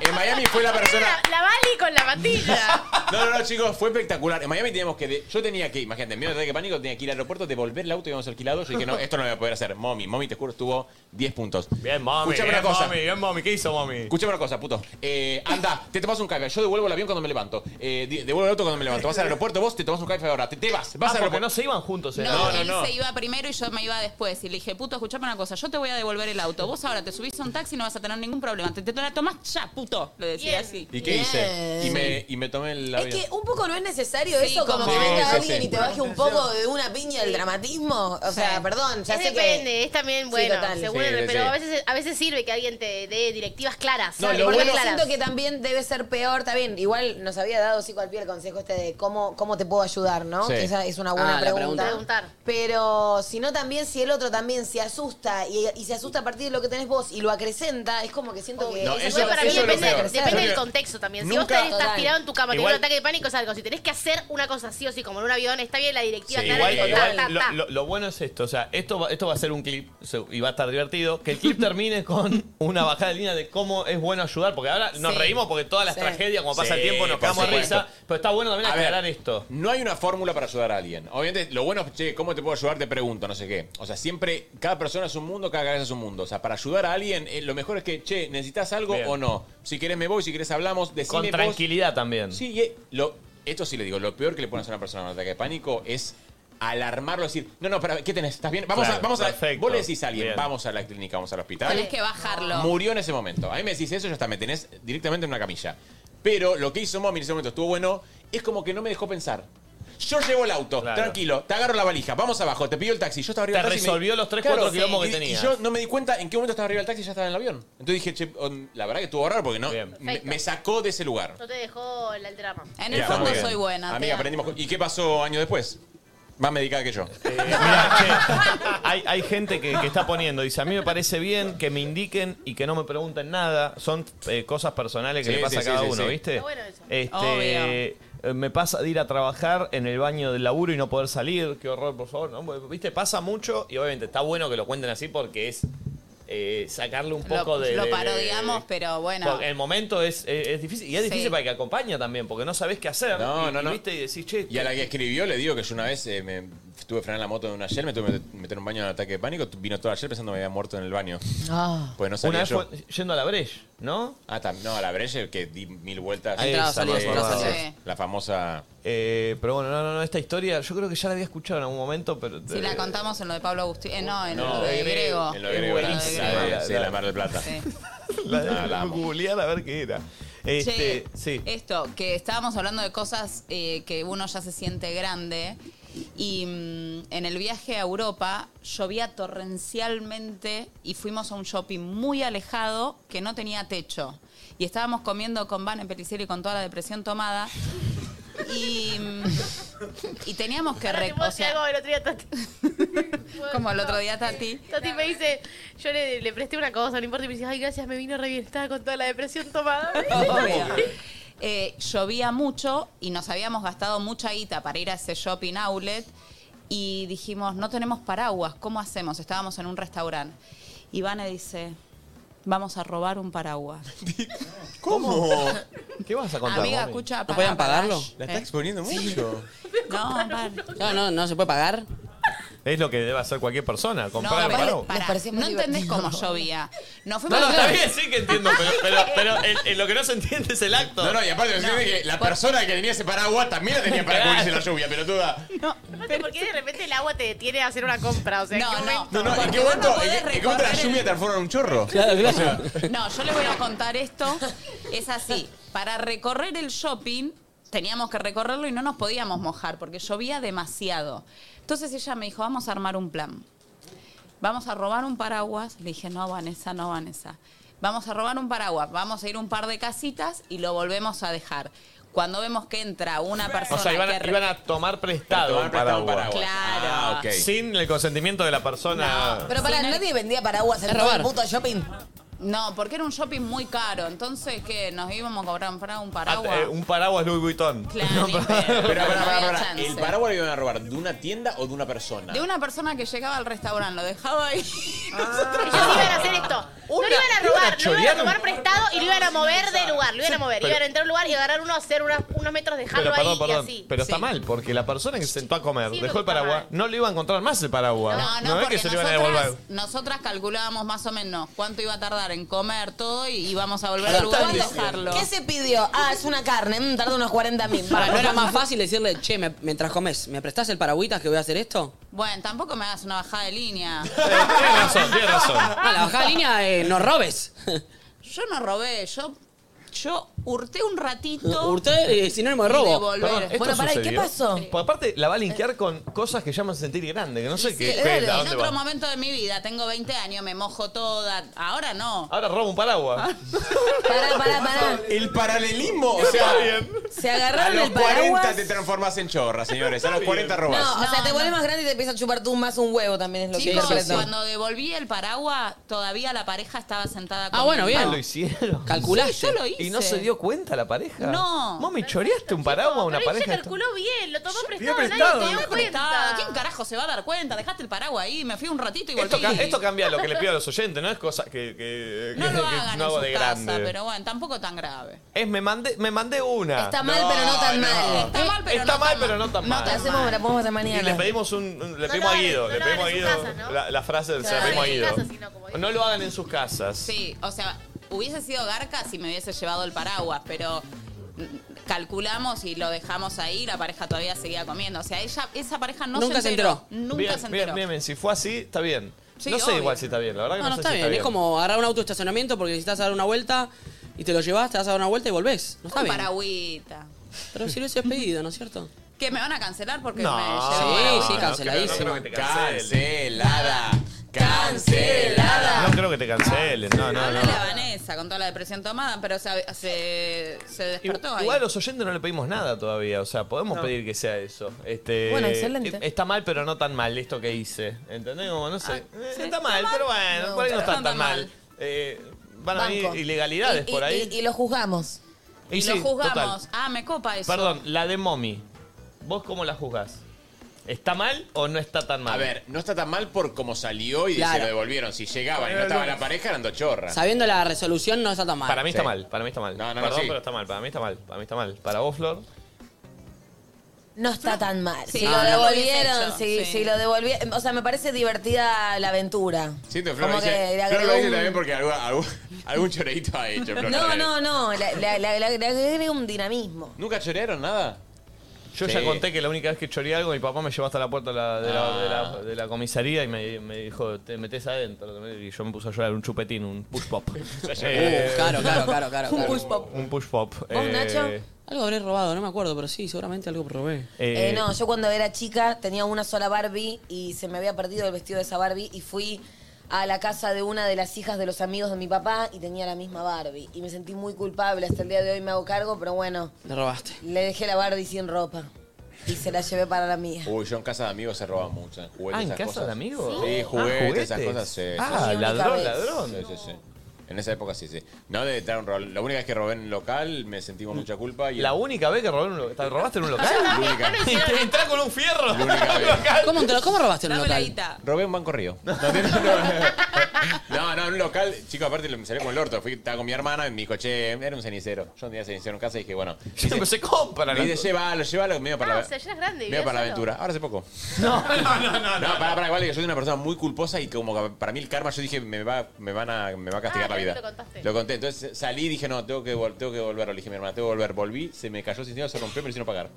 En Miami fue la persona...
La Bali con la patilla.
No, no, no, chicos, fue espectacular. En Miami teníamos que... de- Yo tenía que, imagínate, en medio de ataque de pánico, tenía que ir al aeropuerto, devolver el auto que habíamos alquilado. Yo dije, no, esto no lo voy a poder hacer. Mommy, mommy, te juro, estuvo 10 puntos. Bien,
Mami,
Escuchame
bien,
una cosa.
mami, bien, mami, ¿qué hizo mami?
Escuchame una cosa, puto. Eh, anda, te tomas un café. Yo devuelvo el avión cuando me levanto. Eh, di- devuelvo el auto cuando me levanto. Vas al aeropuerto, vos te tomas un café ahora. Te, te vas, vas
Ah,
al
porque
aeropuerto.
no se iban juntos. eh.
No, él se iba primero y yo me iba después. Y le dije, puto, escuchame una cosa, yo te voy a devolver el auto. Vos ahora te subís a un taxi y no vas a tener ningún problema. Te, te la tomás ya, puto. Le decía así.
¿Y qué hice? Y me, y me tomé el
Es
avión.
que un poco no es necesario
Sí,
eso, como
como-
que
Sí,
venga
sí,
alguien
sí.
y te baje un poco de una piña del dramatismo. O sea, perdón, ya
Es
sé
depende,
que.
es también
Sí,
bueno,
total.
según el-
Sí, sí,
pero
sí.
a veces a veces sirve que alguien te dé directivas claras.
No,
Porque
lo bueno
claras.
siento que también debe ser peor, está bien. Igual nos había dado sí al pie el consejo este de cómo, cómo te puedo ayudar, ¿no?
Sí.
Que esa es una buena
Ah, la
pregunta.
pregunta.
Pero si no también, si el otro también se asusta y, y se asusta a partir de lo que tenés vos y lo acrecenta, es como que siento que.
No,
esa
eso-
puede
Eh, para
ser
mí
una
depende,
manera de crecer.
depende del contexto también. Si
Nunca-
vos estás, estás
Total.
tirado en tu cama,
Igual-
tenés un ataque de pánico, es algo. Si tenés que hacer una cosa así o sí, como en un avión, está bien la directiva
Sí,
clara.
igual,
de ta,
igual
ta,
lo,
ta.
lo- lo bueno es esto, o sea, esto va, esto va a ser un clip se- y va a estar divertido, que el clip termine con una bajada de línea de cómo es bueno ayudar, porque ahora nos
Sí.
reímos porque todas las
Sí.
tragedias, como pasa el
Sí,
tiempo, nos
por
cagamos de
supuesto.
risa, pero está bueno también
A ver,
aclarar esto.
No hay una fórmula para ayudar a alguien. Obviamente, lo bueno es, che, ¿cómo te puedo ayudar? Te pregunto, no sé qué. O sea, siempre, cada persona es un mundo, cada cabeza es un mundo. O sea, para ayudar a alguien, eh, lo mejor es que, che, ¿necesitas algo
Bien.
o no? Si querés me voy, si querés hablamos, decime
Con
vos.
tranquilidad también.
Sí, y, eh, lo, esto sí le digo, lo peor que le pueden hacer a una persona con un ataque de pánico es alarmarlo, decir, no, no, para, ¿qué tenés? ¿Estás bien? Vamos
Claro,
a, vamos a,
perfecto.
vos le decís a alguien,
Bien.
vamos a la clínica, vamos al hospital.
Tenés que bajarlo.
Murió en ese momento. A mí me decís eso, ya está, me tenés directamente en una camilla. Pero lo que hizo Mommy en ese momento estuvo bueno, es como que no me dejó pensar. Yo llevo el auto, tranquilo, te agarro la valija, vamos abajo, te pido el taxi. Yo estaba arriba
Te
del taxi y
resolvió los tres, cuatro quilombos que
y-
tenías.
Y yo no me di cuenta en qué momento estaba arriba del taxi y ya estaba en el avión. Entonces dije, che, um, la verdad que estuvo raro porque no me,
Perfecto.
me sacó de ese lugar.
No te dejó el, el drama.
En
Mirá, muy bien. Amiga, aprendimos. co- ¿Y qué pasó años después? Más medicada que yo.
Eh, Hay, hay gente que, que está poniendo, dice, a mí me parece bien que me indiquen y que no me pregunten nada. Son eh, cosas personales que
Sí,
le pasa
sí,
a cada
sí, sí,
uno,
sí.
¿viste?
Está
bueno eso.
Este,
Obvio.
eh, Me pasa de ir a trabajar en el baño del laburo y no poder salir. Qué horror, por favor. ¿no? ¿Viste? Pasa mucho y obviamente está bueno que lo cuenten así porque es eh, sacarle un poco
Lo,
de...
lo
de- de-
parodiamos, pero bueno.
porque el momento es, es- es difícil y es
Sí.
difícil para el que acompaña también porque no sabes qué hacer.
No,
y,
no,
y
no.
¿viste? Y decís, che,
Y a la que escribió le digo que yo una vez eh, me tuve que frenar la moto de una Shell, me tuve que met- meter un baño en un ataque de pánico, tu- vino toda la Shell pensando que me había muerto en el baño. Pues no
una
sabía
vez
yo.
fue- yendo a la Breche. ¿no?
Ah, tam- no, la Breyer que di mil vueltas.
Ahí Entraba, está, salía, más entraba, acordado. salía.
La famosa.
Eh, pero bueno, no, no, no, esta historia yo creo que ya la había escuchado en algún momento, pero... eh,
Si la contamos en lo de Pablo Agustín. eh, no, en
No,
lo de Grego.
En lo griego.
Es buenísima.
La de-
La-
sí,
la-
la Mar del Plata.
Sí.
La
Ah, la amo.
googlear a ver qué era. Este,
Che, eh,
sí.
Esto, que estábamos hablando de cosas eh, que uno ya se siente grande. Y mm, en el viaje a Europa llovía torrencialmente y fuimos a un shopping muy alejado que no tenía techo. Y estábamos comiendo con Van en Pellicer y con toda la depresión tomada. Y, mm, y teníamos que...
Ahora te
rec-
puedo
o
decir
sea,
algo del otro día, Tati.
Como el otro día, Tati.
Tati me dice, yo le, le presté una cosa, no importa, y me dice, ay, gracias, me vino re bien, estaba con toda la depresión tomada.
Obvio. Eh, llovía mucho y nos habíamos gastado mucha guita para ir a ese shopping outlet y dijimos, no tenemos paraguas, ¿cómo hacemos? Estábamos en un restaurante. Y Vane dice, vamos a robar un paraguas.
¿Cómo? ¿Qué vas a
contar, Amiga, mami? escucha, ¿No pará, podían pará, Eh. pagarlo? shh.
La está exponiendo mucho.
No,
No, no, no se puede pagar.
Es lo que debe hacer cualquier persona, comprar un
aparte,
paraguas.
pará, no entendés cómo llovía. No
No,
fuimos
no, está bien, sí que entiendo, pero, pero,
eh,
pero el- el- lo que no se entiende es el acto.
No, no, y aparte me entiende que la persona que tenía ese paraguas también la tenía para cubrirse la lluvia, pero toda.
Aparte, ¿por qué de repente el agua te detiene a hacer una compra? O sea,
No,
¿en qué
no.
momento?
No, no, ¿en qué momento? ¿En qué- en qué momento la lluvia transforma en un chorro?
Claro, claro.
No, yo les voy a contar esto. Es así. Para recorrer el shopping, teníamos que recorrerlo y no nos podíamos mojar porque llovía demasiado. Entonces ella me dijo, vamos a armar un plan. Vamos a robar un paraguas. Le dije, no, Vanessa, no, Vanessa. Vamos a robar un paraguas. Vamos a ir a un par de casitas y lo volvemos a dejar. Cuando vemos que entra una
O
persona
sea, iban
que
a,
re-
iban a tomar prestado
Tomar
un
prestado
paraguas.
un paraguas.
Claro.
Ah, ok. Sin el consentimiento de la persona.
Pero pará, nadie vendía paraguas en todo el puto shopping.
No, porque era un shopping muy caro. Entonces, ¿qué? Nos íbamos a cobrar un para- un paraguas.
Ah, eh, un paraguas Louis Vuitton.
Claro,
No,
Pero pará, pará, pará, pará.
chance.
¿El paraguas lo iban a robar de una tienda o de una persona?
De una persona que llegaba al restaurante, lo dejaba ahí.
Ah.
Ellos iban a hacer esto. No lo
iban
iban a
a
robar, lo iban
chorear
a tomar
un-
prestado y lo iban a mover de lugar, lo iban a mover.
pero-
Iban a entrar a un lugar y agarrar uno, hacer unas- unos metros, dejarlo
Pero
ahí
perdón,
y
perdón.
así.
Pero está mal, porque la persona que se sentó a comer,
Sí,
dejó
pero
el paraguas, no le iba a encontrar más el paraguas.
No, no,
es
porque
que se lo iban a
nosotras,
devolver.
nosotras calculábamos más o menos cuánto iba a tardar en comer todo y íbamos a volver
Ahora
al lugar
están
y
diciendo.
dejarlo.
¿Qué se pidió? Ah, es una carne, mm, tarda unos 40 mil.
Para, ¿no era más fácil decirle, che, me- mientras comes, ¿me prestás el paragüitas que voy a hacer esto?
Bueno, tampoco me hagas una bajada de línea.
Tienes razón, tienes razón.
No, la bajada de línea, eh, no robes.
Yo no robé, yo, yo hurté un ratito.
Hurté eh, sinónimo de
Y
robo.
devolver.
Perdón, ¿esto
Bueno, pará, ¿y qué
sucedió?
pasó?
Porque aparte la va a linkear con cosas que ya me hacen sentir grande, que no sé qué. qué- a
Eh, en
dónde
otro
va.
momento de mi vida, tengo 20 años, me mojo toda. Ahora no.
Ahora robo un
Ah,
paraguas.
Pará, pará, pará.
El paralelismo, o sea,
Se
a
agarraron
los
el
40
paraguas.
te transformas en chorra, señores. A los 40
No,
robas.
o sea, te vuelves más grande y te empieza a chupar tú más un huevo también es lo que
Chicos,
interpreto.
cuando devolví el paraguas, todavía la pareja estaba sentada conmigo.
Ah, lo hicieron.
Calculaste. Sí, yo lo
¿Y no
hice.
se dio cuenta la pareja?
No.
Mami, choreaste un paraguas a una
Pero ella
pareja.
calculó bien, lo tomó prestado,
pidió prestado,
nadie se dio
dijo.
cuenta.
¿Quién carajo se va a dar cuenta? Dejaste el paraguas ahí, me fui un ratito y volví.
Esto, ca- esto cambia lo que le pido a los oyentes, no es cosa que, que,
no
que-
lo
que
hagan
no
en
hago
su
de
casa,
grande.
pero bueno, tampoco tan grave.
Es me mandé, me mandé una.
Está mal, pero no tan mal.
Está mal, pero
Está
no
mal,
tan
pero no tan
No,
mal.
te hacemos, la podemos hacer
Y
mañana.
le pedimos un, un- le
No
pedimos
lo
a
hagan-
Guido,
no
le
lo
pedimos a
hagan en
Guido
sus casas, ¿no?
la, la frase del se la
Claro.
pedimos a
En
Guido.
sus
No lo hagan en sus casas.
Sí, o sea, hubiese sido garca si me hubiese llevado el paraguas, pero mm, calculamos y lo dejamos ahí, la pareja todavía seguía comiendo. O sea, ella, esa pareja no
Nunca se enteró.
Nunca
bien,
se enteró.
Bien, bien, bien. Si fue así, está bien.
Sí,
no sé
obvio.
igual si está bien, la verdad que
No, no
no, sé
está
si
bien. Es como agarrar un auto de estacionamiento porque necesitas dar una vuelta y te lo llevas, te vas a dar una vuelta y volvés. No está
Un
bien.
paragüita.
Pero si lo hubieses pedido, ¿no es cierto?
Que me van a cancelar porque
No,
me
sí,
llevo paraguas.
sí,
no
canceladísimo.
creo que te
Cancelada.
Cancelada.
No creo que te cancelen, no, no, no.
Háblale a Vanessa con toda la depresión tomada, pero se, se, se despertó ahí.
Igual a los oyentes no le pedimos nada todavía, o sea, podemos
No.
pedir que sea eso. Este,
Bueno, excelente.
Está mal, pero no tan mal esto que hice. ¿Entendés? Como, no sé. Eh,
sí,
está mal, pero bueno,
No,
por ahí no
está
está tan
tan
mal. Eh, van a venir
Banco.
ilegalidades
Y-
por
y-
ahí.
Y, y lo juzgamos.
Y
Y
sí,
lo juzgamos.
total.
Ah, me copa eso.
Perdón, la de Mommy. ¿Vos cómo la juzgás? ¿Está mal o no está tan mal?
A ver, no está tan mal por cómo salió y
Claro.
se lo devolvieron. Si llegaban y no estaba la pareja, eran dos chorras.
Sabiendo la resolución, no está tan mal.
Para mí está mal, para mí está mal.
no, no,
Perdón,
sí.
pero está mal, para mí está mal, para mí está mal. Para vos, Flor.
No está tan mal.
Sí,
si
Ah, no,
lo
no lo hubiese
devolvieron,
hecho,
si,
sí.
si lo devolvieron. O sea, me parece divertida la aventura.
Siento que Flor lo
Como
dice,
que le
Flor lo
agregó
dice
un-
también porque algún, algún, algún choreito ha hecho. Flor
No,
también.
eh.
no, no. la- la- la- la- Le agregué un dinamismo.
¿Nunca chorearon nada?
Yo
Sí.
ya conté que la única vez que choreé algo, mi papá me llevó hasta la puerta de la, de la- de la-
Ah.
de la comisaría y me, me dijo, te metes adentro. Y yo me puse a llorar un chupetín, un push pop. Eh,
Uh, claro, claro, claro, claro, Un claro. push pop.
Un push pop. Eh,
Algo habré robado, no me acuerdo, pero sí, seguramente algo robé.
Eh, no, yo cuando era chica tenía una sola Barbie y se me había perdido el vestido de esa Barbie y fui a la casa de una de las hijas de los amigos de mi papá y tenía la misma Barbie. Y me sentí muy culpable. Hasta el día de hoy me hago cargo, pero bueno,
Le robaste.
le dejé la Barbie sin ropa y se la llevé para la mía.
Uy, yo en casa de amigos se roba mucho. en juguetes,
Ah, ¿en
esas
casa
cosas.
de amigos?
Sí,
Ah,
juguetes, esas
juguetes.
cosas. sí, sí,
Ah,
sí.
ladrón, Sí, ladrón.
Sí, sí, sí. En esa época sí, sí. No de entrar un rol. La única vez que robé en un local me sentí con mucha culpa. Y
¿La única vez que robé en un local? ¿Te robaste en un local?
La única.
Y te entrás con un fierro.
¿Cómo, entró- ¿Cómo robaste en un local?
Robé un banco río. No, no, no, en un local, chico, aparte me salió con el orto. Fui, estaba con mi hermana y me dijo, che, era un cenicero. Yo tenía cenicero en casa y dije, bueno. Dice, pero
se compra,
Dice, llévalo, llévalo, medio para
Ah,
la.
o sea, ya es grande.
Medio
vivía
para la
solo.
aventura. Ahora hace poco. No, no, no, no. No, pará, pará, igual que yo soy una persona muy culposa y como que para mí el karma, yo dije, me va, me van a, me va a castigar
Ah,
la vida.
lo contaste.
Lo conté. Entonces salí y dije, no, tengo que, vol- tengo que volver. Le dije a mi hermana, tengo que volver. Volví, se me cayó sin dinero, se rompió, me hicieron pagar.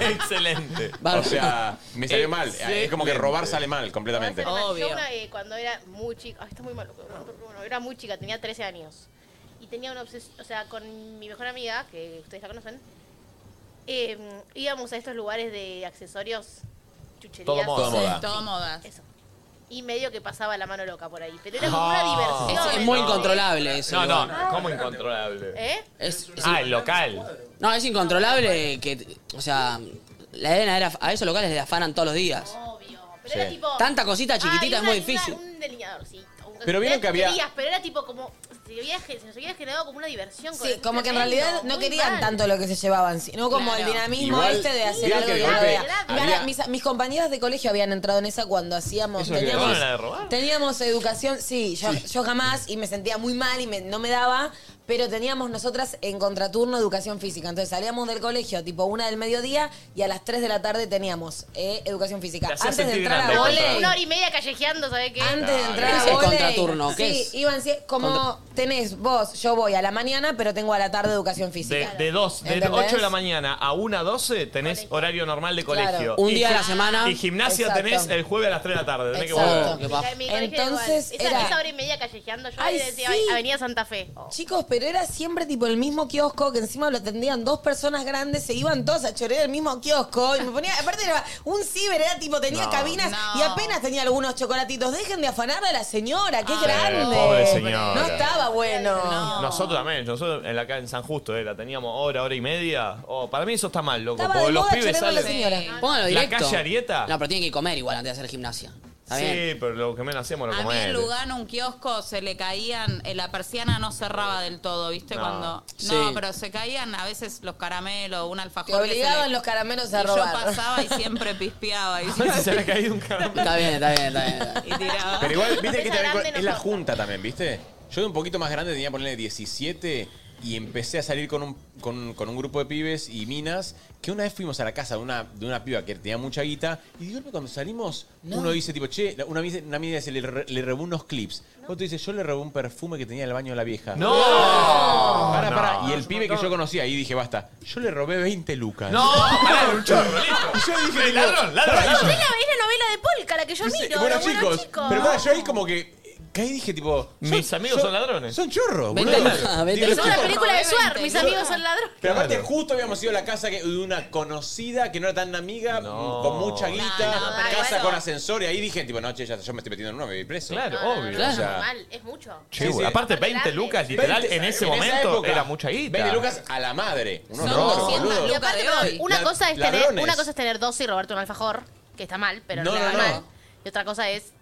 Excelente.
O sea, me
Eh,
salió mal. Eh, Es como que robar
Excelente.
sale mal completamente.
Bueno, Yo una, eh, cuando era muy chica, ay, está muy malo, bueno, era muy chica, tenía 13 años. Y tenía una obsesión, o sea, con mi mejor amiga, que ustedes la conocen, eh, íbamos a estos lugares de accesorios, chucherías.
Todo moda. Todo moda. Todo moda.
Eso. Y medio que pasaba la mano loca por ahí. Pero era como una
Ah.
diversión.
Es, es muy incontrolable eso.
No,
igual.
no, ¿cómo incontrolable?
¿Eh?
Es, es
Ah,
in-
el local.
No, es incontrolable que. O sea, la arena era, a esos locales le afanan todos los días.
Pero era tipo.
Tanta cosita chiquitita
Ah,
es
y una-
muy difícil.
una- Un delineadorcito. un-
Pero vieron que había-
querías, pero era tipo como. Se había, se nos había generado como una diversión. con
Sí,
el
como que en
tremendo,
realidad no
muy
querían
mal.
tanto lo que se llevaban, sino como
Claro.
el dinamismo
Igual,
este de hacer
vieron
algo
que de
que no
golpe
había. Mira,
había-
mis, mis compañeras de colegio habían entrado en esa cuando hacíamos.
¿Eso es lo que
Teníamos,
llamaban la de robar?
teníamos educación, sí, yo, yo jamás y me sentía muy mal y me- no me daba, pero teníamos nosotras en contraturno educación física. Entonces salíamos del colegio tipo una del mediodía y a las 3 de la tarde teníamos eh, educación física.
Te hacía
Antes de
sentir
entrar a
grande,
vóley.
Una hora y media callejeando, ¿sabes qué?
Antes de entrar
¿Qué
a
es el
vóley,
contraturno? ¿Qué
sí,
es?
iban sie- como
Contra-
tenés vos, yo voy a la mañana, pero tengo a la tarde educación
De,
física.
de dos, de
¿Entendés?
8 de la mañana a 1 a 12 tenés horario normal de
Claro.
colegio.
Un
Y
día a la
gi-
semana.
Y gimnasia
Exacto.
tenés el jueves a las 3 de la tarde. Tenés
Exacto.
que volver.
Qué paja.
En mi colegio
Entonces
igual. Esa,
era-
esa hora y media callejeando, yo
Ay,
decía
sí.
Avenida Santa Fe. Oh.
Chicos, pero era siempre tipo el mismo kiosco, que encima lo atendían dos personas grandes, se iban todos a chorear el mismo kiosco. Y me ponía, aparte era un ciber, era tipo, tenía
No.
cabinas
No.
y apenas tenía algunos chocolatitos. Dejen de afanar a la señora, qué
Ay,
grande.
pobre señora.
No Ah. estaba bueno.
Nosotros también, nosotros en la ca- en San Justo eh, la teníamos hora, hora y media. Oh, para mí eso está mal, loco.
Estaba
porque
de
los
moda
pibes
chorearle a la
salen.
señora.
Póngalo
La
directo.
calle Arieta.
No, pero tienen que comer igual antes de hacer gimnasia. ¿Está
sí,
bien?
pero lo que menos hacemos lo
A mí en
comemos.
Lugano, un kiosco, se le caían, eh, la persiana no cerraba del todo, ¿viste?
No.
Cuando.
Sí.
No, pero se caían a veces los caramelos, un
Te
alfajor. que se
obligaban
le-
los caramelos a
y
robar.
Yo pasaba y siempre pispeaba. Y,
se había caído un caramelo.
Está bien, está bien, está bien.
y tiraba.
Pero igual, viste que
Esa
también
grande
con-
no
es la
corta.
junta también, ¿viste? Yo de un poquito más grande tenía ponerle 17 y empecé a salir con un, con, con un grupo de pibes y minas que una vez fuimos a la casa de una, de una piba que tenía mucha guita y de golpe cuando salimos uno dice tipo, che, la- una, amiga- una amiga dice, le, re- le robé unos clips. Otro dice, yo le robé un perfume que tenía en el baño de la vieja.
¡No!
Pará, pará.
No,
y
es
el
un
pibe que yo conocía ahí dije, basta, yo le robé 20 lucas.
No, pará, era un chorro,
Y yo dije, tipo,
ladrón, ladrón.
pará, y yo-
Es la, es la novela de Polka, la que yo miro.
bueno,
los buenos
chicos, pero bueno, yo ahí como que eh, caí y dije tipo,
Mis amigos son ladrones.
Son chorros,
Vente
boludo.
acá, vente
Digo,
Es una
tipo,
película de Suar, mis
Yo-
amigos son ladrones.
Pero aparte justo habíamos ido a la casa que- de una conocida que no era tan amiga, mm, con mucha guita,
No, no,
casa
bueno.
con ascensor y ahí dije tipo, no, che, ya, yo me estoy metiendo en uno, me voy preso.
Claro,
No, no, no,
obvio.
no,
o
es
sea,
normal, es mucho.
che, güey, aparte 20 lucas, literal, en ese momento era mucha guita.
20 lucas a la madre. Unos
Son
robados,
200
boludo.
Y aparte,
Lucas de hoy.
una
La-
cosa, es tener,
ladrones.
una cosa es tener 12 y robarte un alfajor, que está mal, pero no,
No,
le hagas
no, no.
mal. Y otra cosa es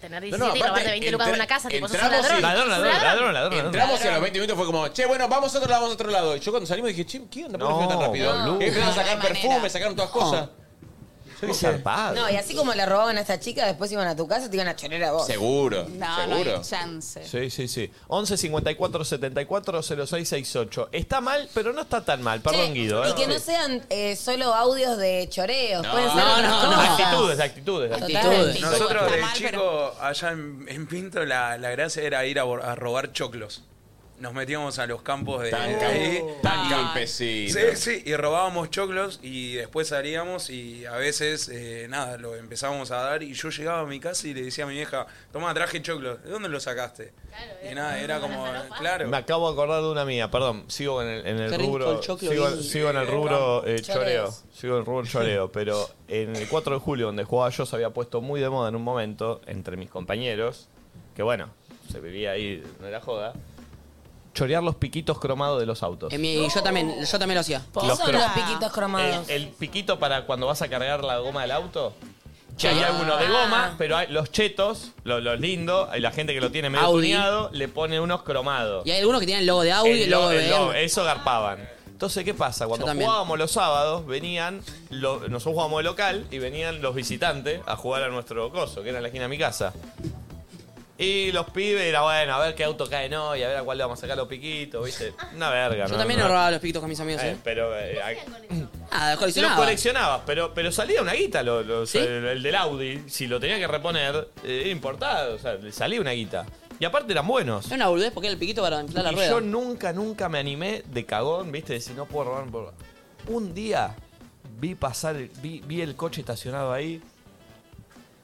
tener
No,
17
no,
y robarte
aparte,
20 lucas de
entra-
una casa, tipo, sos un
entramos
ladrón.
y-
Ladrón, ladrón,
Ladrón.
ladrón, ladrón.
Entramos y a los 20 minutos fue como, che, bueno, vamos a otro lado, vamos a otro lado. Y yo cuando salimos dije, che, ¿qué onda? ¿Por qué
No,
fue tan rápido?
boludo.
Y empezaron a
No, no
sacar
hay manera.
perfume, sacaron todas cosas.
Qué zarpado.
No, y así como le robaban a esta chica, después iban a tu casa y te iban a chorar a vos.
Seguro,
No,
seguro.
no hay
chance.
Sí, sí, sí. 11 54 74 0668. Está mal, pero no está tan mal. Perdón, Guido. ¿eh?
Y que no sean eh, solo audios de choreos.
No,
Pueden ser
no,
otras
no, no.
cosas.
Actitudes, actitudes.
Actitudes.
Nosotros
Está
de
mal,
chico, allá en, en Pinto, la, la gracia era ir a, bor- a robar choclos. Nos metíamos a los campos de de
Tan cam-
ahí.
tan
y-
campesino.
Sí, sí, y robábamos choclos y después salíamos y a veces, eh, nada, lo empezábamos a dar y yo llegaba a mi casa y le decía a mi vieja, toma, traje choclos, ¿de dónde los sacaste? y nada, era como, claro.
Me acabo de acordar de una mía, perdón, sigo en el, en el
Qué rico
rubro.
el choclo
sigo,
y-
sigo en el
eh,
rubro eh,
Choreos.
choreo. Sigo en el rubro choreo, pero en el 4 de julio, donde jugaba yo, se había puesto muy de moda en un momento entre mis compañeros, que bueno, se vivía ahí, no era joda, chorear los piquitos cromados de los autos.
En mi- yo también, yo también lo hacía.
¿Qué son los
piquitos cromados?
El, el piquito para cuando vas a cargar la goma del auto.
Che,
hay
ah.
algunos de goma, pero hay los chetos, los, los lindos, y la gente que lo tiene medio
Audi.
tuneado, le pone unos cromados.
Y hay algunos que tienen logo de audio y
El
logo
lo-
de
el logo,
BM.
Eso garpaban. Entonces, ¿qué pasa? Cuando
también.
jugábamos los sábados, venían, lo- nosotros jugábamos de local y venían los visitantes a jugar a nuestro coso, que era en la esquina de mi casa. Y los pibes era bueno, a ver qué auto cae no y a ver a cuál le vamos a sacar los piquitos, ¿viste? Una verga,
Yo
¿no?
también
No.
he robado los piquitos con mis amigos,
Eh,
¿eh?
pero eh, a-
Ah, los
lo
coleccionaba.
coleccionabas, pero, pero salía una guita lo- lo- el, el del Audi. Si lo tenía que reponer, eh, era importado. O sea, le salía una guita. Y aparte eran buenos.
Era una boludez porque era el piquito para inflar la
Y
rueda.
yo nunca, nunca me animé de cagón, viste, de si no puedo robar, no puedo robar. Un día vi pasar, el- vi, vi el coche estacionado ahí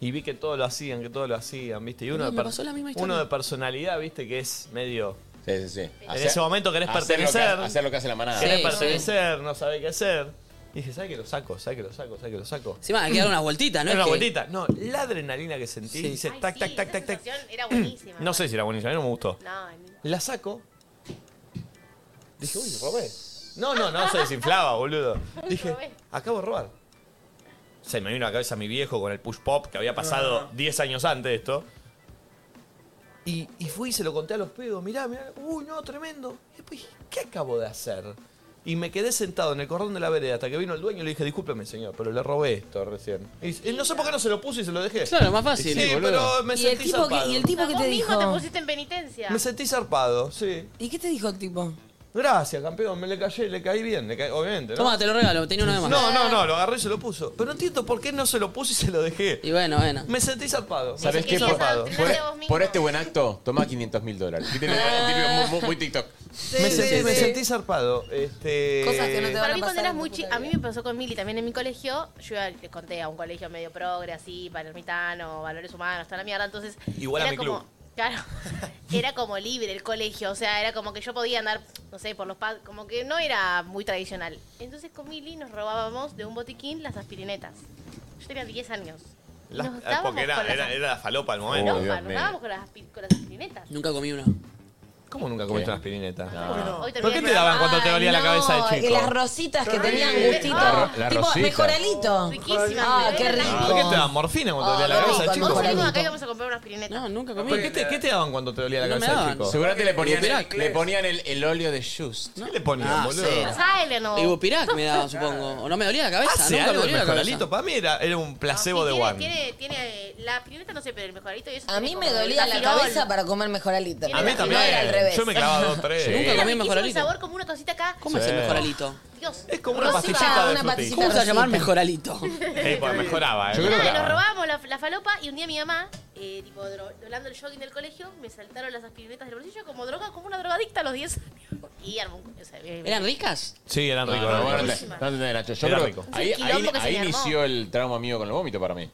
y vi que todo lo hacían, que todo lo hacían, viste. Y uno,
Boludo,
de,
me
per-
pasó la misma historia.
uno de personalidad, viste, que es medio...
Sí, sí, sí.
en ese momento querés
hacer lo que-
pertenecer.
hacer lo que hace la manada.
Querés
Sí,
pertenecer, no sabés qué hacer. Y dije, ¿sabes que lo saco? ¿Sabes que lo saco? ¿Sabes que lo saco?
Encima hay que dar unas vueltitas, ¿no?
Era
Es
Una
que-
vueltita. No, la adrenalina que sentí.
Sí.
Dice, tac, tac, tac, tac, tac.
Era buenísima.
No sé si era buenísima, a mí no me gustó.
No,
La saco. Dije, uy, robé. No, no, no se desinflaba, boludo. Dije, acabo de robar. Se me vino a la cabeza mi viejo con el push pop que había pasado 10 años antes de esto. Y, y fui y se lo conté a los pedos. Mirá, mirá, uy, no, tremendo. Y después dije, ¿qué acabo de hacer? Y me quedé sentado en el cordón de la vereda hasta que vino el dueño y le dije, discúlpeme, señor, pero le robé esto recién. Y dice, no sé por qué no se lo puse y se lo dejé.
Claro, más fácil,
Sí,
boludo.
pero me
¿Y el
sentí
tipo que,
zarpado.
y el tipo
No,
que
vos
te
mismo
dijo?
te pusiste en penitencia.
Me sentí zarpado, sí.
¿Y qué te dijo el tipo?
Gracias, campeón, me le callé, le caí bien, le caí, obviamente. ¿no?
Toma, te lo regalo, tenía uno de más.
No, no, no, lo agarré y se lo puso. Pero no entiendo por qué no se lo puse y se lo dejé.
Y bueno, bueno.
Me sentí zarpado.
¿Sabes qué? Por, por- por este buen acto, tomá 500 mil dólares. ¿Viste?
Ah.
Típico, muy, muy- muy TikTok.
me,
sí,
sentí,
sí,
me
sí.
sentí zarpado. Este...
Para mí cuando eras muy chi- a mí me pasó con Mili también en mi colegio, yo ya les conté a un colegio medio progre así, palermitano, valores humanos, toda la mierda, entonces
Igual a
era
mi
como
club.
claro, era como libre el colegio, o sea, era como que yo podía andar, no sé, por los pads, como que no era muy tradicional. Entonces con Mili nos robábamos de un botiquín las aspirinetas. Yo tenía 10 años.
Las-
nos dábamos
porque era,
con las
era, era la falopa el
No,
momento.
nos dábamos con las, aspi- con las aspirinetas.
Nunca comí una.
¿Cómo nunca comiste una aspirineta?
Hoy
¿Por
terminé
qué
el
te daban
programa.
cuando te dolía la cabeza de
No,
chico?
y las rositas que tenían
Sí.
gustito.
La ro- la
tipo,
rosita.
mejoralito.
Riquísima.
Ah, qué rico.
Ah, ¿Por qué te daban morfina cuando
Ah,
te dolía la cabeza de
Vos
chico?
salimos acá y vamos a comprar una aspirineta.
No, nunca
¿Por qué te, qué te daban cuando te dolía la
No me
cabeza de
daban.
chico?
Seguramente le ponían el-
Ibupirac.
le ponían el, el óleo de Just.
¿Qué le ponían,
Ah,
boludo?
sí.
Tylenol.
Ibupirac me daban, supongo. O no me dolía la cabeza,
Hace
nunca me
algo el
dolía la cabeza.
mejoralito. Para mí era, era un placebo de
Tiene-
One.
Tiene, tiene, eh, la primera no sé, pero el mejoralito y eso.
A mí me dolía la
Tafirol.
cabeza para comer mejoralito.
A mí también.
No era al revés.
Yo me clavaba dos, tres.
Nunca
Era
comí
riquísimo el
mejoralito.
sabor como una cosita acá.
¿Cómo es
Sí.
el mejoralito?
Dios.
Es como una
Rosita,
pastillita de
una
frutí.
pastillita
¿Cómo se va a llamar mejoralito?
Eh, pues mejoraba, eh.
Yo
Nada,
creo que-
nos robábamos la, la falopa y un día mi mamá, eh, tipo, dro- doblando el jogging del colegio, me saltaron las aspirinetas del bolsillo como droga, como una drogadicta a los 10 años. Y armó un- o sea, eh,
¿Eran ricas?
Sí, eran
No,
ricos.
no,
eran
bueno,
ricos.
te- no entendés, Nacho. Yo
Era
creo-
rico.
Ahí,
Es un
ahí-
quilombo que se
ahí
me armó.
inició el trauma mío con el vómito para mí.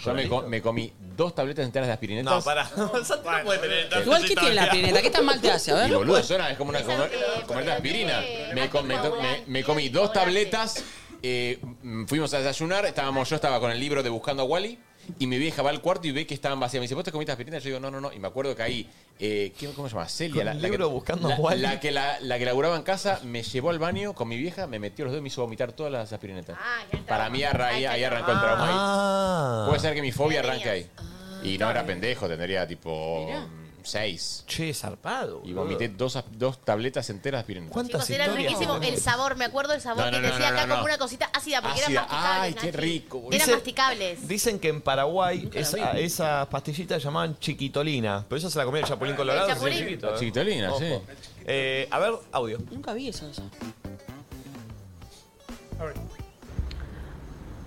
Yo me, co- me comí dos tabletas enteras de aspirinetas.
No, pará. Santi no puede tener tanto
Igual, ¿qué
cita
tiene la
de-
aspirineta? ¿Qué tan mal te hace? A ver.
Y boludo, suena, es como una como- como una aspirina. Me, com- me to- me- me comí dos tabletas, eh, mm, fuimos a desayunar, estábamos, yo estaba con el libro de Buscando a Wally. Y mi vieja va al cuarto y ve que estaban vacías. Me dice, ¿vos te comiste aspirina? Yo digo, no, no, no. Y me acuerdo que ahí, eh, ¿qué- ¿cómo se llama? Celia.
Con
La,
el
la que-
libro Buscando a
la-
Wally.
La que, la, la que laburaba en casa me llevó al baño con mi vieja, me metió los dedos y me hizo vomitar todas las aspirinetas. Para mí arra- Ah, ahí, ahí arrancó el trauma. ahí.
Ah.
Puede ser que mi fobia arranque ahí. Y no era pendejo, tendría tipo seis.
Che, zarpado.
Y vomité dos, as- dos tabletas enteras de aspirina.
Chicos, era riquísimo el sabor, me acuerdo el sabor
No,
que
no, no,
decía
no,
acá
no,
como
no.
una cosita ácida, porque
Ácida.
eran masticables.
Ay, qué
Nachi.
rico, boludo.
Eran
Dice-
masticables.
Dicen que en Paraguay
la
esa-
vi.
esas pastillitas llamaban chiquitolina, pero esa se la comía el chapulín colorado.
chapulín.
sí, chiquito,
La chiquitolina, sí.
Eh, a ver, audio.
Nunca vi eso. eso.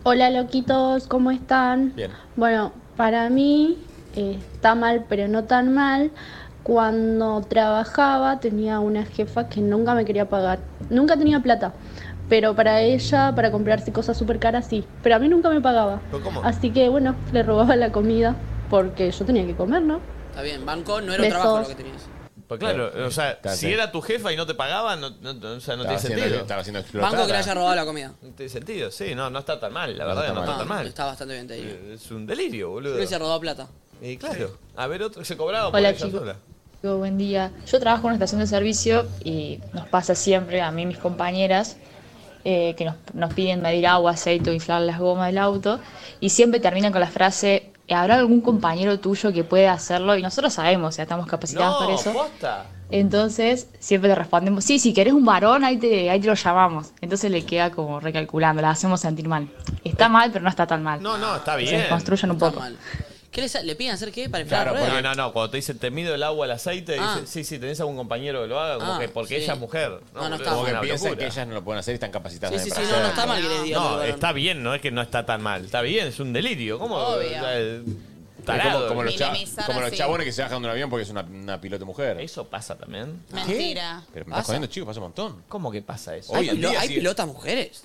Hola loquitos, ¿cómo están?
Bien.
Bueno, para mí eh, está mal, pero no tan mal. Cuando trabajaba tenía una jefa que nunca me quería pagar. Nunca tenía plata, pero para ella, para comprarse cosas súper caras, sí. Pero a mí nunca me pagaba. Así que bueno, le robaba la comida porque yo tenía que comer, ¿no?
Está bien, banco no era un
Besos.
trabajo lo que tenías.
Pues claro, o sea,
Claro,
si
sí.
era tu jefa y no te pagaban, no, no- no- o sea, no
Estaba
tiene
siendo-
sentido.
estaba siendo explotada.
Banco que le haya robado la comida.
No tiene sentido, sí, no, no está tan mal, la
No
verdad,
está
no
mal.
está tan
No,
mal. Eh,
Está bastante bien, te digo.
Es un delirio,
Yo
boludo.
hubiese robado plata.
Y claro, a ver otro, se cobraba por
Hola,
ella
chicos.
sola.
Digo, Buen día. Yo trabajo en una estación de servicio y nos pasa siempre, a mí y mis compañeras, eh, que nos, nos piden medir agua, aceite o inflar las gomas del auto y siempre terminan con la frase, ¿habrá algún compañero tuyo que pueda hacerlo? Y nosotros sabemos, o sea, estamos capacitados para eso.
posta.
Entonces siempre le respondemos, sí, si querés un varón, ahí te, ahí te lo llamamos. Entonces le queda como recalculando, la hacemos sentir mal. Está mal, pero no está tan mal.
No, no, está
Que
bien.
Se construyan un
Está
poco.
¿Qué les- le piden hacer qué para inflar
Claro,
la rueda?
porque no, no, cuando te dicen te mido el agua al aceite,
Ah.
dicen, sí, sí, tenés algún compañero que lo haga, como
Ah,
que porque
sí.
ella es mujer.
No, no
boludo,
está
es
Como que
una
piensan
locura.
que ellas no lo pueden hacer y están capacitadas
Sí, sí,
para
sí, no, no
hacerlo.
está mal que les digan
No,
algo,
está bien, no es que no está tan mal, está bien, es un delirio. ¿Cómo?
Obvio.
O sea, es
Es
tarado.
como, como los cha-
Minimizar
como los
así.
chabones que se bajan de un avión porque es una, una piloto mujer.
Eso pasa también.
Mentira.
Pero me
¿Pasa?
estás jodiendo, chico, pasa un montón.
¿Cómo que pasa eso?
Hoy
Hay,
en
pilo-
día
hay
sigue,
pilotas mujeres.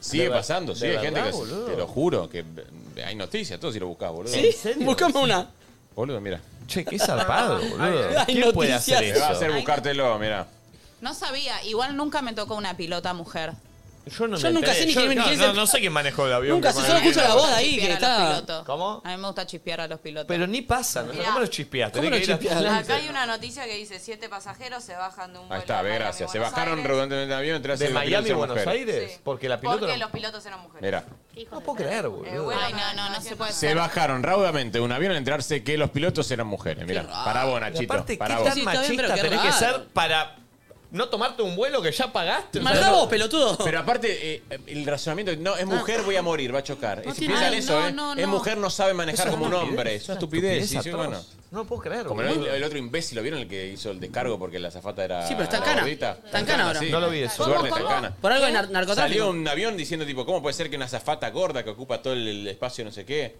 sigue
De ver-
pasando,
de
sí, hay gente
verdad,
que
boludo.
te lo juro, que hay noticias, todo si lo buscás, boludo.
¿Sí? Buscame una.
Boludo, mira.
Che, qué zarpado, boludo.
Ay,
¿Quién
noticias.
puede hacer
Te va a hacer
eso?
buscártelo, mira.
No sabía, igual nunca me tocó una pilota mujer.
Yo no
Yo nunca sé ni quién-
no,
quién
no,
se-
no sé quién manejó el avión. que
Nunca sé,
manejó
solo escucho
el
la
avión.
voz de ahí, que Chispear a los
está-
pilotos. A mí me gusta chispear a los pilotos.
Pero ni pasa, ¿no?
Mirá.
¿cómo los chispeas?
¿Cómo
Tenés
los
que ir a-
chispeás?
Acá hay una noticia que dice, siete pasajeros se bajan de un vuelo.
Ahí está, ve, gracias. Se bajaron redundantemente del avión, entraron
¿De Miami a Buenos Aires?
Sí.
Porque la
Porque
piloto...
los pilotos eran mujeres.
Mira.
Hijo de
puedo creer,
Eh,
boludo.
bueno,
Ay, no, no, no se puede
Se
hacer.
bajaron raudamente de un avión al enterarse que los pilotos eran mujeres. Mira, para vos,
Y
Nachito.
aparte,
para
¿qué
vos.
tan machista
que
tenés que ser para no tomarte un vuelo que ya pagaste?
Marca vos,
pelotudo.
Pero aparte, eh, el razonamiento, no, es mujer, voy a morir, va a chocar.
No
Es-
tiene-
piensan
Ay,
eso,
no,
¿eh?
no,
Es
no.
mujer, no sabe manejar
Eso es
como un
una
hombre.
estupidez,
Es una
una
estupidez.
estupidez
sí, sí,
atroz.
bueno.
No lo puedo creer.
Como
boludo.
el, el otro imbécil, ¿lo vieron? El que hizo el descargo porque la zafata era.
Sí, pero está en cana.
gordita.
Está en cana ahora.
sí.
No lo vi eso. ¿Cómo,
Duerme, está en
cómo?
cana.
Por algo de nar- narcotráfico.
Salió un avión diciendo, tipo, ¿cómo puede ser que una zafata gorda que ocupa todo el, el espacio, no sé qué?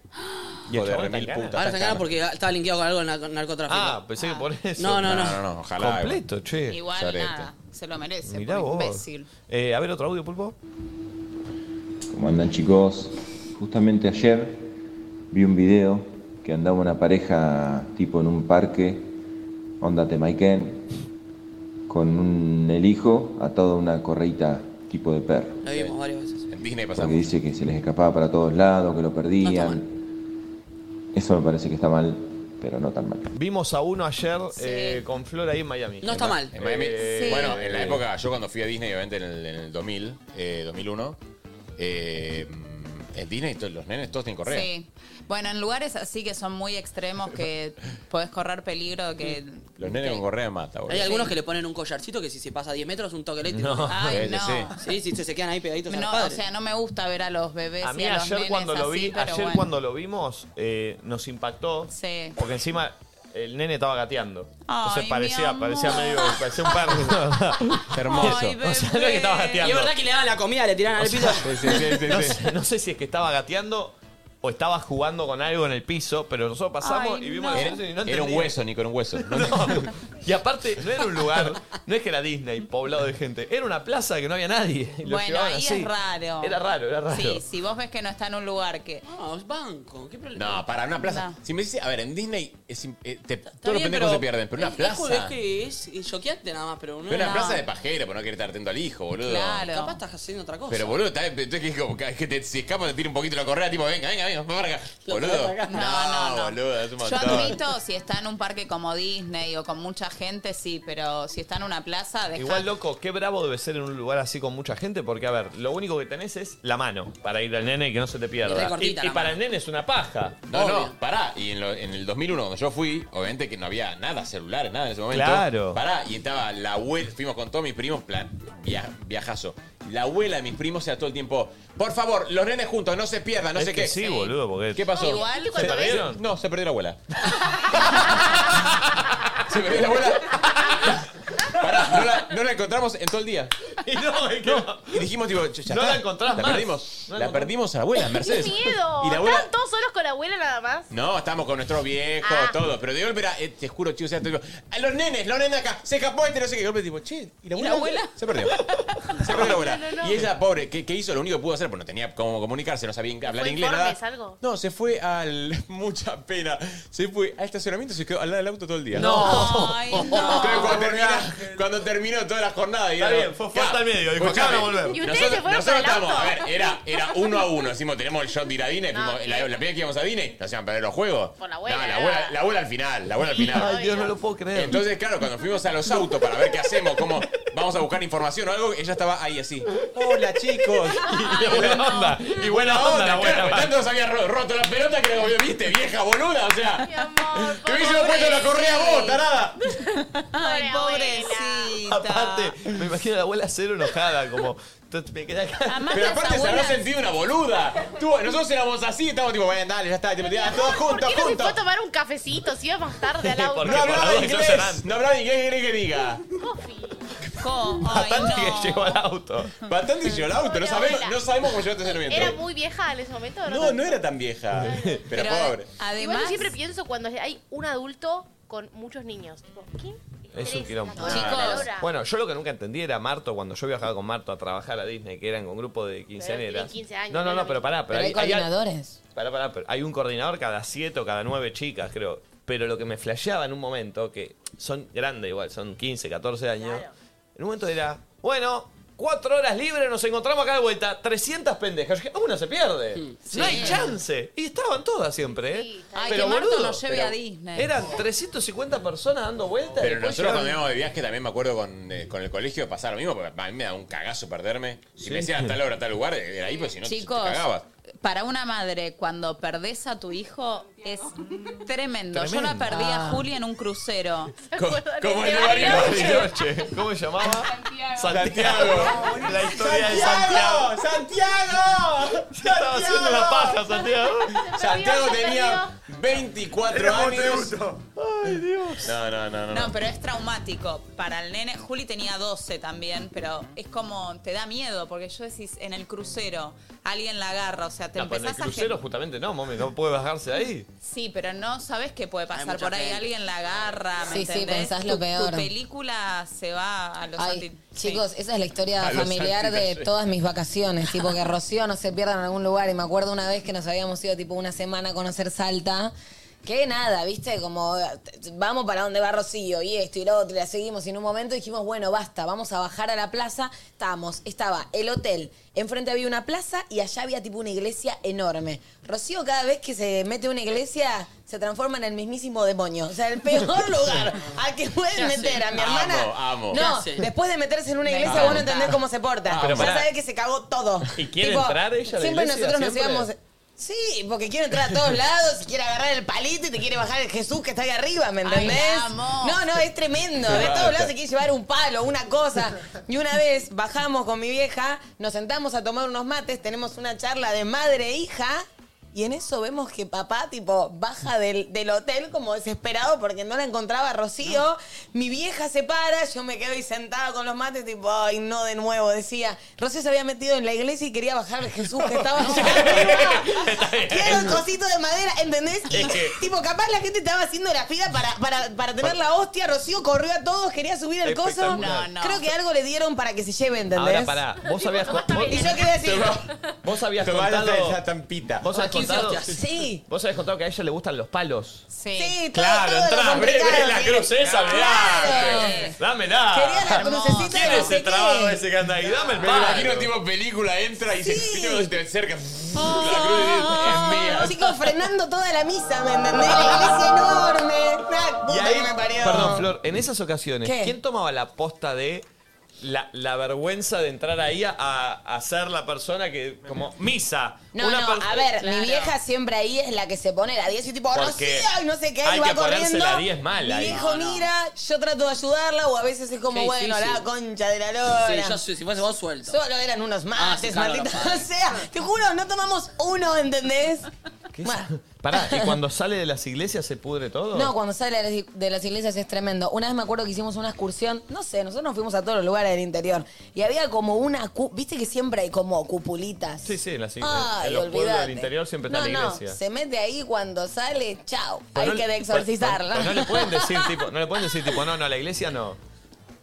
Y el
Joder,
chabón está
remil
en cana.
Ahora
puta. está
se
en
engaña
cana.
porque estaba linkeado con algo del narco- narcotráfico.
Ah, pensé que por eso.
No, no, no.
No, no, no, ojalá.
Completo,
eh,
che.
Igual nada, se lo merece.
Mirá
por
vos.
imbécil.
Eh, a ver, otro audio, Pulpo.
¿Cómo andan chicos? Justamente ayer vi un video que andaba una pareja tipo en un parque, onda Temaiken, con un, el hijo atado a una correita tipo de perro.
Lo vimos varias veces.
En Disney
Porque
pasamos.
dice que se les escapaba para todos lados, que lo perdían. Eso me parece que está mal, pero no tan mal.
Vimos a uno ayer eh, con Flor ahí en Miami.
No está mal.
En Miami,
Eh,
Bueno, en la
eh,
época, yo cuando fui a Disney, obviamente en el, en el 2000, eh, 2001, eh, en Disney to- los nenes todos tienen correa.
Sí. Bueno, en lugares así que son muy extremos que podés correr peligro de que.
Los nenes con correa mata, boludo.
Hay algunos que le ponen un collarcito que si se pasa 10 metros un toque eléctrico.
No. Ay, no.
Sí, sí, se- se quedan ahí pegaditos a los
No, o
padres.
sea, no me gusta ver a los bebés.
A mí
y a los
ayer
nenes
cuando lo
así,
vi,
pero
ayer
bueno.
cuando lo vimos, eh, nos impactó.
Sí.
Porque encima el nene estaba gateando. Entonces
Ay,
parecía,
mi
parecía medio, parecía un perro.
Hermoso.
o sea, no es que estaba
Y
gateando.
es verdad que le daban la comida, le tiraban al Ah, piso.
no, sé, no sé si es que estaba gateando o estaba jugando con algo en el piso, pero nosotros pasamos
Ay,
y vimos
no.
eso y
Era
no
un
entendía.
hueso, Nico, era un hueso. No,
Y aparte, no era un lugar, no es que era Disney, poblado de gente, era una plaza que no había nadie. y lo
Bueno,
llevaban
ahí
así.
es raro.
Era raro, era raro.
Sí, si vos ves que no está en un lugar que.
No, es banco, qué problema.
No, para una plaza.
No.
Si me dices, a ver, en Disney es im- eh, te-
Está
todos los
bien,
pendejos se pierden, pero una
es- es
plaza.
Es que es es choqueante nada más, pero no
Pero
no.
una plaza de pajero, por no querer estar atento al hijo, boludo.
Claro. Capaz estás haciendo otra cosa.
Pero boludo, está- entonces que es como que- que te, si escapa te tira un poquito la correa, tipo, venga, venga, venga, para acá.
Lo
Boludo.
traes acá.
No, no, no.
boludo, es un
Yo
montón.
admito si está en un parque como Disney o con mucha gente, sí, pero si está en una plaza, deja.
Igual, loco, qué bravo debe ser en un lugar así con mucha gente, porque, a ver, lo único que tenés es la mano para ir al nene y que no se te
Y
pierda.
recortita la
para
mano.
el nene es una paja.
No, no, pará. Y en, lo- en el 2001, cuando yo fui, obviamente que no había nada, celulares, nada en ese momento.
Claro.
Pará, y estaba la abuela, fuimos con todos mis primos, plan, via- viajazo. La abuela de mis primos era todo el tiempo, por favor, los nenes juntos, no se pierdan, no
Es
sé
que
qué.
sí, boludo, porque-
¿Qué pasó?
Igual, ¿Se cuando ves- perdieron?
No, se perdió la abuela. ¿Se perdió la abuela? Pará, no la, no la encontramos en todo el día.
Y no, es que
Y dijimos, tipo, "Che, ya
No
está,
la encontrás
La
más.
perdimos.
No la
la
encontrás.
perdimos a la abuela, Mercedes.
¡Qué miedo!
Y la abuela,
¿Están todos solos con la abuela nada más?
no, estamos con nuestros viejos,
Ah.
todo. Pero de golpe era, eh, te juro, chicos, o sea, te digo, a los nenes, los nenes acá, se escapó este, no sé qué. De golpe, tipo, che, ¿y la abuela? Se perdió. Se perdió la abuela.
No, no, no.
Y ella, pobre, ¿qué, qué hizo? Lo único que pudo hacer, porque no tenía cómo comunicarse, no sabía en- hablar
¿Fue
inglés,
informes,
nada.
algo?
No, se fue al. Mucha pena. Se fue al estacionamiento y se quedó al lado del auto todo el día.
No.
Ay, Entonces, cuando, termina- cuando terminó toda la jornada,
Está
dijeron,
bien, fue
"Ya,
falta al medio", dijo, "Ya van a
escuchame".
volver. ¿Y ustedes
Nosotros,
se fueron
nosotros
para el
estábamos, a
auto?
ver, era, era uno a uno. Decimos, tenemos el shot de ir a Disney, fuimos-
No,
la, la primera que íbamos a Disney, nos hacían perder los juegos.
Por la abuela.
No, Ah, la abuela, la abuela al final, la abuela al final.
Ay, Dios, no lo puedo creer.
Entonces, claro, cuando fuimos a los autos para ver qué hacemos, cómo vamos a buscar información o algo, ella estaba ahí así. Hola, chicos.
Y buena onda. Y buena onda la abuela.
claro, Tanto nos había ro- roto la pelota que le volvió, viste, vieja boluda, o sea.
amor,
que hubiésemos puesto la correa a vos, tarada.
Ay, pobrecita.
Aparte, me imagino a la abuela cero enojada, como. "Tú- Me quedé acá.
Pero aparte se habrá sentido una boluda. Tú, nosotros éramos así, estábamos tipo, vayan, dale, ya está, te metías todos juntos,
¿Por qué no se fue
juntos.
a tomar un cafecito si iba más tarde al auto?
No hablaba inglés, no hablaba inglés, ¿qué querés que diga?
Bastante que llegó al auto.
Bastante llegó al auto, no
Pobre
sabemos,
abuela.
no sabemos cómo llegó al estacionamiento.
¿Era muy vieja en ese momento o no?
No, no era tan vieja. Pero, pobre.
Igual yo siempre pienso cuando hay un adulto con muchos niños. Tipo, ¿qué?
Es un quilombo.
Ah, Chicos.
Bueno, yo lo que nunca entendí era Marto, cuando yo viajaba con Marto a trabajar a Disney, que eran con grupo de quinceaneras.
tienen 15 años,
¿eh? no, no,
no
no,
es lo
pero
mismo.
pará, pero,
Pero hay coordinadores.
pará, pará, pero hay un coordinador cada siete o cada nueve chicas, creo. Pero lo que me flasheaba en un momento, que son grandes igual, son 15, 14 años, en un momento era, bueno, cuatro horas libres, nos encontramos acá de vuelta, 300 pendejas. Yo dije, "Ah, una se pierde.
sí.
No hay chance. Y estaban todas siempre, ¿eh?
Ay, que Marto nos lleve
pero
a Disney.
Eran 350 personas dando vueltas.
Pero
después
nosotros cuando
llegaron-
íbamos de viaje también me acuerdo con, eh, con el colegio pasaba lo mismo, porque a mí me da un cagazo perderme. Si
Sí.
me decían a tal hora, a tal lugar, era ahí, pues si no te-
Chicos,
te cagabas.
para una madre, cuando perdés a tu hijo, es tremendo. Yo la
Tremendo.
perdí a
Ah.
Julia en un crucero.
Co- ¿Cómo
de
el de
Bariloche?
Bariloche? ¿Cómo se llamaba?
Santiago.
La historia de Santiago.
¡Santiago!
Se estaba haciendo la paja, Santiago.
Santiago tenía 24
Era un
años. Ay, Dios. No, no, no, no.
No,
no.
pero es traumático para el nene. Juli tenía 12 también, pero es como, te da miedo, porque yo decís, en el crucero, alguien la agarra, o sea, te
No, pero en el
empezás a...
crucero justamente no, mami, no puede bajarse de ahí.
Sí, pero no sabes qué puede pasar
mucha
por ahí,
gente.
alguien la agarra, ¿me
Sí, sí,
entendés?
pensás lo
Tu-
peor.
Tu película se va a los
Ay,
anti- sí.
chicos, esa es la historia
A los
familiar de
antitalleres.
todas mis vacaciones, tipo que Rocío no se pierda en algún lugar y me acuerdo una vez que nos habíamos ido tipo una semana a conocer Salta, que nada, viste, como t- vamos para donde va Rocío y esto y lo otro, y la seguimos y en un momento dijimos, bueno, basta, vamos a bajar a la plaza, estábamos, estaba el hotel, enfrente había una plaza y allá había tipo una iglesia enorme. Rocío cada vez que se mete a una iglesia se transforma en el mismísimo demonio, o sea, el peor lugar al que pueden
hace?
meter a mi
Amo,
hermana.
amo. ¿Qué
No,
hace?
después de meterse en una
Me
iglesia, vos no
encanta.
entendés cómo se porta.
Ah, pero
ya
pará.
sabés que se cagó todo.
¿Y quiere entrar ella a la
Siempre
iglesia,
nosotros
siempre?
nos íbamos. Sí, porque quiere entrar a todos lados, y quiere agarrar el palito y te quiere bajar el Jesús que está ahí arriba, ¿me entendés?
la amo.
no, no, es tremendo. De todos lados se quiere llevar un palo, una cosa. Y una vez bajamos con mi vieja, nos sentamos a tomar unos mates, tenemos una charla de madre e hija. Y en eso vemos que papá, tipo, baja del, del hotel como desesperado porque no la encontraba Rocío. Mi vieja se para, yo me quedo ahí sentada con los mates, tipo, ay, no de nuevo, decía. Rocío se había metido en la iglesia y quería bajar al Jesús que estaba Quiero un cosito de madera, ¿entendés? Y,
Es que-
tipo, capaz la gente estaba haciendo la fila para, para, para tener la hostia. Rocío corrió a todos, quería subir al coso.
Espectacular. No, no.
Creo que algo le dieron para que se lleve, ¿entendés?
Ahora pará, vos habías vos,
Y yo quería decir,
vos habías
Tomá la-
contado
esa tampita.
Vos habías
Ah, 15
contado
hostias.
Sí.
Vos habías contado que a ella le gustan los palos.
sí, todo,
Claro,
todo lo
entrá, ve, ve
complicado,
la
sí.
cruz esa, mirá.
Claro.
Dámela.
Quería la crucecita
¿Quién
de
es
no sé
ese trabado
qué.
ese que anda ahí? Dame el
Me
palo.
imagino tipo película, entra y se, tipo, se te acerca.
¿eh?
Chicos, frenando toda la misa, ¿me entendés? La iglesia enorme. Nada,
Y
puta
ahí-
que me parió.
Perdón, Flor, en esas ocasiones,
¿Qué?
¿quién tomaba la posta de la, la vergüenza de entrar ahí a, a ser la persona que, como, misa?
No,
Una
no,
per-
a ver, mi vieja siempre ahí es la que se pone la 10 y tipo, no
Porque
sé, ay, no sé qué,
hay
y va
que ponerse
corriendo.
la 10 mal
mi
ahí.
viejo
No, no.
mira, yo trato de ayudarla o a veces es como,
Qué
bueno,
difícil.
la concha de la lora.
Sí, yo si si fuese vos suelto.
Solo eran unos mates,
sí, claro,
maldita
los padres.
sea. Te juro, no tomamos uno, ¿entendés? Bueno,
Pará, ¿y cuando sale de las iglesias se pudre todo?
no, cuando sale de las i- de las iglesias es tremendo. Una vez me acuerdo que hicimos una excursión, no sé, nosotros nos fuimos a todos los lugares del interior y había como una, cu- viste que siempre hay como cupulitas.
Sí, sí, en las iglesias.
Ay,
en los pueblos
olvidate.
del interior siempre está
no,
la iglesia.
No, se mete ahí cuando sale, chao.
Pero Pues
Hay
no-
que de
Pero
exorcizarla.
no le pueden decir tipo, no le pueden decir tipo, no, no, la iglesia no.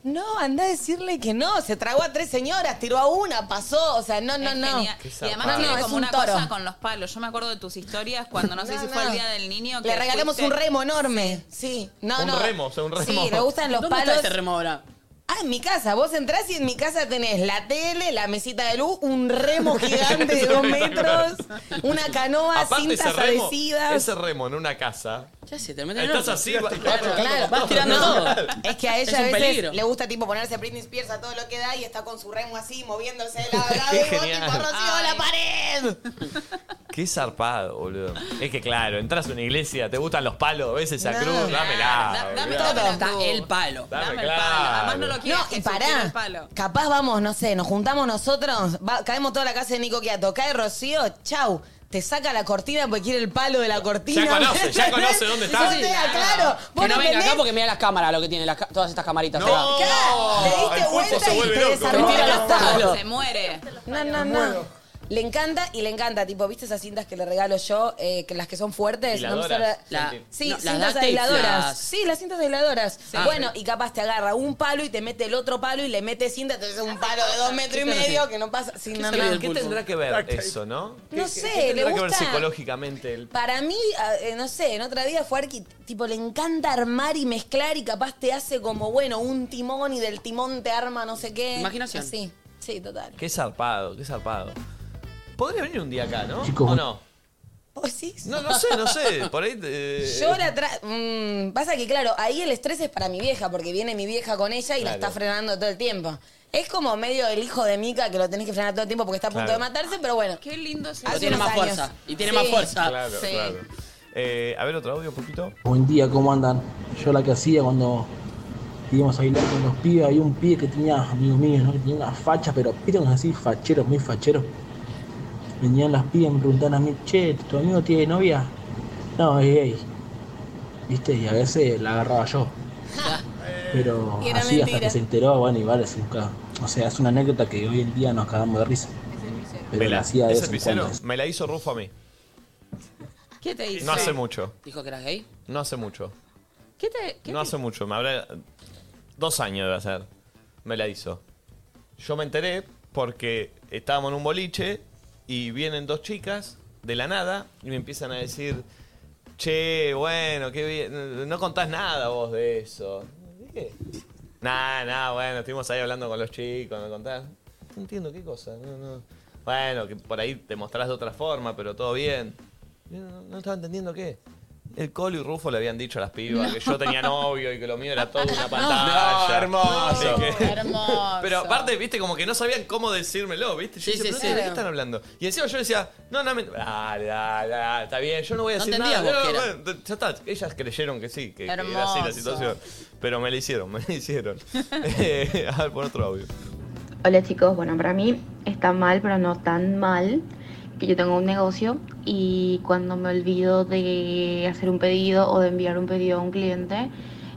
No, anda a decirle que no. Se tragó a tres señoras, tiró a una, pasó. O sea, no, no,
Es
no.
genial.
Qué
Y además
zarpado.
tiene
No, es
como
un
una
toro.
cosa con los palos. Yo me acuerdo de tus historias cuando no sé si fue el día del niño. Que
Le regalamos
fuiste-
un remo enorme. Sí. No,
Un
no.
remo, o sea, un remo.
Sí, le gustan los
¿Dónde está
palos.
ese remo
ahora?
Ah, en mi casa. Vos entrás y en mi casa tenés la tele, la mesita de luz, un remo gigante de dos metros, una canoa,
Aparte ese
cintas
remo,
adhesidas.
ese remo en una casa.
Ya se te mete el
Estás
orto.
así,
Claro,
va-
claro,
va-
claro, vas tirando
No.
todo.
Es que a
Es
ella a
un
veces
peligro.
le gusta tipo ponerse Britney Spears a todo lo que da y está con su remo así, moviéndose de lado a lado
Qué
y vos
genial.
tipo
Ah.
Rocío la pared.
Qué zarpado, boludo. Es que claro, entras a una iglesia, te gustan los palos, ves esa
No.
cruz, dámela.
Dame
boludo.
todo.
Está el palo.
Dame,
el palo.
claro.
Además no lo quiero.
No, y pará. Capaz vamos, no sé, nos juntamos nosotros, va- caemos toda la casa de Nico Quiato, cae Rocío, chau. Te saca la cortina porque quiere el palo de la cortina.
Ya conoce, ya conoce dónde está.
Sí, sí, sí, claro.
Que no
Vos no
venga acá
entendés.
porque mira las cámaras lo que tiene, las ca- todas estas camaritas.
No,
acá.
Claro, te diste el pulpo vuelta se y vuelve te loco. desarmó
Mentira,
los
los palos.
Se muere.
No, no, no. Le encanta y le encanta, tipo, ¿viste esas cintas que le regalo yo? eh, que las que son fuertes. No me
Hiladoras.
sale-
La-
sí,
no, las
cintas
duct tapes,
aisladoras.
las-
Sí, las cintas aisladoras.
Sí.
Bueno, y capaz te agarra un palo y te mete el otro palo y le mete cinta, entonces es un palo de dos metros y
¿Qué te
medio
hace?
que no pasa. sin
¿Qué,
nada.
tendrá- qué tendrá que ver eso, no? ¿Qué-
No
qué-
sé,
¿qué tendrá
le
que ver
gusta-
psicológicamente? El...
Para mí, a- eh, no sé, en otra vida fue arqui, tipo, le encanta armar y mezclar y capaz te hace como, bueno, un timón y del timón te arma no sé qué.
Imaginación.
Sí, sí, total.
Qué zarpado, qué zarpado. Podría venir un día acá, ¿no?
Chicos,
¿O no?
¿Vos decís?
No, no sé, no sé. Por ahí. eh,
Yo la tra... mm, pasa que, claro, ahí el estrés es para mi vieja, porque viene mi vieja con ella y la
Claro.
está frenando todo el tiempo. Es como medio el hijo de Mica que lo tenés que frenar todo el tiempo porque está a punto
Claro. Ah,
de matarse, pero bueno.
Qué lindo se
Pero tiene más fuerza. Y tiene más fuerza.
Claro, claro. Eh, a ver, otro audio, poquito.
Buen día, ¿cómo andan? Yo la que hacía cuando íbamos a bailar con los pibes, había un pibe que tenía, amigos míos, ¿no? que tenía una facha, pero eran así, facheros, muy facheros. Venían las pibas y me preguntaban a mí, che, ¿tu amigo tiene novia? No, es gay. ¿Viste? Y a veces la agarraba yo. Pero
Y era
así hasta
mentira.
que se enteró, bueno, igual es un ca- O sea, es una anécdota que hoy en día nos cagamos de risa. Pero la hacía de
¿Ese
vez en
pisero?
cuando.
Me la hizo Rufo a mí.
¿Qué te hizo?
No hace mucho.
¿Dijo que eras gay?
No hace mucho.
¿Qué te.? qué
No hace mucho, me habrá. Dos años debe hacer. Me la hizo. Yo me enteré porque estábamos en un boliche y vienen dos chicas de la nada y me empiezan a decir: Che, bueno, qué bien. No contás nada vos de eso. ¿Qué? Nah, nah, bueno, estuvimos ahí hablando con los chicos, me contás. No entiendo qué cosa. No, no. Bueno, que por ahí te mostrarás de otra forma, pero todo bien. Yo No, no estaba entendiendo qué. El Colo y Rufo le habían dicho a las pibas que yo tenía novio y que lo mío era todo una pantalla.
No, hermoso.
Así que-
Hermoso.
Pero aparte, viste, como que no sabían cómo decírmelo, viste. Yo
Sí,
decía,
sí,
"¿Pero
sí.
¿De qué están hablando? Y encima yo decía, no, no, me... dale, dale, dale, está bien, yo no voy a
No
decir
entendías
nada.
vos
No,
que era.
bueno, ya está, ellas creyeron que sí, que, que era así la
Hermoso.
situación. Pero me la hicieron, me la hicieron. Eh, a ver, pon otro audio.
Hola chicos, bueno, para mí está mal, pero no tan mal, que yo tengo un negocio y cuando me olvido de hacer un pedido o de enviar un pedido a un cliente,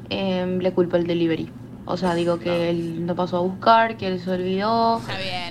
em, le culpo el delivery. O sea, digo que él no pasó a buscar, que él se olvidó,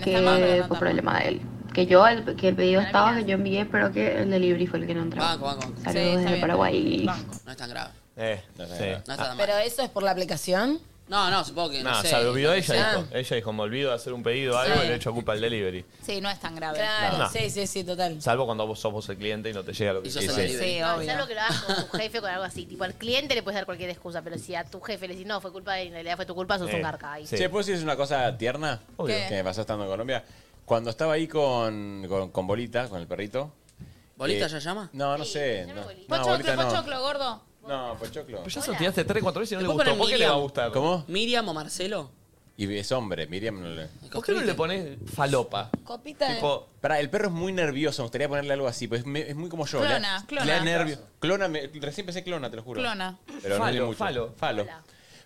que fue problema de él. Que yo, el, que el pedido estaba, que yo envié, pero que el delivery fue el que no entró.
Banco, banco. banco.
Saludos desde Paraguay.
No es tan grave.
Eh, sí.
No está tan mal.
¿Pero eso es por la aplicación?
No, no, supongo que no,
No,
sé.
se olvidó ella,
Ah.
dijo. Ella dijo, me olvido de hacer un pedido o algo
Sí.
y le echo culpa al delivery.
Sí, no es tan grave.
Claro,
No.
sí, sí, sí, total.
Salvo cuando vos sos vos el cliente y no te llega lo que
sos el
quisiste.
delivery. Sí,
No, es algo que lo hagas con tu jefe o con algo así. Tipo, al cliente le puedes dar cualquier excusa, pero si a tu jefe le decís, no, fue culpa de él, en realidad fue tu culpa, sos
Eh,
un garca ahí.
Che,
pues,
¿puedo decirles una cosa tierna?
Obvio. ¿Qué?
Que me pasó estando en Colombia. Cuando estaba ahí con, con, con Bolita, con el perrito. Eh,
¿Bolita ya llama?
No, no sé. No, no,
Pochoclo,
Bolita no.
pochoclo, gordo.
No, pochoclo.
Pero Pues ya sorteaste 3, 4 veces y no
¿Te
le
puedo
gustó.
poner
¿Por qué le
Miriam?
va a gustar?
¿Cómo?
¿Miriam o Marcelo?
Y es hombre, Miriam no le.
¿Por qué no le pones falopa?
Copita de-
Tipo, pará, el perro es muy nervioso, me gustaría ponerle algo así, pues es, me- es muy como yo. le da-
Clona,
le,
clona.
da nervio. Clona, me- recién pensé clona, te lo juro.
Clona.
Pero no
Falo,
le mucho.
falo.
Falo.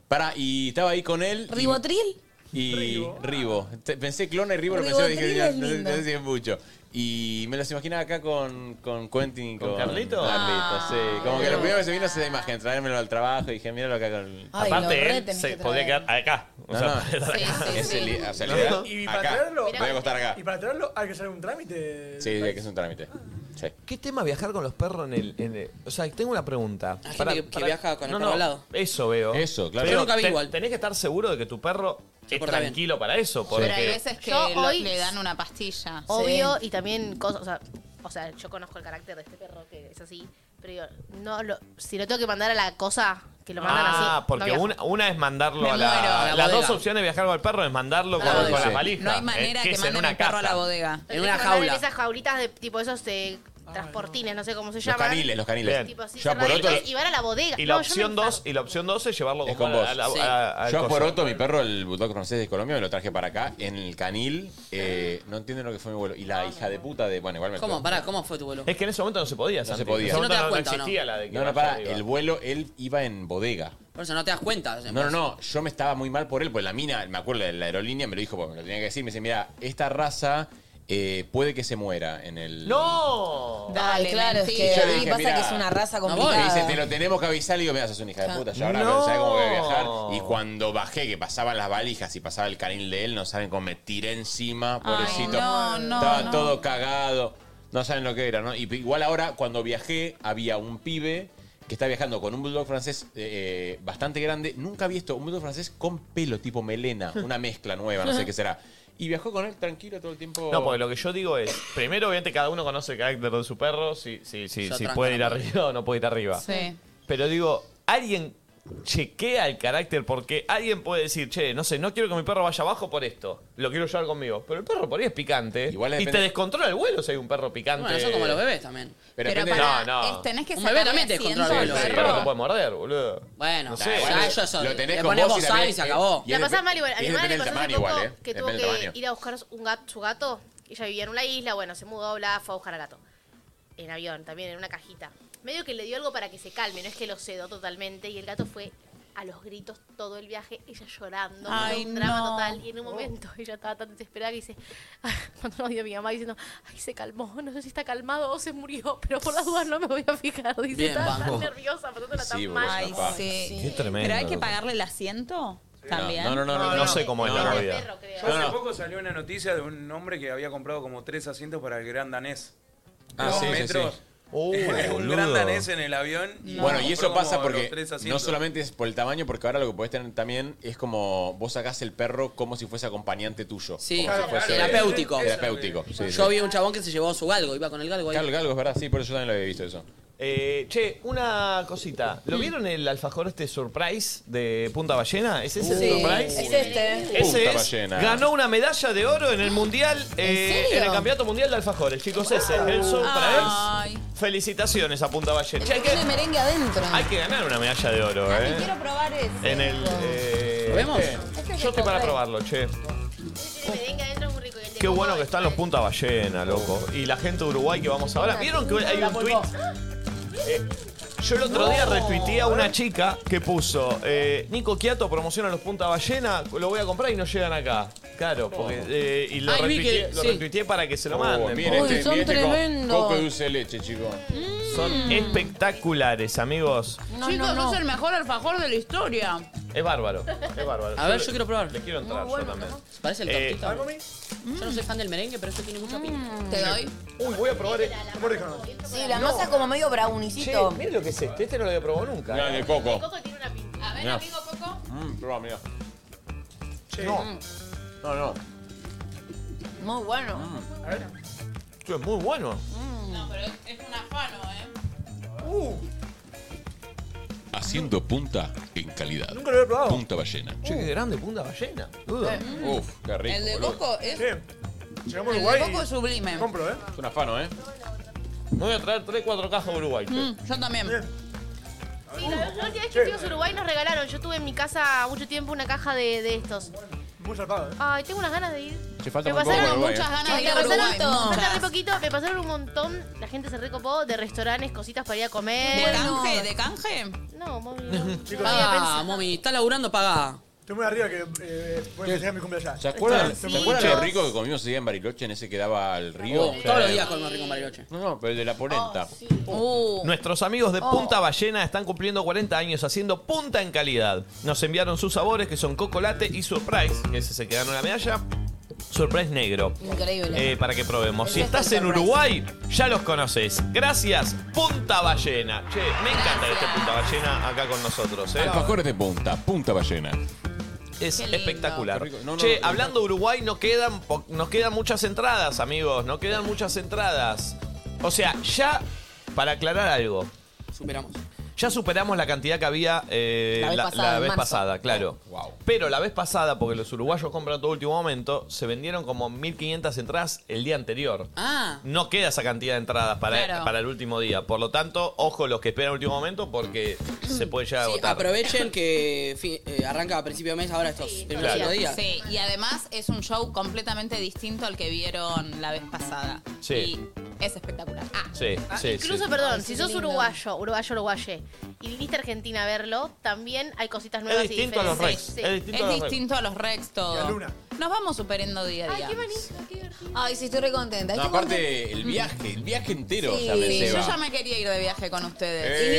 Pará, y estaba ahí con él. y-
¿Ribotril?
Y Ribo. Te- Pensé clona y Ribo, lo pensé y
Ribotril
dije, ya,
es
no, sé- no sé
lindo.
si es mucho. Y me los imaginaba acá con, con Quentin y
¿Con
con.
Carlito?
Carlito,
Ah.
sí. Como que lo primero que se vino es esa imagen, traérmelo al trabajo y dije, míralo acá con.
Ay, Aparte, lo re él tenés se que traer. podría quedar acá. O
No,
sea,
no.
podría estar acá.
Es el- o sea,
No.
literal,
Y para
acá.
traerlo.
Me voy a acostar acá.
Y para traerlo hay que hacer un trámite.
Sí, que es un trámite. Sí.
¿Qué tema viajar con los perros en el. en el- o sea, tengo una pregunta.
gente que- que viaja con el
no,
perro
no,
al lado.
Eso veo.
Eso, claro.
Pero
Yo nunca vi
te-
igual.
Tenés que estar seguro de que tu perro es
porta bien.
tranquilo para eso. Porque
Pero hay veces que
Yo
lo-
hoy-
le dan una pastilla.
Obvio, y también cosas, o sea, o sea, yo conozco el carácter de este perro que es así, pero yo, no, lo, si lo tengo que mandar a la cosa, que lo mandan así.
Ah,
no
porque
viajo.
una, una es mandarlo
Me
a la.
muero. A la
las
bodega.
dos opciones de viajar con el perro es mandarlo
A
con,
la
con
bodega.
la valija.
Ah, No hay manera
eh,
que
es en
manden
una
al perro a
caja.
la bodega.
Lo tenés que mandar En esas jaulitas de tipo esos eh, transportines, no sé cómo se
Los
llaman.
caniles, los caniles. Bien.
Tipo así,
Yo por
cerraditos,
otro-
y van a la bodega.
Y la
No, yo
opción
me-
dos y la opción dos es llevarlo
Es
con
con vos.
a la- a- al
Yo a
coso.
Poroto, mi perro, el bulldog francés de Colombia, me lo traje para acá en el canil. eh, no entienden lo que fue mi vuelo. Y
Ah,
la hija de puta de. Bueno, igual me
¿Cómo? Pará, ¿cómo fue tu vuelo?
Es que en ese momento no se podía,
No
Santi.
se podía.
En ese
Si no te das
momento
cuenta, ¿o no?
existía la de que
No, no,
vaya
pará.
arriba.
El vuelo, él iba en bodega.
Por eso no te das cuenta.
No, no, no. Yo me estaba muy mal por él, pues la mina, me acuerdo, la aerolínea me lo dijo, porque me lo tenía que decir. Me dice, mira, esta raza eh, puede que se muera en el.
¡No!
Ay,
Dale,
claro, es
Y
que
yo
a
le
mí
dije,
pasa
"Mirá".
que es una raza
No,
complicada.
Me dice, te lo tenemos que avisar. Y digo, me das una hija
Ah.
de puta. Yo ahora
No.
no. sabes cómo voy a viajar. Y cuando bajé, que pasaban las valijas y pasaba el canil de él, no saben cómo me tiré encima, pobrecito.
no, no,
Estaba
no.
todo cagado. No saben lo que era, ¿no? Y igual ahora, cuando viajé, había un pibe que está viajando con un bulldog francés eh, eh, bastante grande. Nunca había visto un bulldog francés con pelo, tipo melena, una mezcla nueva, no sé qué será. Y viajó con él tranquilo todo el tiempo.
No, porque lo que yo digo es, primero obviamente cada uno conoce el carácter de su perro, si, si, si,
Yo
si
tranca
puede ir
no
arriba o no puede ir arriba.
Sí.
Pero digo, alguien chequea el carácter porque alguien puede decir, che, no sé, no quiero que mi perro vaya abajo por esto, lo quiero llevar conmigo. Pero el perro por ahí es picante y
depende-
te descontrola el vuelo si hay un perro picante.
Bueno, son como los bebés también.
Pero,
Pero
depende-
pará,
no, no.
es- tenés que
Un bebé
sacarle
también te
asiento
descontrola el
al
El
bebé.
perro te puede morder, boludo.
Bueno,
No sé,
ya,
igual
yo eso.
lo tenés
le
con
ponés
vos y
vos
también-
sal y se acabó.
y
La
es
pasaba
depe-
mal igual. A
es
mi madre
depende
le
del
pasó hace
tamaño
poco
igual, ¿eh?
que
Depende
tuvo
del
que
tamaño.
ir a buscar un gato, su gato. Ella vivía en una isla, bueno, se mudó, bla, fue a buscar al gato. En avión, también en una cajita. Medio que le dio algo para que se calme, no es que lo cedó totalmente. Y el gato fue a los gritos todo el viaje, ella llorando,
Ay,
un drama
no. Oh.
total. Y en un momento ella estaba tan desesperada que dice, "Ah", cuando nos vio mi mamá diciendo, ay, se calmó, no sé si está calmado o se murió, pero por las dudas no me voy a fijar. Dice,
Bien,
estaba tan
banco.
nerviosa, pasándola
Sí,
tan
boludo,
mal.
Ay, papá. sí.
Qué tremendo.
Pero hay que pagarle el asiento también.
No, no, no, no, no sé cómo es la movida.
Yo hace poco salió una noticia de un hombre que había comprado como tres asientos para el gran danés.
Ah,
Dos
sí, sí,
metros.
sí.
un
Uh,
boludo.
gran danés en el avión. y
Bueno,
compró
y eso
como
pasa
los
porque
tres
no
asientos.
solamente es por el tamaño, porque ahora lo que podés tener también es como vos sacás el perro como si fuese acompañante tuyo.
Sí,
como si
claro,
fuese-
terapéutico.
Terapéutico.
Yo
sí, sí.
vi un chabón que se llevó su galgo, iba con el galgo ahí.
Claro, algo es verdad, sí, por eso yo también lo había visto eso.
Eh, che, una cosita.
Mm.
¿Lo vieron el alfajor este Surprise de Punta Ballena? ¿Es ese el
Sí,
Surprise?
es este.
Ese
Punta
es,
Ballena.
ganó una medalla de oro en el mundial, eh,
serio?
en el campeonato mundial de alfajores, chicos. Ese, el
Ah.
Surprise. Felicitaciones a Punta Ballena. Che, hay, que,
Tiene merengue adentro.
hay que ganar una medalla de oro,
Ay,
eh.
quiero probar ese.
En el. eh,
¿Lo vemos?
este.
Este es
Yo estoy para
Coca-Cola.
probarlo, che.
Me venga adentro es muy rico. Y el de
Qué
Cuba
bueno que están los Punta Ballena, loco. Y la gente de Uruguay que vamos ahora. ¿Vieron que hoy hay un tweet? Yo el otro día retuiteé a una chica que puso eh, Nico Quiato promociona los Punta Ballena, lo voy a comprar y no llegan acá. Claro,
Oh.
porque, eh, y lo,
Ay, vi
retuiteé,
que-
lo
sí.
retuiteé para que se lo manden.
Miren
porque
este, miren este co-
tremendos.
coco y dulce de leche, chicos.
Son espectaculares, amigos.
Chicos, sos el mejor alfajor de la historia.
Es bárbaro, es bárbaro.
A ver,
le-
yo quiero probar.
Le quiero entrar
Muy bueno,
yo también.
Parece el
Eh,
tortito. Yo no soy fan del merengue, pero esto tiene mucha pinta.
Te doy.
Uy, voy a probar esto.
Sí, la masa como medio brownicito.
Miren lo que es este, este no lo había probado nunca.
Mira, de coco.
A ver,
Mirá.
amigo Coco.
Mmm, probá, mirá.
Mm.
No,
No, no.
Muy bueno.
Ah.
esto es muy bueno.
No, pero es un afano, ¿eh?
Haciendo punta en calidad.
Nunca lo había probado.
Punta ballena.
Che, qué grande punta ballena. boludo.
Uf, qué rico.
El de
boludo.
Coco es.
Bien. Llegamos a
Uh, El
Uruguay.
de Coco es sublime.
y Compro, ¿eh?
Es un afano, ¿eh?
Me voy a traer 3, 4 cajas de Uruguay. che.
Mm, yo también.
Sí, la, la última vez que estuvimos a Uruguay nos regalaron. Yo tuve en mi casa mucho tiempo una caja de, de estos.
Muy zarpado, ¿eh?
Ay, tengo unas ganas de ir.
Che,
me pasaron
¿eh?
muchas ganas de ir. Me pasaron,
Uruguay,
me
muchas.
pasaron re poquito, me pasaron un montón. La gente se recopó de restaurantes, cositas para ir a comer.
¿De canje? ¿De canje?
No, mami.
Pagá, mami. Está laburando, pagá.
Estoy muy arriba que eh, voy a festejar mi cumpleaños allá.
¿Se acuerdan,
Estoy
¿se
muy
acuerdan
arriba.
lo rico que comimos ese día en Bariloche, en ese que daba al río?
Oh,
O sea,
todos los días comemos rico en Bariloche.
No, no, pero el de la polenta.
Nuestros amigos de
Oh.
Punta Ballena están cumpliendo 40 años haciendo punta en calidad. Nos enviaron sus sabores que son cocolate y surprise, que ese se quedaron la medalla. Surprise negro.
Increíble.
Eh, para que probemos. Si
Eso es
estás en
surprise.
Uruguay, ya los conoces. Gracias, Punta Ballena. Che, me encanta que esté Punta Ballena acá con nosotros. eh.
Alfajores de punta, punta ballena.
Es espectacular.
Qué rico. No, no,
che,
no, no.
hablando de Uruguay, no quedan, po- nos quedan muchas entradas, amigos. No quedan muchas entradas. O sea, ya, para aclarar algo.
Superamos.
Ya superamos la cantidad que había eh,
La vez
la la vez,
pasada,
pasada,
en marzo. Oh,
claro. Pero la vez pasada, porque los uruguayos compran todo último momento, se vendieron como 1.500 entradas el día anterior.
Ah.
No queda esa cantidad de entradas para,
Claro.
para el último día. Por lo tanto, ojo los que esperan el último momento porque se puede llegar a
Sí,
agotar.
aprovechen que fi- eh, arranca a principio de mes ahora estos primeros cinco
Claro.
días.
Sí, y además es un show completamente distinto al que vieron la vez pasada.
Sí,
Es espectacular. Ah,
sí, sí.
Incluso,
sí.
perdón,
Ay,
si
qué
sos
lindo.
uruguayo, uruguayo, uruguaye, y viniste a Argentina a verlo, también hay cositas nuevas
Es distinto
y
a los
diferentes.
Rex,
Sí.
es
es distinto a los Rex todo. Nos vamos superando día a día. Ay, qué
Ay, sí, estoy re contenta.
No,
Estoy
aparte, el viaje, el viaje entero
Sí,
ya me
sí,
ceba.
Yo ya me quería ir de viaje con ustedes.
Y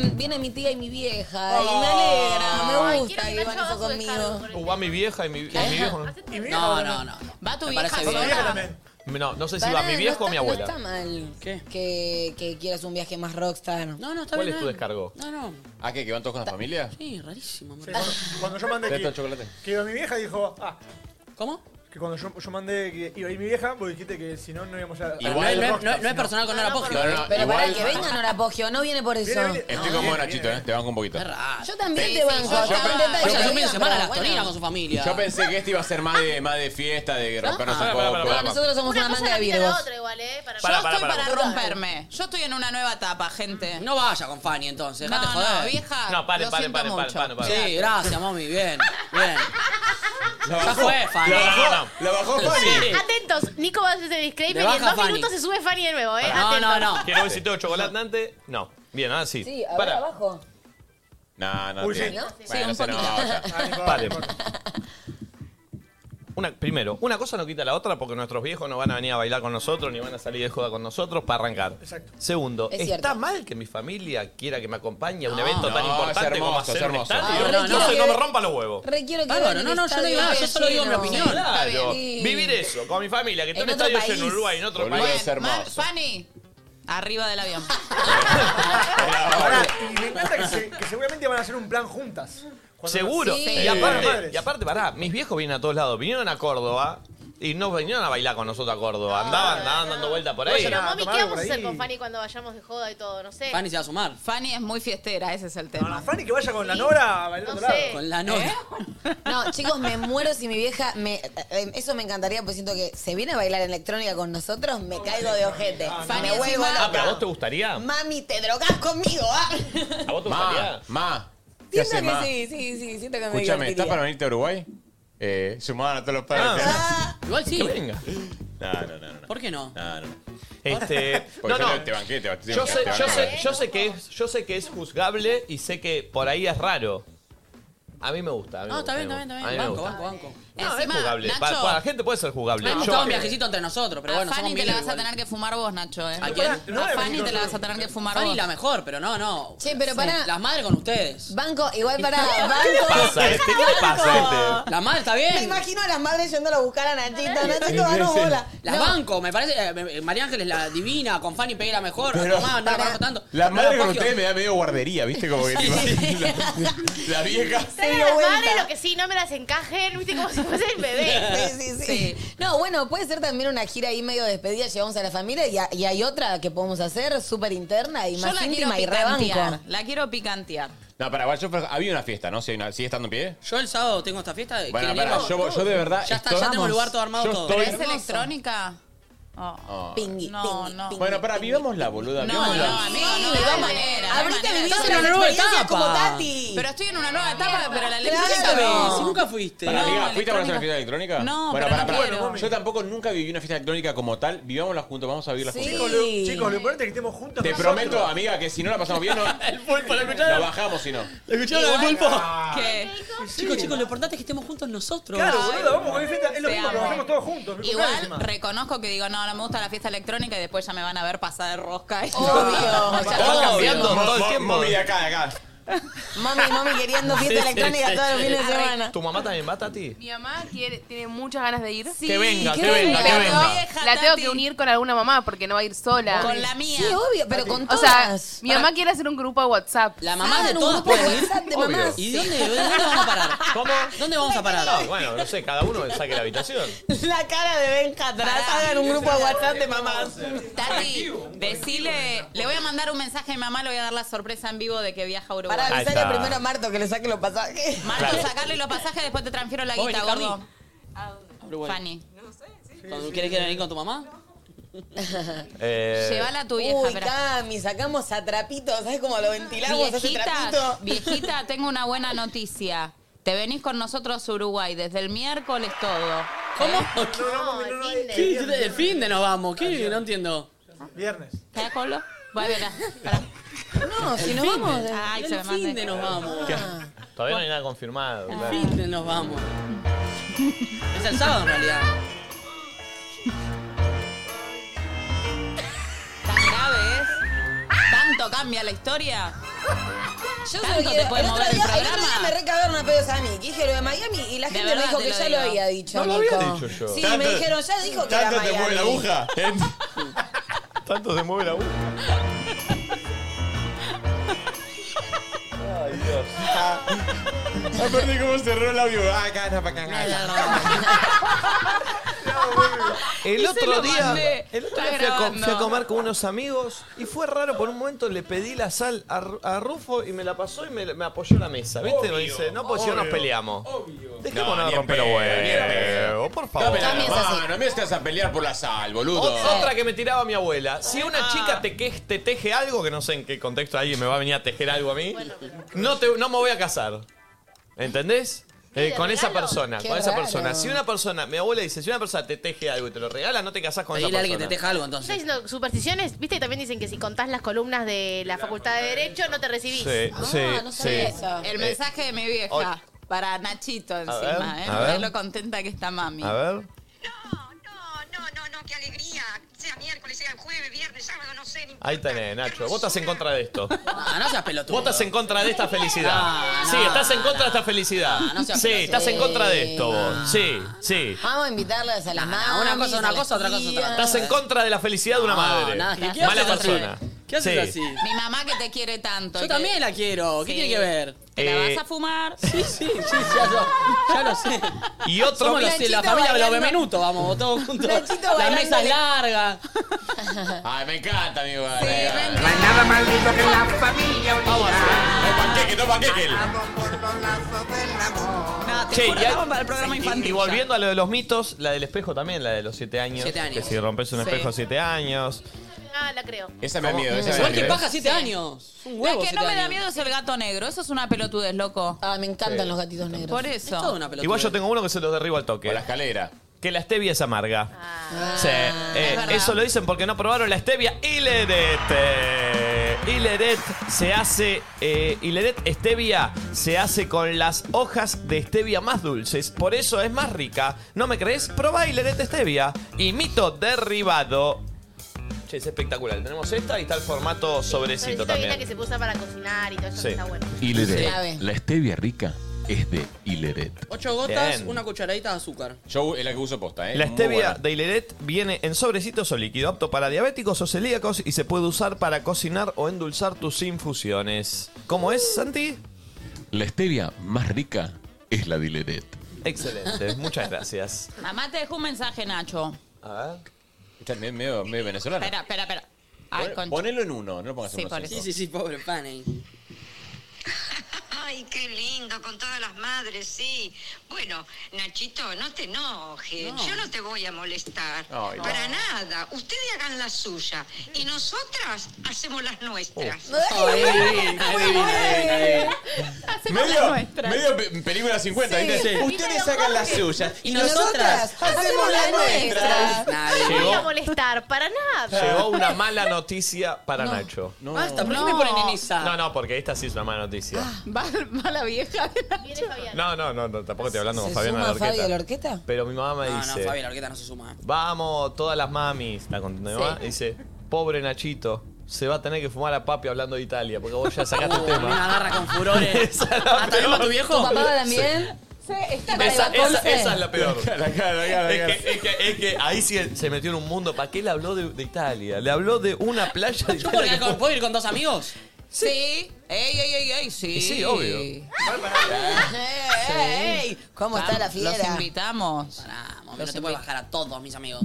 viene, viene mi tía y mi vieja. Y me alegra, me
Ay,
gusta que van eso conmigo.
Uh, va mi vieja y mi, y mi viejo.
No, no, no. Va tu
Me
vieja
parece
sola.
bien. No, no sé si va
Pará,
mi
no
viejo o
está-
mi
No está
abuela.
mal Que, que quieras un viaje más rockstar.
No, no, está
¿Cuál
bien.
es tu
no.
descargo?
No, no.
¿Ah, qué? ¿Que van todos con la familia?
Sí, rarísimo. amor.
Cuando yo mandé
¿Te gusta
que,
el chocolate?
que iba mi vieja, dijo, ah.
¿Cómo?
Que cuando yo, yo mandé que iba a ir mi vieja, vos dijiste que si no, no íbamos a...
Pero Igual- no es- no es- no es personal con Nora No, no, Poggio,
¿eh?
Pero para
igual-
que venga Nora Poggio, no viene por eso.
Estoy con vos, Nachito, ¿eh? Te banco un poquito.
Yo también
Sí,
te
sí,
banco.
yo- yo-
te banco, te
yo-
banco,
yo-
te
Fin de semana, la
banco,
Torina
bueno.
con su familia.
Yo pensé que este iba a ser más de, más de fiesta, de rompernos
Pará,
un
pará,
poco.
pará,
Bueno, nosotros somos una manga de virgos.
Yo
pará, pará.
estoy para romperme. Yo estoy en una nueva etapa, gente.
No vaya con Fanny entonces, dejate
No, no,
joder.
vieja,
No, paren, lo paren, siento paren, mucho. paren, paren, paren.
Sí, gracias, mami, bien, bien. Ya fue, Fanny.
La bajó, la bajó Fanny.
Sí.
Atentos, Nico va a hacer ese
Le
disclaimer y en
baja
dos
Fanny.
minutos se sube Fanny de nuevo, ¿eh?
Pará.
Atentos.
¿Quiero un besito de chocolate antes? No. Bien, ahora sí.
Sí, a ver,
Pará.
abajo.
No, no.
Uy,
tiene.
sí, ¿no?
Bueno,
Sí, un
ese no,
poquito.
ya.
Paren. Una, primero, una cosa no quita la otra porque nuestros viejos no van a venir a bailar con nosotros ni van a salir de joda con nosotros para arrancar.
Exacto.
Segundo,
Es
¿está
cierto.
mal que mi familia quiera que me acompañe a un
No.
evento tan
No, es
importante como
hermoso,
hacer
es
un
hermoso.
estadio?
Ay,
no,
quiero
se- no
que-
me rompa los huevos.
Re quiero que
Bárbaro,
vean el
no, no, yo no
estadio
iba, yo
de
solo digo mi
lleno.
opinión. Claro,
Sí.
vivir eso con mi familia, que esté
En
un
otro
estadio
país.
en Uruguay, en otro
Boludo,
país.
es hermoso.
Fanny, arriba del avión.
Pará, y me encanta que, se- que seguramente van a hacer un plan juntas. Cuando-
Seguro.
Sí.
Y, aparte,
Madres.
y aparte, pará, mis viejos vienen a todos lados. Vinieron a Córdoba y no vinieron a bailar con nosotros a Córdoba. Andaban, andaban dando vueltas por Ah, ahí.
Bueno, mami, ¿qué vamos a hacer con Fanny cuando vayamos de joda y todo? No sé.
va a sumar.
Fanny es muy fiestera, ese es el tema.
Fanny que vaya con la Nora a bailar
No
otro lado.
sé.
Con la Nora.
No, chicos, me muero si mi vieja me. eh, Eso me encantaría, pues siento que se viene a bailar electrónica con nosotros, me caigo de ojete.
Fanny,
me vuelvo
Ah, pero a
loca.
vos te gustaría.
Mami, te drogás conmigo, ¿ah?
¿A vos te
Ma,
gustaría?
Ma, ¿qué
Siento
hace
que
Ma?
sí, sí, sí, siento que me
Escúchame, ¿estás
divertiría.
para venirte a Uruguay? Eh, sumaban a todos los padres.
Ah.
Igual sí.
Que venga. No, no, no, no. no.
¿Por qué no?
No, no.
Este,
Porque
no,
yo
no.
te banqué, te banqué.
Yo sé,
te
yo
banqué.
sé, yo sé que es, yo sé que es juzgable y sé que por ahí es raro. A mí me gusta. a mí
No,
me
está
gusta,
bien,
a
está
mí
bien, está
me
bien.
gusta.
Banco,
A mí me gusta.
banco, banco.
No, es
Encima,
jugable.
Nacho,
para, para la gente puede ser jugable.
Hemos
Yo-
estado un viajecito entre nosotros, pero
a
bueno,
Fanny
somos
te la vas
amigos
a tener que fumar vos, Nacho. ¿eh?
¿A quién? No,
a
no,
Fanny
no,
te la
no,
vas a tener que fumar
igual. Fanny
vos.
la mejor, pero no, no.
Che, pero
Sí.
pará.
Las madres con ustedes.
Banco, igual para
Ah,
¿Qué le
banco.
pasa a este? ¿Qué le pasa a este?
La madre está bien.
Me imagino a las madres yendo a buscar a Nachita, Nachito,
Sí, sí,
danos
sí.
bola.
Las banco, me parece. eh, eh, María Ángeles, la divina, con Fanny Pegué la mejor.
Pero-
Tomás, no la conozco tanto.
La madre con
Poggio.
ustedes me da medio guardería, ¿viste? Como que la, la vieja.
Ustedes las madres, lo que sí, no me las encajen, viste, como si fuese el bebé.
Sí, sí, sí, No, bueno, puede ser también una gira ahí medio despedida, llevamos a la familia y, a- y hay otra que podemos hacer súper interna y
Yo
más
la quiero
íntima y
picantear.
rebanco.
La quiero picantear.
No, para, igual yo fue- había una fiesta, ¿no? Si hay una- ¿Sigue estando en pie?
Yo el sábado tengo esta fiesta.
Bueno,
que
pará,
elijo-
yo, yo de verdad.
Ya está,
estoy-
ya tengo el lugar todo armado
Yo
todo.
¿Pero
estoy-
es electrónica?
Oh.
Pingui,
No,
pingui,
no.
pingui.
Bueno, pará, vivámosla, boluda. vivámosla.
amigo, no,
Sí,
no hay
vamos.
manera.
Abrite a vivir
Estás en
otras
una nueva
experiencias
etapa.
como Tati.
Pero estoy en una nueva etapa, pero la
Claro.
electrónica no.
Si
nunca fuiste.
Pará,
No,
amiga, ¿fuiste a una
electrónica.
fiesta electrónica?
No,
bueno,
pero
pará,
no
pará.
quiero.
Yo tampoco nunca viví una fiesta electrónica como tal. Vivámosla juntos, vamos a vivirla
Chicos,
juntos.
lo, chicos, lo importante es que estemos juntos.
Te
nosotros.
prometo, amiga, que si no la pasamos bien, no,
El pulpo, ¿lo
la
escucharon?
bajamos si no.
¿Lo escucharon al pulpo?
¿Qué?
Chicos, chicos, lo importante es que estemos juntos nosotros.
Claro,
Ay,
boludo, vamos con mi fiesta. Es lo
te
mismo,
amo.
lo hacemos todos juntos. me
Igual
encima.
reconozco que digo, no, no me gusta la fiesta electrónica y después ya me van a ver pasar de rosca.
Oh. Obvio.
Ya
Obvio.
va cambiando.
Mo-
todo el
mo-
tiempo.
mami de
acá, de acá.
Mami, mami queriendo fiesta electrónica todos los fines de semana.
¿Tu mamá también va, Tati?
Mi mamá quiere, tiene muchas ganas de ir.
Que venga, que venga, que
Pero
venga.
la tengo que unir con alguna mamá porque no va a ir sola.
Con la mía.
Sí, obvio, pero con
O sea,
todas.
mi mamá quiere hacer un grupo de WhatsApp.
La mamá
Hagan
de
un
todos
grupo de
puede ir.
WhatsApp de
Obvio.
mamás.
¿Y dónde, dónde vamos a parar?
¿Cómo?
¿Dónde vamos a
No,
parar?
bueno, no sé, cada uno saque la habitación.
La cara de Benja atrás. Hagan un grupo de WhatsApp de mamás.
Tati, decile, le voy a mandar un mensaje a mi mamá, le voy a dar la sorpresa en vivo de que viaja a Uruguay.
Para
Ahí
avisarle
está.
primero a Marto que le saque los pasajes.
Marto,
Claro.
sacarle los pasajes, después te transfiero la
¿Vos
guita,
venís, Cardi?
gordo. Fanny.
¿Cuándo ¿Quieres que venir con tu mamá?
Eh,
Llévala a tu vieja,
Uy,
pero-
Cami, sacamos a trapito. ¿Sabes cómo lo ventilamos a ese
Viejita,
trapito?
viejita, tengo una buena noticia. Te venís con nosotros a Uruguay desde el miércoles todo.
¿Cómo?
No, no, no, no,
el
eh,
Sí,
viernes,
el fin de nos vamos. ¿Qué? No entiendo.
Viernes.
¿Te das colo? Voy a ver acá. pará.
No, si
El
no
fin
vamos.
de-
de-
Ay, se me
El
mandé.
fin de nos vamos.
Todavía no hay nada confirmado.
Ah.
El
claro.
fin de nos vamos. Es el sábado en realidad.
¿Tan grave es? ¿Tanto cambia la historia?
Yo solo
¿Tanto te
quiero.
puede
El otro
mover el
día, el otro
programa?
día me recagaron a pedos a mí. Que dije lo de Miami y la
De
gente me
verdad
dijo
te
que
lo
ya
digo.
lo había dicho.
No lo había
Nico.
dicho yo.
Sí,
Tanto-
me dijeron, ya dijo que era
¿Tanto te
Miami.
mueve la aguja?
Tanto se mueve la aguja.
Ah, Aparte, cómo cerró el audio. Ah, gana pa'
El
Y se
otro
lo
día,
mandé.
el otro día
Está
fui, a co-
grabando.
fui a comer con unos amigos y fue raro. Por un momento le pedí la sal a, Ru- a Rufo y me la pasó y me, me apoyó la mesa. ¿Viste? me dice, no, pues si no nos peleamos. Dejémonos
No,
de
ni
romper los
en pedo, ni en
huevos, por favor.
También es así.
No me estás a pelear por la sal, boludo.
Ot- Otra que me tiraba mi abuela. Si una chica te, que- te teje algo, que no sé en qué contexto alguien me va a venir a tejer algo a mí, no, te, no me voy a casar. ¿Entendés? Eh, con esa persona,
Qué
con esa
raro.
persona. Si una persona, mi abuela dice, si una persona te teje algo y te lo regala, no te casás con
Pedirle
esa
a
persona.
alguien que te teja algo
¿Estás
entonces.
diciendo supersticiones? Viste que también dicen que si contás las columnas de la Facultad de Derecho no te recibís.
Sí,
Ah, no
sí,
sabía
sí.
eso.
El mensaje de mi vieja.
hoy-
Para Nachito encima,
ver,
¿eh?
a ver.
Ve lo contenta que está mami.
A ver.
No, no, no, qué alegría. Sea miércoles, sea jueves, viernes, sábado, no sé.
Ahí tenés, Nacho. Vos estás en contra de esto.
Ah, no seas pelotudo.
Vos estás en contra de esta felicidad.
No,
Sí,
no,
estás en contra de esta felicidad.
no seas
Sí,
pelotudo.
estás en contra de esto
No.
vos. Sí, sí.
Vamos a invitarlas a las
Nah,
mamis,
una cosa, una
a las
cosa, otra cosa, otra
tías.
Estás en contra de la felicidad de una
No,
madre.
nada, ¿qué- qué
Mala
haces así?
persona.
¿Qué haces así?
Sí.
Mi mamá que te quiere tanto. y
Yo
que-
también la quiero. ¿Qué
Sí.
tiene que ver?
¿Te la
Eh,
vas a fumar?
Sí, sí, sí, ya lo, ya lo sé.
Y otro
Somos los-
mensaje.
la
Nachito
familia de los
bailando.
Bemenuto, vamos, todos juntos.
Nachito
La
bailando
mesa es
le-
larga.
Ay, me encanta, amigo.
encanta.
nada más lindo que la familia unida. Toma queque, toma
No, te
Che,
juro,
y hay-
vamos para el programa infantil.
Y
ya.
volviendo a lo de los mitos, la del espejo también, la de los siete años.
Siete años.
Que si rompes un
Sí.
espejo a siete años.
Ah, la creo.
Esa me da miedo, esa me da
Igual que
miedo.
paja siete años. Un
Lo
huevo.
que
siete
no me da
años.
miedo es el gato negro. Eso es una pelotudez, loco.
Ah, me encantan
Sí.
los gatitos negros.
Por
Es toda
eso.
una pelotudez.
Igual yo tengo uno que se los derribo al
Con la
toque.
escalera.
Que la stevia es amarga. sí. eh,
es verdad.
eso lo dicen porque no probaron la stevia. Hileret. eh, Hileret se hace. Eh, Hileret stevia se hace con las hojas de stevia más dulces. Por eso es más rica. ¿No me crees? Probá Hileret stevia. Y mito derribado. Che, es espectacular. Tenemos esta y está el formato sobrecito
Pero necesito bien la
también.
que se usa para cocinar y todo eso
Sí.
que está bueno.
Clave.
Hileret. La stevia rica es de Hileret.
Ocho gotas,
Bien.
una cucharadita de azúcar.
Yo es la que uso posta, ¿eh?
La
Muy
stevia
buena.
de Hileret viene en sobrecitos o líquido, apto para diabéticos o celíacos y se puede usar para cocinar o endulzar tus infusiones. ¿Cómo es, Santi?
La stevia más rica es la de Hileret.
Excelente, muchas gracias.
Mamá te dejó un mensaje, Nacho.
A ver.
Esta es medio, medio venezolana.
Espera, espera, espera. Ay,
Pon-
concha.
Ponelo en uno, no lo pongas
Sí,
en uno.
por
cinco.
Sí, sí, sí, pobre pan, eh.
Ay, qué lindo, con todas las madres, sí. Bueno, Nachito, no te enojes,
No.
yo no te voy a molestar.
Ay, no.
Para nada, ustedes hagan la suya y nosotras hacemos las nuestras.
Medio, medio pe- película 50,
Sí.
¿viste?
Sí.
Ustedes sacan las suyas
Y nosotras hacemos las nuestras.
No me voy a
Llegó,
molestar, para nada.
llegó una mala noticia para
No.
Nacho.
No. Basta, Ah, ¿por qué me ponen en esa?
No, no, porque esta sí es una mala noticia.
Ah.
Mala vieja.
No, no, no, no, tampoco estoy hablando con
¿Se
Fabiana
suma
de la
Fabi de la
Orqueta.
orquesta?
Pero mi mamá me
No, no,
dice.
Fabi, la orquesta no se suma.
Vamos, todas las mamis. La conté
Sí.
mamá. y Dice, pobre Nachito, se va a tener que fumar a papi hablando de Italia, porque vos ya sacaste el
Uh, me
tema.
agarra con furores. ¿Hasta mismo tu viejo?
¿Tu papá también?
Sí, está
Esa, esa, esa es la peor.
cara, la
Es, que, es que- es que ahí sí se metió en un mundo. ¿Para qué le habló de, de Italia? Le habló de una playa de
¿Puedo ir
Italia.
con- ¿Puedo ir con dos amigos?
Sí. Ey, ey, ey, ey, sí.
Y sí, obvio.
Ey,
¿Cómo está la fiera?
Los invitamos.
Mami, no te puedes bajar a todos mis amigos.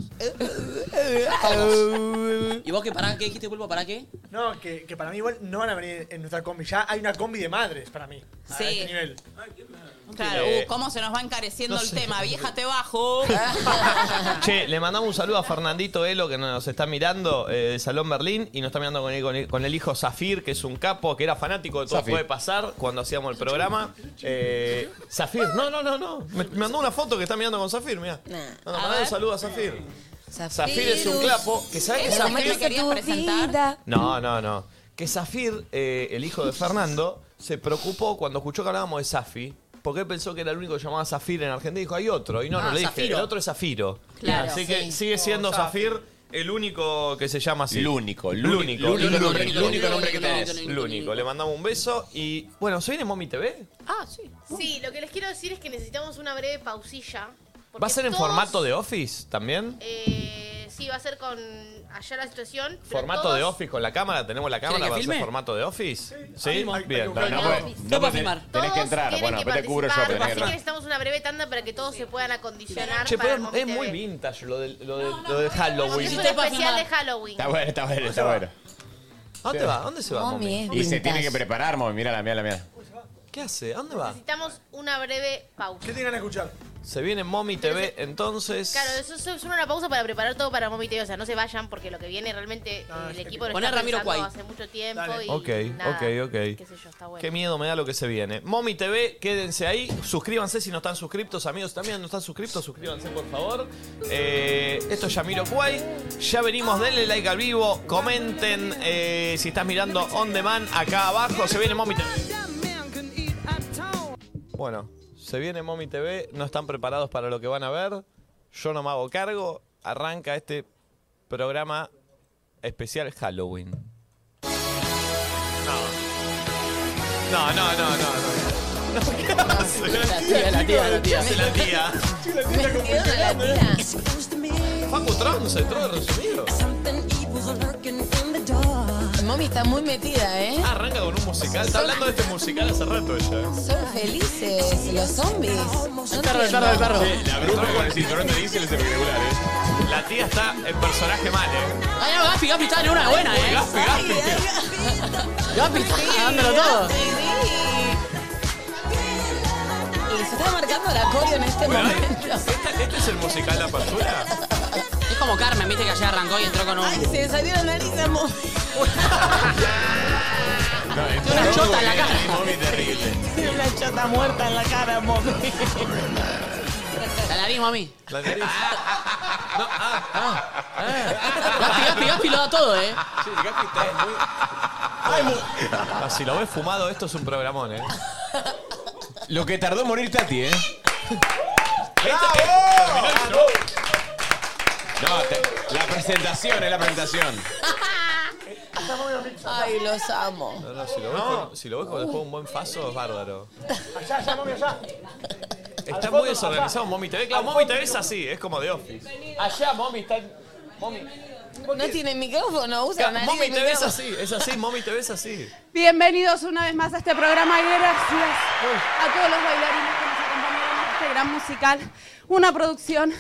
¿Y vos qué para qué dijiste, culpa? ¿Para qué?
No, que, que para mí igual no van a venir en nuestra combi. Ya hay una combi de madres para mí. A
Sí.
este nivel.
Claro,
Eh,
uh, cómo se nos va encareciendo
no
el
sé.
tema. Vieja, te bajo.
Che, le mandamos un saludo a Fernandito Elo que nos está mirando eh, de Salón Berlín y nos está mirando con el, con el- con el hijo Zafir, que es un capo, que era fanático de todo
Zafir.
puede pasar cuando hacíamos el programa. Eh, Zafir, no, no, no, no. Me, me mandó una foto que está mirando con Zafir, mira. No, no,
A
mandale
ver.
un saludo a Zafir. Zafir es un clapo que sabe que
Es el
Zafir.
momento que querías
Tu
presentar.
No, no, no. Que Zafir, eh, el hijo de Fernando, se preocupó cuando escuchó que hablábamos de Safi, porque él pensó que era el único que llamaba Zafir en Argentina y dijo, hay otro. Y no, no
Ah,
le dije,
Zafiro.
el otro es Zafiro.
Claro,
Así
sí.
que sigue siendo
Oh,
Zafir el único que se llama así.
El único, el
el
único,
único.
el único, el único nombre que tenés.
El único. Le mandamos un beso y, bueno, ¿se viene Mommy TV?
Ah, sí. Sí, lo que les quiero decir es que necesitamos una breve pausilla.
¿Va a ser en
todos-
formato de Office también?
Eh, sí, va a ser con allá la situación. pero
¿Formato
todos-
de Office con la cámara? ¿Tenemos la cámara
que
para hacer
filme?
formato de Office? Sí,
Ahí mismo.
No, no,
bien.
puede- no puede- Tenés que entrar.
tienen
Bueno,
que
después te cubro yo, pero tenés
participar,
que
Así que
entrar.
necesitamos una breve tanda para que todos se puedan acondicionar.
Che, pero
para el
es
momento
muy
de-
vintage lo del lo de, lo de Halloween.
Es un especial de Halloween.
Está bueno, está bueno, está bueno.
¿A dónde va? ¿A dónde se va,
Mommy?
Mommy?
Y se tiene que preparar, Mommy. Mira la mía, la mía.
¿Qué hace? ¿A dónde va?
Necesitamos una breve pausa.
¿Qué tienen que escuchar?
Se viene Mommy TV, entonces.
Claro, eso es es una pausa para preparar todo para Mommy TV. O sea, no se vayan porque lo que viene realmente eh,
Ah,
el equipo lo
Poné
está
Ramiro
pensando
Cuay.
hace mucho tiempo. Y
Ok,
nada,
ok, ok.
Qué sé yo, está bueno.
Qué miedo me da lo que se viene. Mommy TV, quédense ahí. Suscríbanse si no están suscriptos, amigos. También no están suscriptos, suscríbanse por favor. Eh, esto es Yamiro Kwai. Ya venimos, denle like al vivo. Comenten eh, si estás mirando on demand acá abajo. Se viene Mommy TV. Bueno, se viene Mommy TV. No están preparados para lo que van a ver. Yo no me hago cargo. Arranca este programa especial Halloween. No, no, no, no.
La tía, la tía, la tía.
no. La tía. Facu Tron se entró de resumido.
Mami está muy metida, ¿eh?
Ah, arranca con un musical. Está hablando de este musical hace rato ella. ¿eh?
Son felices los zombies. No entiendo.
Sí, La bruja con el cinturón de diésel es espectacular, ¿eh?
La tía está en personaje mal, ¿eh?
Ay, no, Gaspi, Gaspi está en una buena, eh.
Gaspi, Gaspi.
Gaspi está dándolo todo.
Y se está marcando la coreo en este
Bueno,
momento.
¿esta- ¿Este es el musical de apertura?
Es como Carmen, viste que ayer arrancó y entró con un.
Ay, se le salió la nariz a Mami.
No, es
Tiene una chota en la cara.
Mommy terrible.
Tiene una chota muerta en la cara, Mami.
La nariz, mami.
La nariz. ah,
Gaspi, Gaspi, Gaspi lo da todo, eh.
Sí, Gaspi está muy. Ah, si lo ves fumado, esto es un programón, ¿eh?
Lo que tardó en morir Tati, ¿eh? No, te- la presentación es la presentación.
Ay, los amo.
No, no, si lo ves con, si lo ves con después un buen faso, es bárbaro.
Allá, allá, mami, allá.
Está muy desorganizado Mommy TV. Claro, Mommy TV es así, es como de Office. Allá, Mommy está. Mommy.
No tiene micrófono, usa nariz.
Mommy
y
TV es
micrófono.
así, es así, Mommy TV es así.
Bienvenidos una vez más a este programa y gracias a todos los bailarines que nos acompañaron en este gran musical. Una producción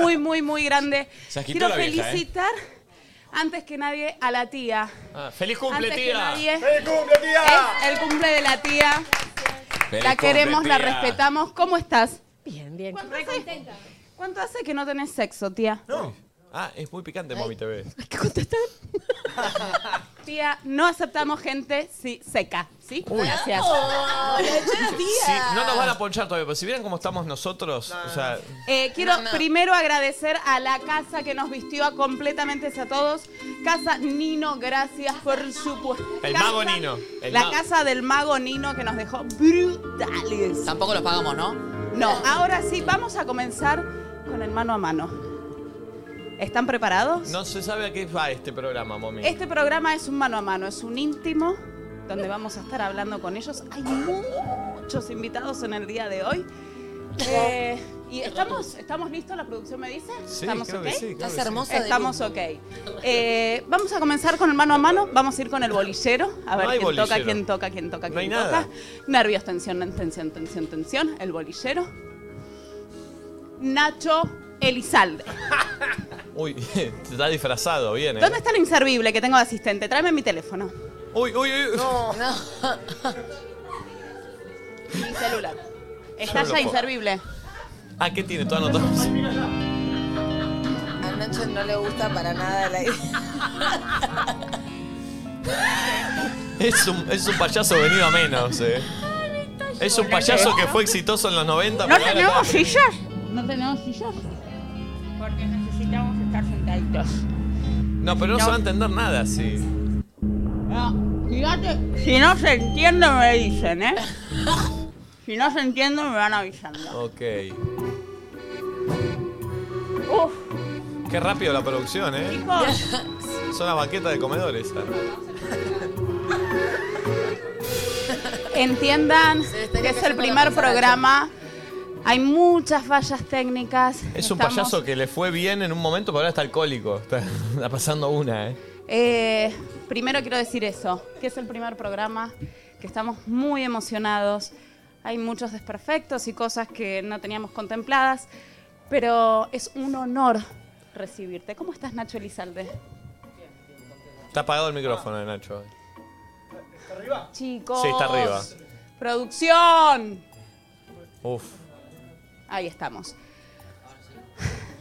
muy, muy, muy grande.
Se agitó
Quiero
la vieja, ¿eh?
felicitar antes que nadie a la tía.
Ah, ¡Feliz cumple,
Antes que
tía!
nadie,
¡Feliz cumple, tía!
Es el cumple de la tía.
La queremos, la respetamos. ¿Cómo estás?
Bien, bien.
Re contenta. ¿Cuánto hace que no tenés sexo, tía? No.
Ah, es muy picante, Mami TV.
Tía, no aceptamos gente si seca, ¿sí? Gracias.
Oh.
¡Bravo! ¡La echó Sí, no nos van a ponchar todavía, pero si vieran cómo estamos nosotros, o sea,
Eh, quiero
No, no.
primero agradecer a la casa que nos vistió a completamente a todos. Casa Nino, gracias por su pu-
el
Casa-
mago Nino. el
La
ma-
casa del mago Nino que nos dejó brutales.
Tampoco los pagamos, ¿no?
No, ahora sí, vamos a comenzar con el mano a mano. ¿Están preparados?
No se sabe a qué va este programa, Mami.
Este programa es un mano a mano, es un íntimo donde vamos a estar hablando con ellos. Hay muchos invitados en el día de hoy. Eh, ¿Y estamos, estamos listos? ¿La producción me dice?
Sí,
¿Estamos
creo
ok?
que sí, creo Estás que sí. hermosa de
Estamos ok. Eh, vamos a comenzar con el mano a mano. Vamos a ir con el bolillero. A
No
ver
hay
quién toca,
bolillero.
quién toca, quién toca,
No
quién
hay
toca.
nada.
Nervios, tensión, tensión, tensión, tensión. El bolillero. Nacho Elizalde.
Uy, está disfrazado, bien, eh.
¿Dónde está el inservible que tengo de asistente? Tráeme mi teléfono.
Uy, uy, uy.
No. Mi celular. Está
Yo no lo
ya
puedo.
inservible.
Ah, ¿qué tiene? Todo anotado.
A Nacho no le gusta para nada la idea.
Es un, es un payaso venido a menos, eh. Es un payaso que fue exitoso en los 90. pero ahora está-
No tenemos sillas. Porque necesitamos estar sentaditos.
No, pero no se va a entender nada, sí.
Ah, Si no se entiende, me dicen, ¿eh? Si no se entiende, me van avisando.
Ok.
Uf,
Qué rápido la producción, eh.
chicos.
Son las banquetas de comedores. ah.
Entiendan que es el
cayendo la
primer
cucaracha.
programa. Hay muchas fallas técnicas.
Es un
Estamos-
payaso que le fue bien en un momento, pero ahora está alcohólico. Está, está pasando una, eh.
Eh, primero quiero decir eso, que es el primer programa, que estamos muy emocionados. Hay muchos desperfectos y cosas que no teníamos contempladas, pero es un honor recibirte. ¿Cómo estás, Nacho Elizalde?
Está apagado el micrófono de Nacho.
Chicos.
Sí, está arriba.
Producción.
Uf.
Ahí estamos.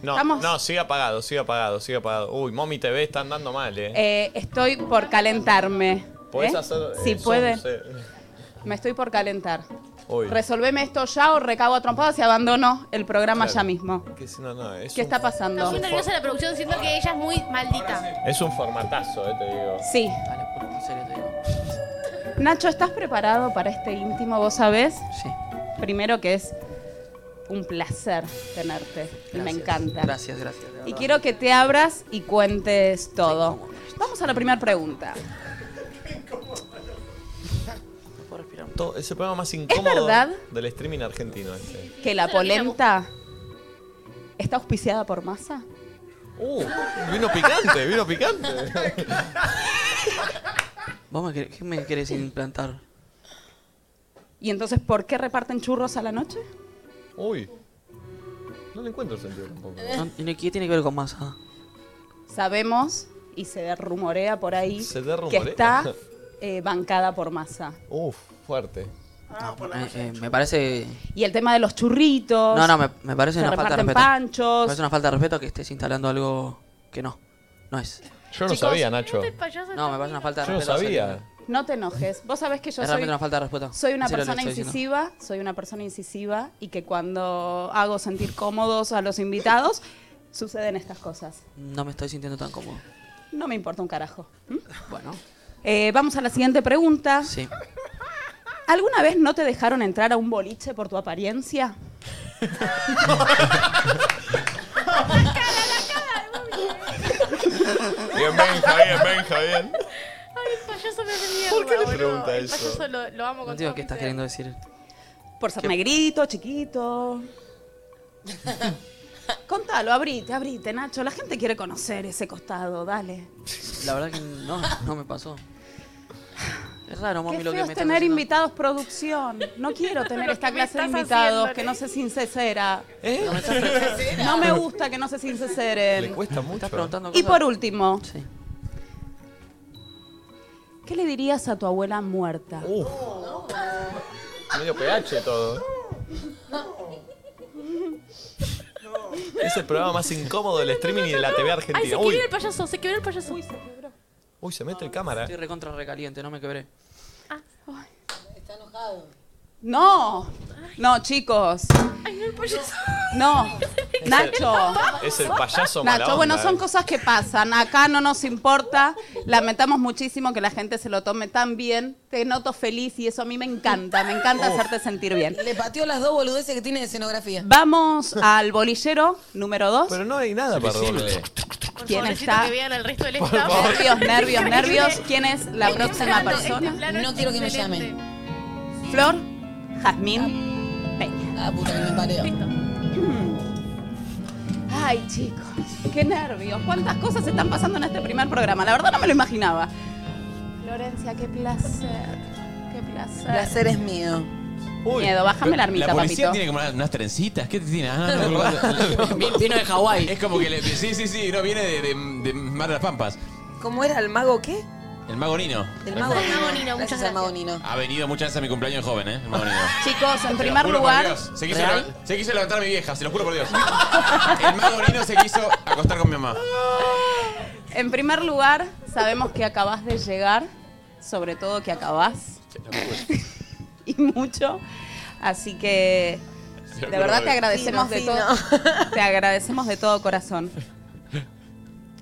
No,
Estamos-
no, sigue apagado, sigue apagado, sigue apagado. Uy, Mommy TV está andando mal, eh.
Eh, estoy por calentarme.
Podés
¿eh?
hacer. eh,
Si
Zoom,
puede.
sí.
Me estoy por calentar.
Uy.
Resolveme esto ya o recago a trompadas y abandono el programa
Claro.
ya mismo.
Que si- no, no, es
¿Qué
un-
está pasando?
Está muy nerviosa la producción, siento que ella es muy maldita.
Es un formatazo, eh, te digo.
Sí. Nacho, ¿estás preparado para este íntimo? ¿Vos sabés?
Sí.
Primero que es un placer tenerte. y Me
Gracias.
encanta.
Gracias, gracias. de
Y
verdad.
quiero que te abras y cuentes todo. Vamos a la primera pregunta.
Todo- es el programa más incómodo
verdad?
del streaming argentino. Este.
¿Que la polenta está auspiciada por masa?
Uh, vino picante, vino picante.
¿Vos me querés, qué me querés implantar?
¿Y entonces por qué reparten churros a la noche?
Uy. No le encuentro sentido tampoco.
No, tiene- ¿Qué tiene que ver con masa?
Sabemos y se rumorea por ahí
¿Se da
que
rumorea?
está eh, bancada por masa.
Uf, fuerte.
Ah,
Eh, eh, me parece...
Y el tema de los churritos.
No, no, me, me parece
se
una falta de
reparten
respeto. Me
panchos.
parece una falta de respeto que estés instalando algo que no. No es.
Yo no Chicos, sabía, Nacho. este
No, me parece una falta de
Yo no
respeto.
sabía.
serio.
No te enojes. Vos sabés que yo
Es
soy,
realmente una falta de respeto.
soy una
En serio, lo
persona
que estoy diciendo.
incisiva, soy una persona incisiva y que cuando hago sentir cómodos a los invitados, suceden estas cosas.
No me estoy sintiendo tan cómodo.
No me importa un carajo. ¿m?
Bueno.
Eh, vamos a la siguiente pregunta.
Sí.
¿Alguna vez no te dejaron entrar a un boliche por tu apariencia?
Bien, Benja, bien, Benja, bien.
Ay, el payaso me hace mierda,
¿Por qué le
boludo.
pregunta
El
eso?
payaso lo, lo amo con
No digo
todo
qué
mi
estás
ser.
queriendo decir.
Por ser
¿Qué?
negrito, chiquito. Contalo, abrite, abrite, Nacho. La gente quiere conocer ese costado, dale.
La verdad que no, no me pasó. Es raro, mami,
Qué
lo que
feo
me
es
estás
tener
haciendo.
invitados producción. No quiero tener
Lo
esta
que me
clase de
estás
invitados
haciendo,
que no se sincera.
No me estás pre-
No me gusta que no se sinceren.
Cuesta mucho.
estás preguntando
Y
cosas.
por último. ¿Qué le dirías a tu abuela muerta?
medio pH todo. Es el programa más incómodo del streaming y de la TV
Ay, se
argentina.
quebró
Uy,
el payaso, se quebró el payaso. Uy, se quebró.
uy, se mete el cámara.
Estoy recontra recaliente, no me quebré.
Está enojado.
No, no, chicos.
Ay, no, el payaso.
No, Nacho.
Es el payaso mala
Nacho, bueno,
onda. eh.
son cosas que pasan. Acá no nos importa. Lamentamos muchísimo que la gente se lo tome tan bien. Te noto feliz y eso a mí me encanta. Me encanta
Uf.
hacerte sentir bien.
Le pateó las dos boludeces que tiene de escenografía.
Vamos al bolillero número 2.
Pero no hay nada para revolver.
¿Quién
Pobrecito
está?
que vean al resto del
Por
staff.
favor.
Nervios, nervios, nervios. ¿Quién es la próxima persona?
No quiero que me llamen.
Flor, Jazmín, Peña.
Ah, puta que me pareo.
Ay, chicos, qué nervios. Cuántas cosas están pasando en este primer programa. La verdad no me lo imaginaba. Florencia, qué placer. Qué placer.
Placer es mío.
Miedo, bájame la armita,
La policía
papito.
tiene como unas trencitas. ¿Qué tiene? Ah, no, no, no.
Vino de Hawái.
Es como que. le- sí, sí, sí. No, viene de, de- de Mar de las Pampas.
¿Cómo era el mago qué?
El mago Nino.
El mago Nino.
Nino,
muchas gracias. al mago Nino.
Ha venido muchas veces a mi cumpleaños de joven, ¿eh? El mago Nino.
Chicos, en
Te lo
primer
juro por
lugar,
Dios, Se quiso,
¿Real?
levan- se quiso levantar a mi vieja, se lo juro por Dios. El mago Nino se quiso acostar con mi mamá.
en primer lugar, sabemos que acabas de llegar, sobre todo que acabas y mucho. Así que
lo
de
juro
verdad
por
te agradecemos de
Dios.
todo.
Fino,
Te agradecemos de todo corazón.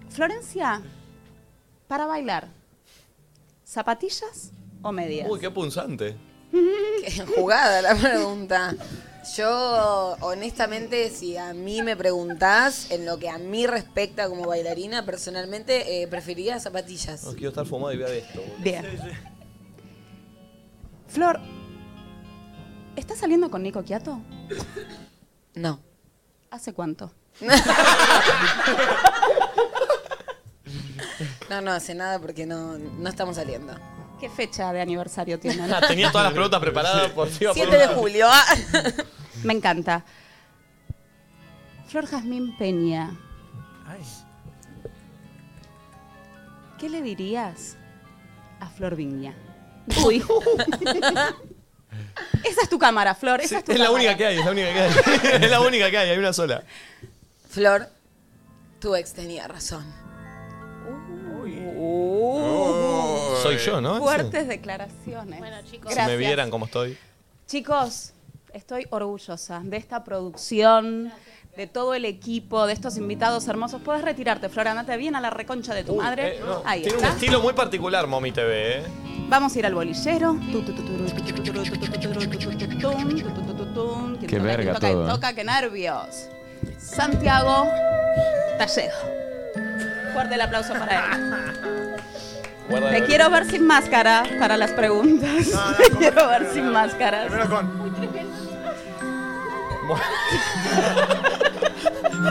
Florencia, para bailar, ¿zapatillas o medias?
Uy, qué punzante.
Qué jugada la pregunta. Yo, honestamente, si a mí me preguntás, en lo que a mí respecta como bailarina, personalmente eh, preferiría zapatillas.
No quiero estar fumado y ver de esto. boludo.
Bien. Flor, ¿estás saliendo con Nico Quiato?
No.
¿Hace cuánto?
No, no hace nada porque no, no estamos saliendo.
¿Qué fecha de aniversario tiene?
Ah, Tenía todas las preguntas preparadas por ti.
7 de julio. ah.
Me encanta. Flor Jazmín Peña, ¿qué le dirías a Flor Viña? Uy. Esa es tu cámara, Flor. Esa es tu
Es la
cámara.
única que hay, es la única que hay. Es la única que hay, hay una sola.
Flor, tu ex tenía razón.
Oh.
Soy yo, ¿no?
Fuertes declaraciones. Bueno, chicos.
Si me vieran como estoy.
Chicos, estoy orgullosa de esta producción, de todo el equipo, de estos invitados hermosos. Puedes retirarte, Flor, andate bien a la reconcha de tu madre.
Eh, no,
Ahí
Tiene un
está.
estilo muy particular, Mommy TV, ¿eh?
Vamos a ir al bolillero. Tu, tu, tu, tu, tu, tu, tu, tu, tu, tu, tu, tu, tu, tu, tu, tum, tu, tu, tu, tu, tum. Quien
Qué
toca,
verga
quien
todo,
toca, quien
eh.
Toca, qué nervios. Santiago Talledo. Fuerte el aplauso para él.
Guarda
Te
la-
quiero ver sin máscara para las preguntas. Te quiero ver sin máscaras.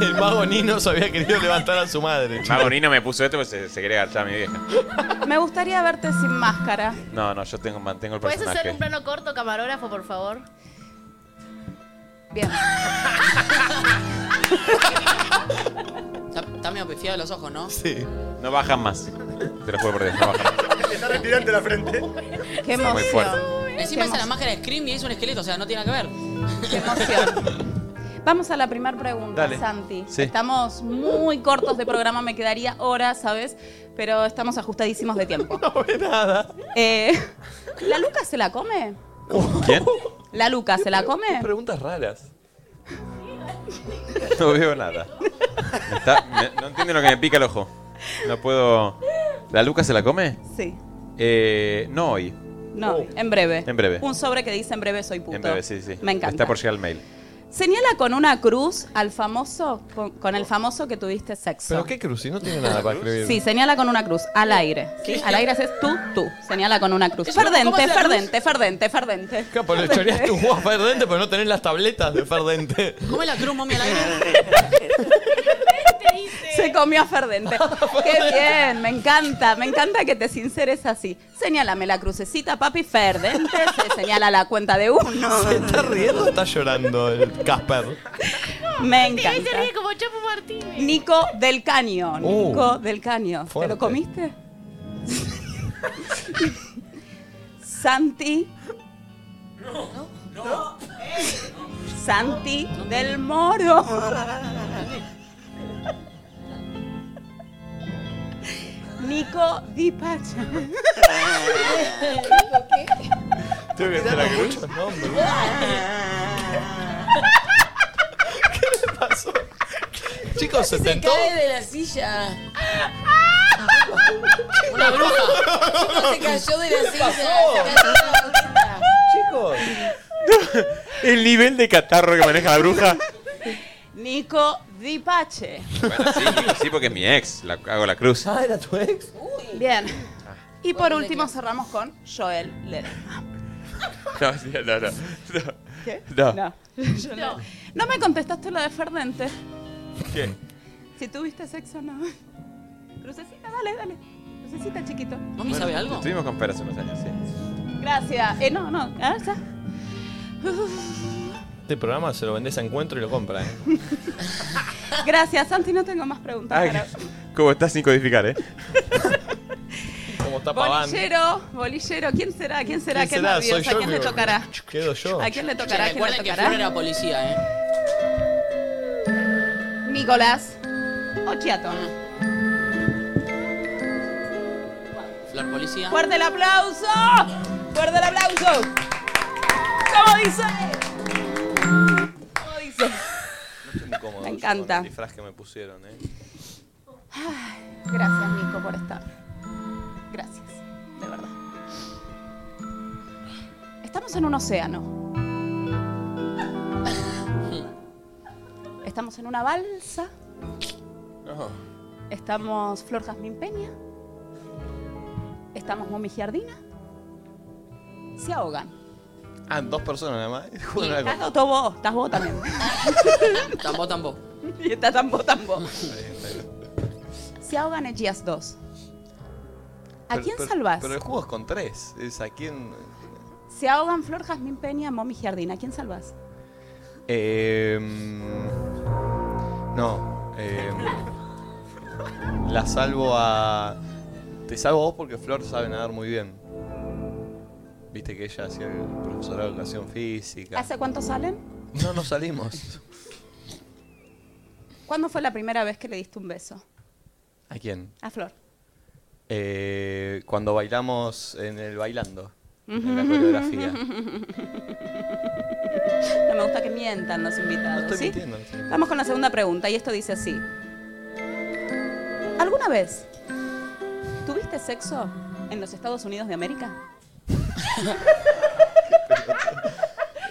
El mago Nino se había querido levantar a su madre.
El mago Nino me puso esto porque se, se quería agachar a mi vieja.
Me gustaría verte sin máscara.
No, no, yo tengo, mantengo el
¿Puedes hacer
personaje.
un plano corto, camarógrafo, por favor?
Bien.
Está, está medio pifiado los ojos, ¿no?
Sí.
No bajan más. Te lo juro por Dios, no bajan más.
Está retirante la frente.
Qué
Muy emoción. fuerte.
Encima esa es la máscara de Scream y es un esqueleto, o sea, no tiene nada que ver.
Vamos a la primera pregunta,
Dale.
Santi.
Sí.
Estamos muy cortos de programa, me quedaría horas, ¿sabes? Pero estamos ajustadísimos de tiempo.
No ve nada.
Eh, ¿La Luca se la come?
¿Quién?
¿La Luca se la
Qué
Eh.
come?
Preguntas raras.
No veo nada. Me está- me- no entiendo lo que me pica el ojo. No puedo. ¿La Luca se la come?
Sí.
Eh, no hoy.
No, en breve.
Oh. En breve.
Un sobre que dice en breve soy puto.
En breve, sí, sí.
Me encanta.
Está por llegar el mail.
Señala con una cruz al famoso, con, con el famoso que tuviste sexo.
¿Pero qué cruz? Si no tiene nada para escribir.
Sí, señala con una cruz, al aire. ¿sí?
¿Qué?
Al aire haces tú, tú. Señala con una cruz.
Eso, ¿cómo
Ferdente,
hace la cruz?
ferdente, ferdente, ferdente.
Claro, pues le choreás tu jugo a Ferdente, pero no tenés las tabletas de Ferdente.
¿Cómo es la cruz, mami, al aire?
Se comió a Ferdente. Qué bien, me encanta, me encanta que te sinceres así. Señálame la crucecita, papi, Ferdente, se señala la cuenta de uno.
¿Se está riendo o está llorando el Casper?
Me
Te ves, se ríe
encanta.
como Chapo Martínez.
Nico del Caño,
Uh,
Nico del Caño. ¿Te
fuerte.
lo comiste? Santi
Santi del Moro. Nico Di Pacha.
Tengo que hacer la muchos nombres.
Chicos, se
Se
tentó.
cae de la silla.
Una bruja.
Chico, se cayó de
¿Qué
la
le
silla.
pasó?
se cayó de la banqueta.
Chicos.
El nivel de catarro que maneja la bruja.
Nico Di Pache.
Bueno, sí, sí, porque es mi ex. La, hago la cruz.
Ah, era tu ex.
Bien.
Ah.
Y por último cerramos con Joel Lederman.
No, sí, no, no. no.
¿Qué?
No.
No. Yo no. No me contestaste lo de Ferdente.
¿Qué?
Si tuviste sexo o no. Crucecita, dale, dale. Crucecita, chiquito.
Bueno, Estuvimos con Pera hace unos años, sí.
Gracias. Eh, no, no. A ver, ya.
Este programa se lo vendés a encuentro y lo compra, ¿eh?
Gracias, Santi. No tengo más preguntas.
Ah,
Ay,
para-
¿Cómo estás sin codificar, eh?
Como está pavando.
Bolillero, bolillero. ¿Quién será? ¿Quién será?
¿Quién
¿Qué
será?
nerviosa?
Soy yo,
¿A quién le
creo.
tocará?
Quedo yo.
¿A quién le tocará? ¿A quién le
Recuerden que
tocará?
Flor era policía, ¿eh?
Nicolás Ochiatón.
Flor policía.
¡Fuerte el aplauso! ¡Fuerte el aplauso! ¿Cómo dice? ¿Cómo dice?
No estoy muy cómodo
Me
yo
encanta.
con el disfraz que me pusieron, ¿eh?
Gracias, Nico, por estar. Gracias, de verdad. Estamos en un océano. Estamos en una balsa. Estamos Flor Jazmín Peña. Estamos Momi Giardina. Se ahogan.
Ah, dos personas nada más.
Y
Bueno,
estás todo vos, estás vos también.
Tambo, tambo.
y estás tambo, tambo. Se ahogan en Gias 2. ¿A
pero-
quién
pero-
salvás?
Pero el juego es con tres. Es a quién.
Se ahogan Flor, Jazmín Peña, Momi Giardina. ¿A quién salvas?
Eh, mm, no. eh, la salvo a. Te salvo a vos porque Flor sabe nadar muy bien. Viste que ella hacía el profesorado de educación física.
¿Hace cuánto salen?
No, no salimos.
¿Cuándo fue la primera vez que le diste un beso?
¿A quién?
A Flor.
Eh, cuando bailamos en el bailando. En la coreografía.
No me gusta que mientan los invitados.
estoy
¿sí?
mintiendo, no estoy-
Vamos con la segunda pregunta y esto dice así. ¿Alguna vez tuviste sexo en los Estados Unidos de América?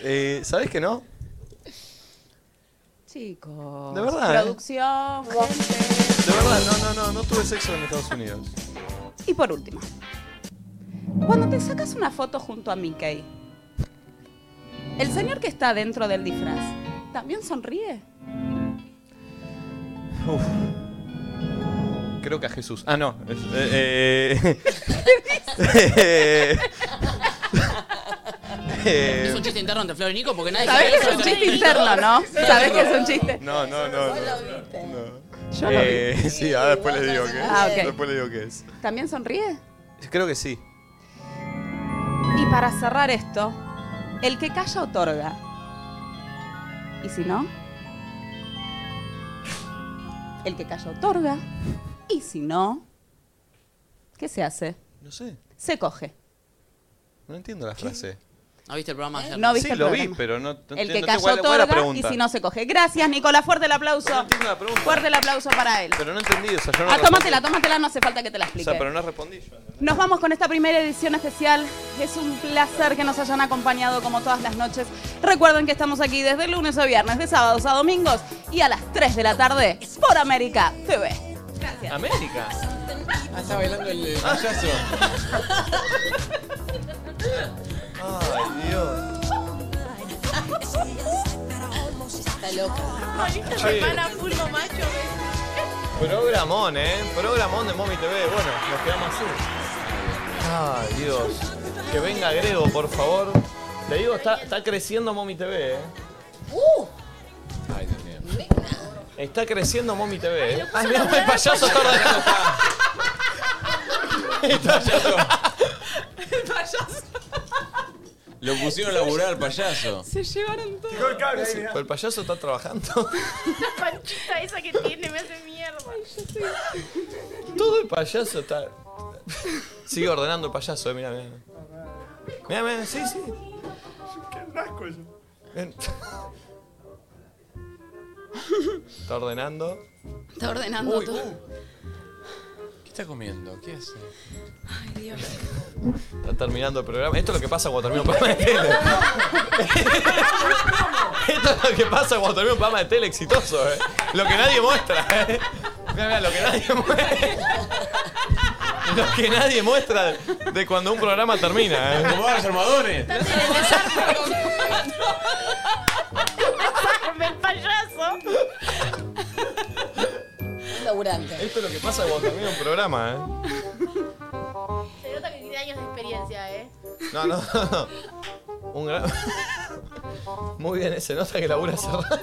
Eh, ¿Sabes que no?
Chicos.
De verdad, ¿eh?
Producción. gente.
De verdad, no, no, no, no tuve sexo en Estados Unidos.
Y por último, cuando te sacas una foto junto a Mickey, ¿el señor que está dentro del disfraz también sonríe?
Uf. Creo que a Jesús. Ah, no. es- eh, eh, eh, eh,
Es un chiste interno entre Flor y Nico porque nadie
Sabés que es un chiste interno, ¿no? Sabés que es un chiste.
No, no, no. no, no.
Yo lo
Eh, sí, ahora después le digo qué es.
Ah, ok.
Después le digo qué es.
¿También sonríe?
Creo que sí.
Y para cerrar esto, el que calla otorga. Y si no, el que calla otorga. Y si no, ¿qué se hace?
No sé.
Se coge.
No entiendo la frase.
¿No viste el programa ayer?
No viste
sí,
el
lo vi,
programa.
pero no, no
El
entiendo-
que
no sé
cayó
cuál, cuál es la
otorga y
pregunta.
si no se coge. Gracias, Nicolás. Fuerte el aplauso. Fuerte el aplauso para él.
Pero no entendí, o sea, yo no
Ah, tómatela,
respondí.
tómatela, no hace falta que te la
O
explique.
sea, pero no respondí yo.
Nos vamos con esta primera edición especial. Es un placer que nos hayan acompañado como todas las noches. Recuerden que estamos aquí desde lunes a viernes, de sábados a domingos y a las 3 de la tarde por América TV.
América.
Ah, está bailando el
payaso. Ay, Dios.
Está loca.
Che.
Hermana pulpo macho.
Programón, ¿eh? Programón de Mommy TV. Bueno, nos quedamos así. Ay, Dios. Que venga Grego, por favor. Te digo, está, está creciendo Mommy TV, ¿eh?
Uh,
Ay, Dios mío. Está creciendo Mommy TV, ¿eh?
puso
Ay,
la
mira, el
verdad.
payaso está ordenando. El payaso.
Lo pusieron a laburar al payaso.
Se llevaron todo.
el cable, ahí,
Pero el payaso está trabajando.
La panchita esa que tiene me hace mierda.
Todo el payaso está. Sigue ordenando el payaso, eh, mirá, mirá. Mirá, mirá, Eh, sí, sí.
Qué asco eso.
Ven. Está ordenando.
Está ordenando
Uy,
todo.
¿Qué está comiendo? ¿Qué hace?
Ay, Dios.
Está terminando el programa. Esto es lo que pasa cuando termina un programa de tele. Esto es lo que pasa cuando termina un programa de tele exitoso, eh. Lo que nadie muestra, eh. Mirá, mirá, lo que nadie muestra. Lo que nadie muestra de cuando un programa termina, eh.
Como los armadones.
¡Sácame el payaso!
Un laburante.
Esto es lo que pasa cuando termina un programa, eh.
Se nota que tiene años de experiencia, ¿eh?
No, no, no. Un gran... Muy bien, eh, se nota que labura cerrada.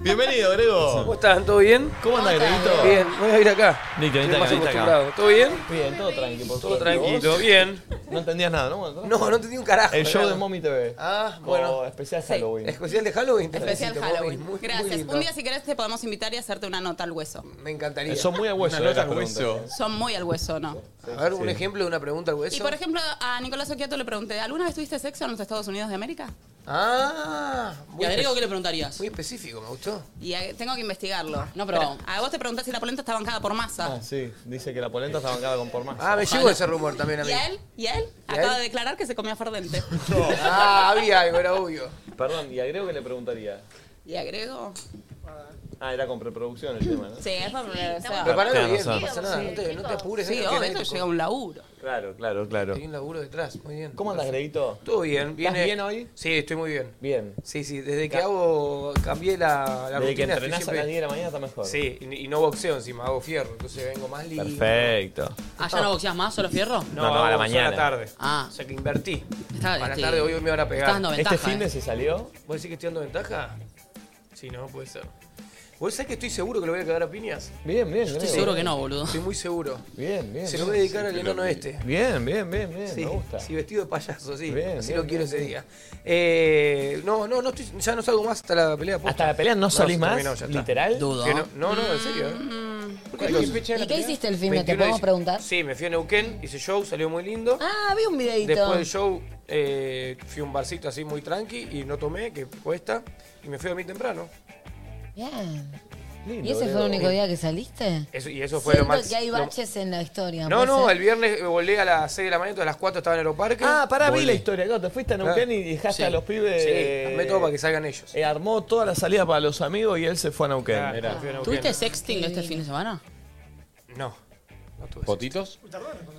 Bienvenido, Grego.
¿Cómo están? ¿Todo bien?
¿Cómo andas, Greguito?
Bien, voy a ir acá.
Nick,
Estoy
venite acá,
más
venite acá.
acostumbrado. ¿Todo bien?
Bien, todo tranquilo.
Todo tranquilo, bien.
No entendías nada, ¿no?
No, no entendí un carajo.
El show
Claro.
de Mommy TV.
Ah,
Como
bueno.
Oh, especial
Sí.
Halloween.
Especial de Halloween. te
Especial
felicito, Mommy.
Halloween.
Muy- muy
Gracias.
lindo.
Un día, si querés, te podemos invitar y hacerte una nota al hueso.
Me encantaría.
Son muy al hueso, Una eh, nota las al preguntas. hueso.
Son muy al hueso, ¿no?
A ver, un
Sí.
ejemplo de una pregunta al hueso.
Y por ejemplo, a Nicolás Occhiato le pregunté, ¿alguna vez tuviste sexo en los Estados Unidos de América?
Ah, muy
¿Y a Grego
espec-
qué le preguntarías?
Muy específico, me gustó.
Y eh, tengo que investigarlo. No,
pero-
pero a vos te preguntás si la polenta está bancada por masa.
Ah, sí. Dice que la polenta está bancada con por más.
Ah, me llegó ese rumor también a mí.
¿Y a él? ¿Y a él?
¿Y a
Acaba
él?
de declarar que se comió fardente.
Ah, había algo, era obvio.
Perdón, y agrego que le preguntaría.
¿Y agrego?
Ah, era con preproducción el tema, ¿no?
Sí, es por
Pero paralo
Claro,
bien,
no
no
sé.
pasa nada, no te, no te apures.
Sí,
eh, que
obvio,
nadie
esto
te
llega a un laburo.
Claro, claro, claro.
Hay un laburo detrás, muy bien.
¿Cómo andas, Greguito?
Todo bien. bien
¿Estás
eh.
bien hoy?
Sí, estoy muy bien.
Bien.
Sí, sí, desde que hago, cambié la, la
Desde que
rutina. estoy
entrenás a
siempre-
las 10 de la mañana está mejor.
Sí, y, y no boxeo encima, hago fierro, entonces vengo más lindo.
¿Ah,
Perfecto.
¿Allá no boxeas
más, solo fierro?
No, no, a la
hago
mañana.
A la tarde.
Ah.
O sea que invertí.
Está-
a la
este-
tarde hoy me van a pegar.
estás dando eh.
¿Este fin de se salió?
¿Vos decís que estoy dando ventaja? Sí, no, puede ser. ¿Vos sabés que estoy seguro que lo voy a cagar a piñas?
Bien, bien.
Yo
Grego.
Estoy muy seguro.
Bien, bien.
Se
bien.
lo voy a dedicar al enano este.
Bien, bien, bien, bien.
Sí,
Me gusta.
sí, vestido de payaso, sí.
Bien,
Así
bien,
lo quiero
bien,
ese
bien.
día. Eh, no, no, no estoy, ya no salgo más hasta la pelea. posta.
¿Hasta la pelea no salís
se
más?
terminó, ya está.
¿Literal? Dudo.
Que No, no, no, en serio. ¿eh? ¿Por qué? ¿Qué fecha era
¿Y qué
la
hiciste el fin de? ¿Te
21
podemos
dice-
preguntar?
Sí, me fui a Neuquén, hice show, salió muy lindo.
Ah, vi un videito.
Después del show eh, fui a un barcito así muy tranqui y no tomé, que cuesta, y me fui a dormir temprano.
Bien.
Lindo,
¿Y ese fue
boludo.
el único día que saliste?
Eso- y eso fue lo
Siento
más-
que hay
lo-
baches en la historia.
No,
puede
no,
ser.
el viernes volé a las 6 de la mañana, a las 4 estaba en Aeroparque.
Ah, pará, vi
Volé.
la historia. claro, te fuiste a Neuquén y
Sí.
dejaste a los pibes.
Sí, armé todo para que salgan ellos.
Eh, armó toda la salida para los amigos y él se fue a Neuquén.
Claro, Mirá. fui a Neuquén.
¿Tuviste sexting este fin de semana?
No. no tuve
¿Potitos?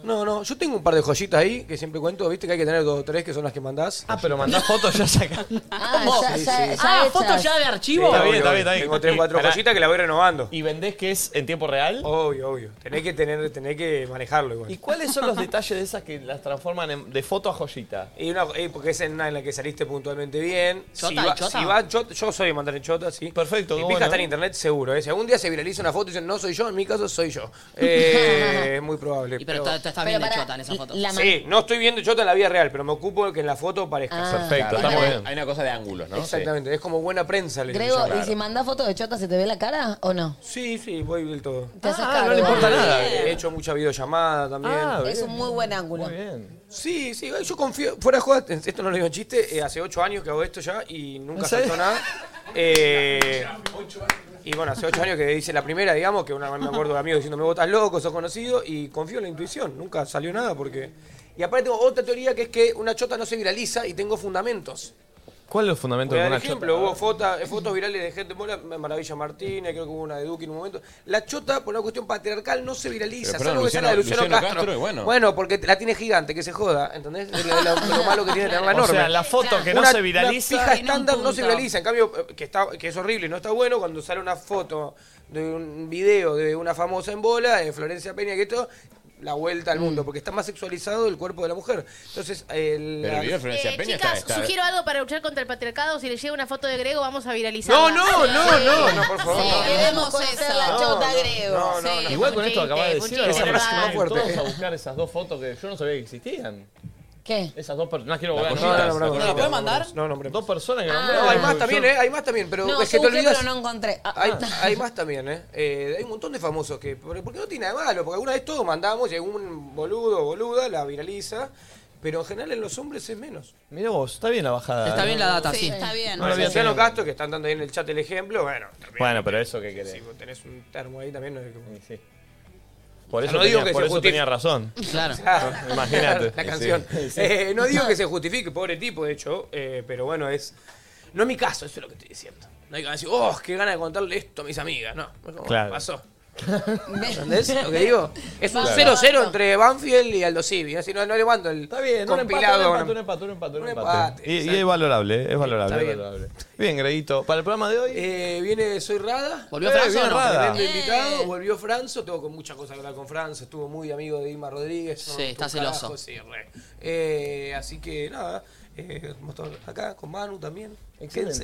No, no, yo tengo un par de joyitas ahí que siempre cuento, viste que hay que tener dos o tres que son las que mandás.
Ah, pero mandás fotos ya sacadas.
Ah,
Sí,
ya, ya,
sí.
ya
Ah,
hechas.
fotos ya de archivo.
está bien,
obvio,
está bien, está
obvio.
bien.
Tengo tres, cuatro
Pará.
joyitas que la voy renovando.
¿Y vendés que es en tiempo real?
Obvio, obvio. Tenés que, tener, tenés que manejarlo igual.
¿Y cuáles son los detalles de esas que las transforman en- de foto a joyita?
Y una, eh, porque es en una en la que saliste puntualmente bien.
¿Chota
si
y
va,
chota?
si va chota- yo soy de mandar en chota, sí. Perfecto, Mi
qué
pija
bueno.
está en internet seguro. ¿eh? Si algún día se viraliza una foto y dicen, no soy yo, en mi caso soy yo. Eh, es muy probable.
Y pero está- está- está
Pero bien de pará, chota en esa foto. la man-
sí, no estoy viendo chota en la vida real, pero me ocupo que en la foto parezca.
Ah.
Perfecto, estamos
hay,
bien.
Hay una cosa de ángulos, ¿no?
Exactamente, es como buena prensa. le
Grego,
dicen.
¿y si mandás fotos de chota se te ve la cara o no?
Sí, sí, voy del todo.
Te haces
no
cargo.
le importa
Bien.
nada. He hecho mucha videollamada también.
es un muy buen ángulo.
Sí, sí, yo confío. Fuera de joda, esto no lo digo en chiste, eh, hace ocho años que hago esto ya y nunca
¿En serio?
saltó nada. Eh, y bueno, hace ocho años que hice la primera, digamos, que una vez me acuerdo de amigos diciéndome, vos estás loco, sos conocido, y confío en la intuición, nunca salió nada porque... Y aparte tengo otra teoría que es que una chota no se viraliza y tengo fundamentos.
¿Cuál es el fundamento
Voy a
de
dar
una
ejemplo,
chota?
hubo fota- eh, fotos virales de gente mola, Maravilla Martínez, creo que hubo una de Duque en un momento. La chota, por una cuestión patriarcal, no se viraliza,
Pero, perdón,
salvo que sea la de
Luciano-
Luciano,
Luciano
Castro.
Castro, y bueno.
porque la tiene gigante, que se joda, ¿entendés? Es lo, lo- lo malo que tiene tenerla
O
enorme.
sea, la foto que no
Una-
se viraliza-
Una fija
Tiene un
estándar no se
punto.
viraliza, en cambio, eh, que, está, que es horrible y no está bueno, cuando sale una foto de un video de una famosa en bola, de Florencia Peña, que esto... La vuelta al
Mm.
mundo, porque está más sexualizado el cuerpo de la mujer. Entonces, el.
Pero el video de Florencia
Eh,
Peña
chicas,
está. está-
Sugiero algo para luchar contra el patriarcado. Si le llega una foto de Grego, vamos a
No,
viralizarla.
no, no,
Sí.
no, no, por favor.
Sí,
no, no.
queremos
conocer
eso.
la chota
no,
Grego.
no, no, no.
Igual con esto que
Chiste,
acabas de
un
decir,
chiste
ahora
normal.
se ponen
Fuerte.
todos a buscar esas dos fotos que yo no sabía que existían.
¿Qué?
Esas dos personas. quiero
Las
volver a
joyitas,
nombrar.
las ¿No la joyitas. puedes mandar?
No,
nombre.
Dos personas que
Ah.
nombraron.
No, hay más también, ¿eh? Hay más también, pero
No,
es que
yo
te
busqué,
olvidas.
pero no encontré. Ah,
Hay,
ah.
hay más también, ¿eh? Eh, Hay un montón de famosos que. ¿Por por qué no tiene nada de malo? Porque alguna vez todos mandamos y algún boludo o boluda la viraliza. Pero en general en los hombres es menos.
Mirá vos, está bien la bajada. ¿eh?
Está bien la data,
Sí,
sí.
está
bien.
No lo
Bueno,
había
los
tenido.
gastos que están dando ahí en el chat el ejemplo, bueno. también.
Bueno, pero eso que querés.
Si vos tenés un termo ahí también, no es como-
Por
O sea,
eso,
no
tenía,
digo que
por
se
eso
justifique.
tenía razón.
Claro.
Ah,
Imagínate.
La canción.
Sí. Sí.
Eh, no digo que se justifique, pobre tipo, de hecho, eh, pero bueno, es. No es mi caso, eso es lo que estoy diciendo. No hay que decir, oh, qué gana de contarle esto a mis amigas. No, no,
Claro.
pasó. ¿Entendés lo que digo? Es un
Claro.
0-0 entre Banfield y Aldo Civi. Así no, no levanto el
Está bien, un empate,
compilado.
un empate,
no.
un empate, un empate, un
Un
empate.
empate,
Y, y
Ah, exacto.
es valorable, eh, es valorable.
Está
es
bien.
valorable. Bien, Greguito. Para el programa de hoy.
Eh, viene Soy Rada.
¿Volvió Franzo
viene
o no?
tremendo
Eh.
invitado. Volvió Franzo. Tuvo con muchas cosas que hablar con Franzo. Estuvo muy amigo de Irma Rodríguez.
Sí, está
Un
celoso.
carajo, sí, re. Eh, así que nada. eh, vamos todos acá con Manu también. Eh,
Excelente.
Quédense.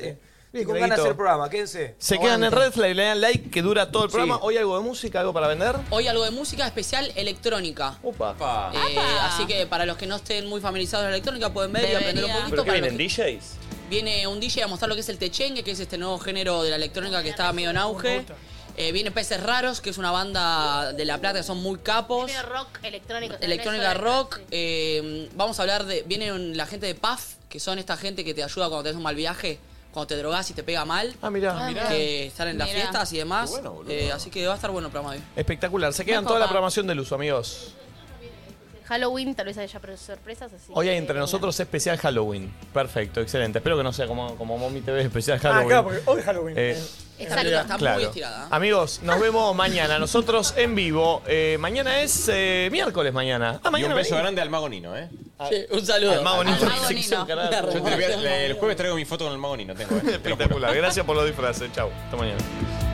Bien,
Estoy con ganas de
Dieguito.
hacer programa. Quédense.
Se quedan en Red Flag, le dan like que dura todo el
Sí.
programa. Hoy algo de música, algo para vender.
Hoy algo de música especial electrónica.
Opa.
Eh, así que para los que no estén muy familiarizados con la electrónica pueden ver y aprender un poquito.
¿Pero qué
Para los
vienen DJs?
que- Viene un DJ a mostrar lo que es el techengue, que es este nuevo género de la electrónica que estaba medio en auge. Eh, viene Peces Raros, que es una banda de La Plata que son muy capos.
Tiene rock electrónico. o sea,
Electrónica
tenés solo-
rock. eh, vamos a hablar de. Viene un- la gente de PAF, que son esta gente que te ayuda cuando tenés un mal viaje, cuando te drogas y te pega mal.
Ah, mirá.
Que
Ah, mirá.
están en las
Mirá.
fiestas y demás.
Qué bueno, boludo.
Eh, así que va a estar bueno el programa de hoy.
Espectacular. Se quedan
Me
toda la
copa.
programación del uso, amigos.
Halloween, tal vez haya pro- sorpresas así.
Hoy hay
que-
entre nosotros especial Halloween. Perfecto, excelente. Espero que no sea como, como Mommy TV especial
Ah,
Ah,
Halloween. Eh,
claro, porque hoy es Halloween.
Exacto, está muy
claro.
¿eh?
estirada.
Amigos, nos vemos mañana. Nosotros en vivo. Eh, mañana es eh, miércoles mañana. Ah,
Y
mañana
un beso
venís.
grande al mago Nino, ¿eh?
Sí, un saludo.
Al mago Nino.
Al mago Nino.
Yo te voy a- el jueves traigo mi foto con el mago Nino, tengo. eh, te lo juro.
Espectacular. Gracias por los disfraces. Chau. Hasta mañana.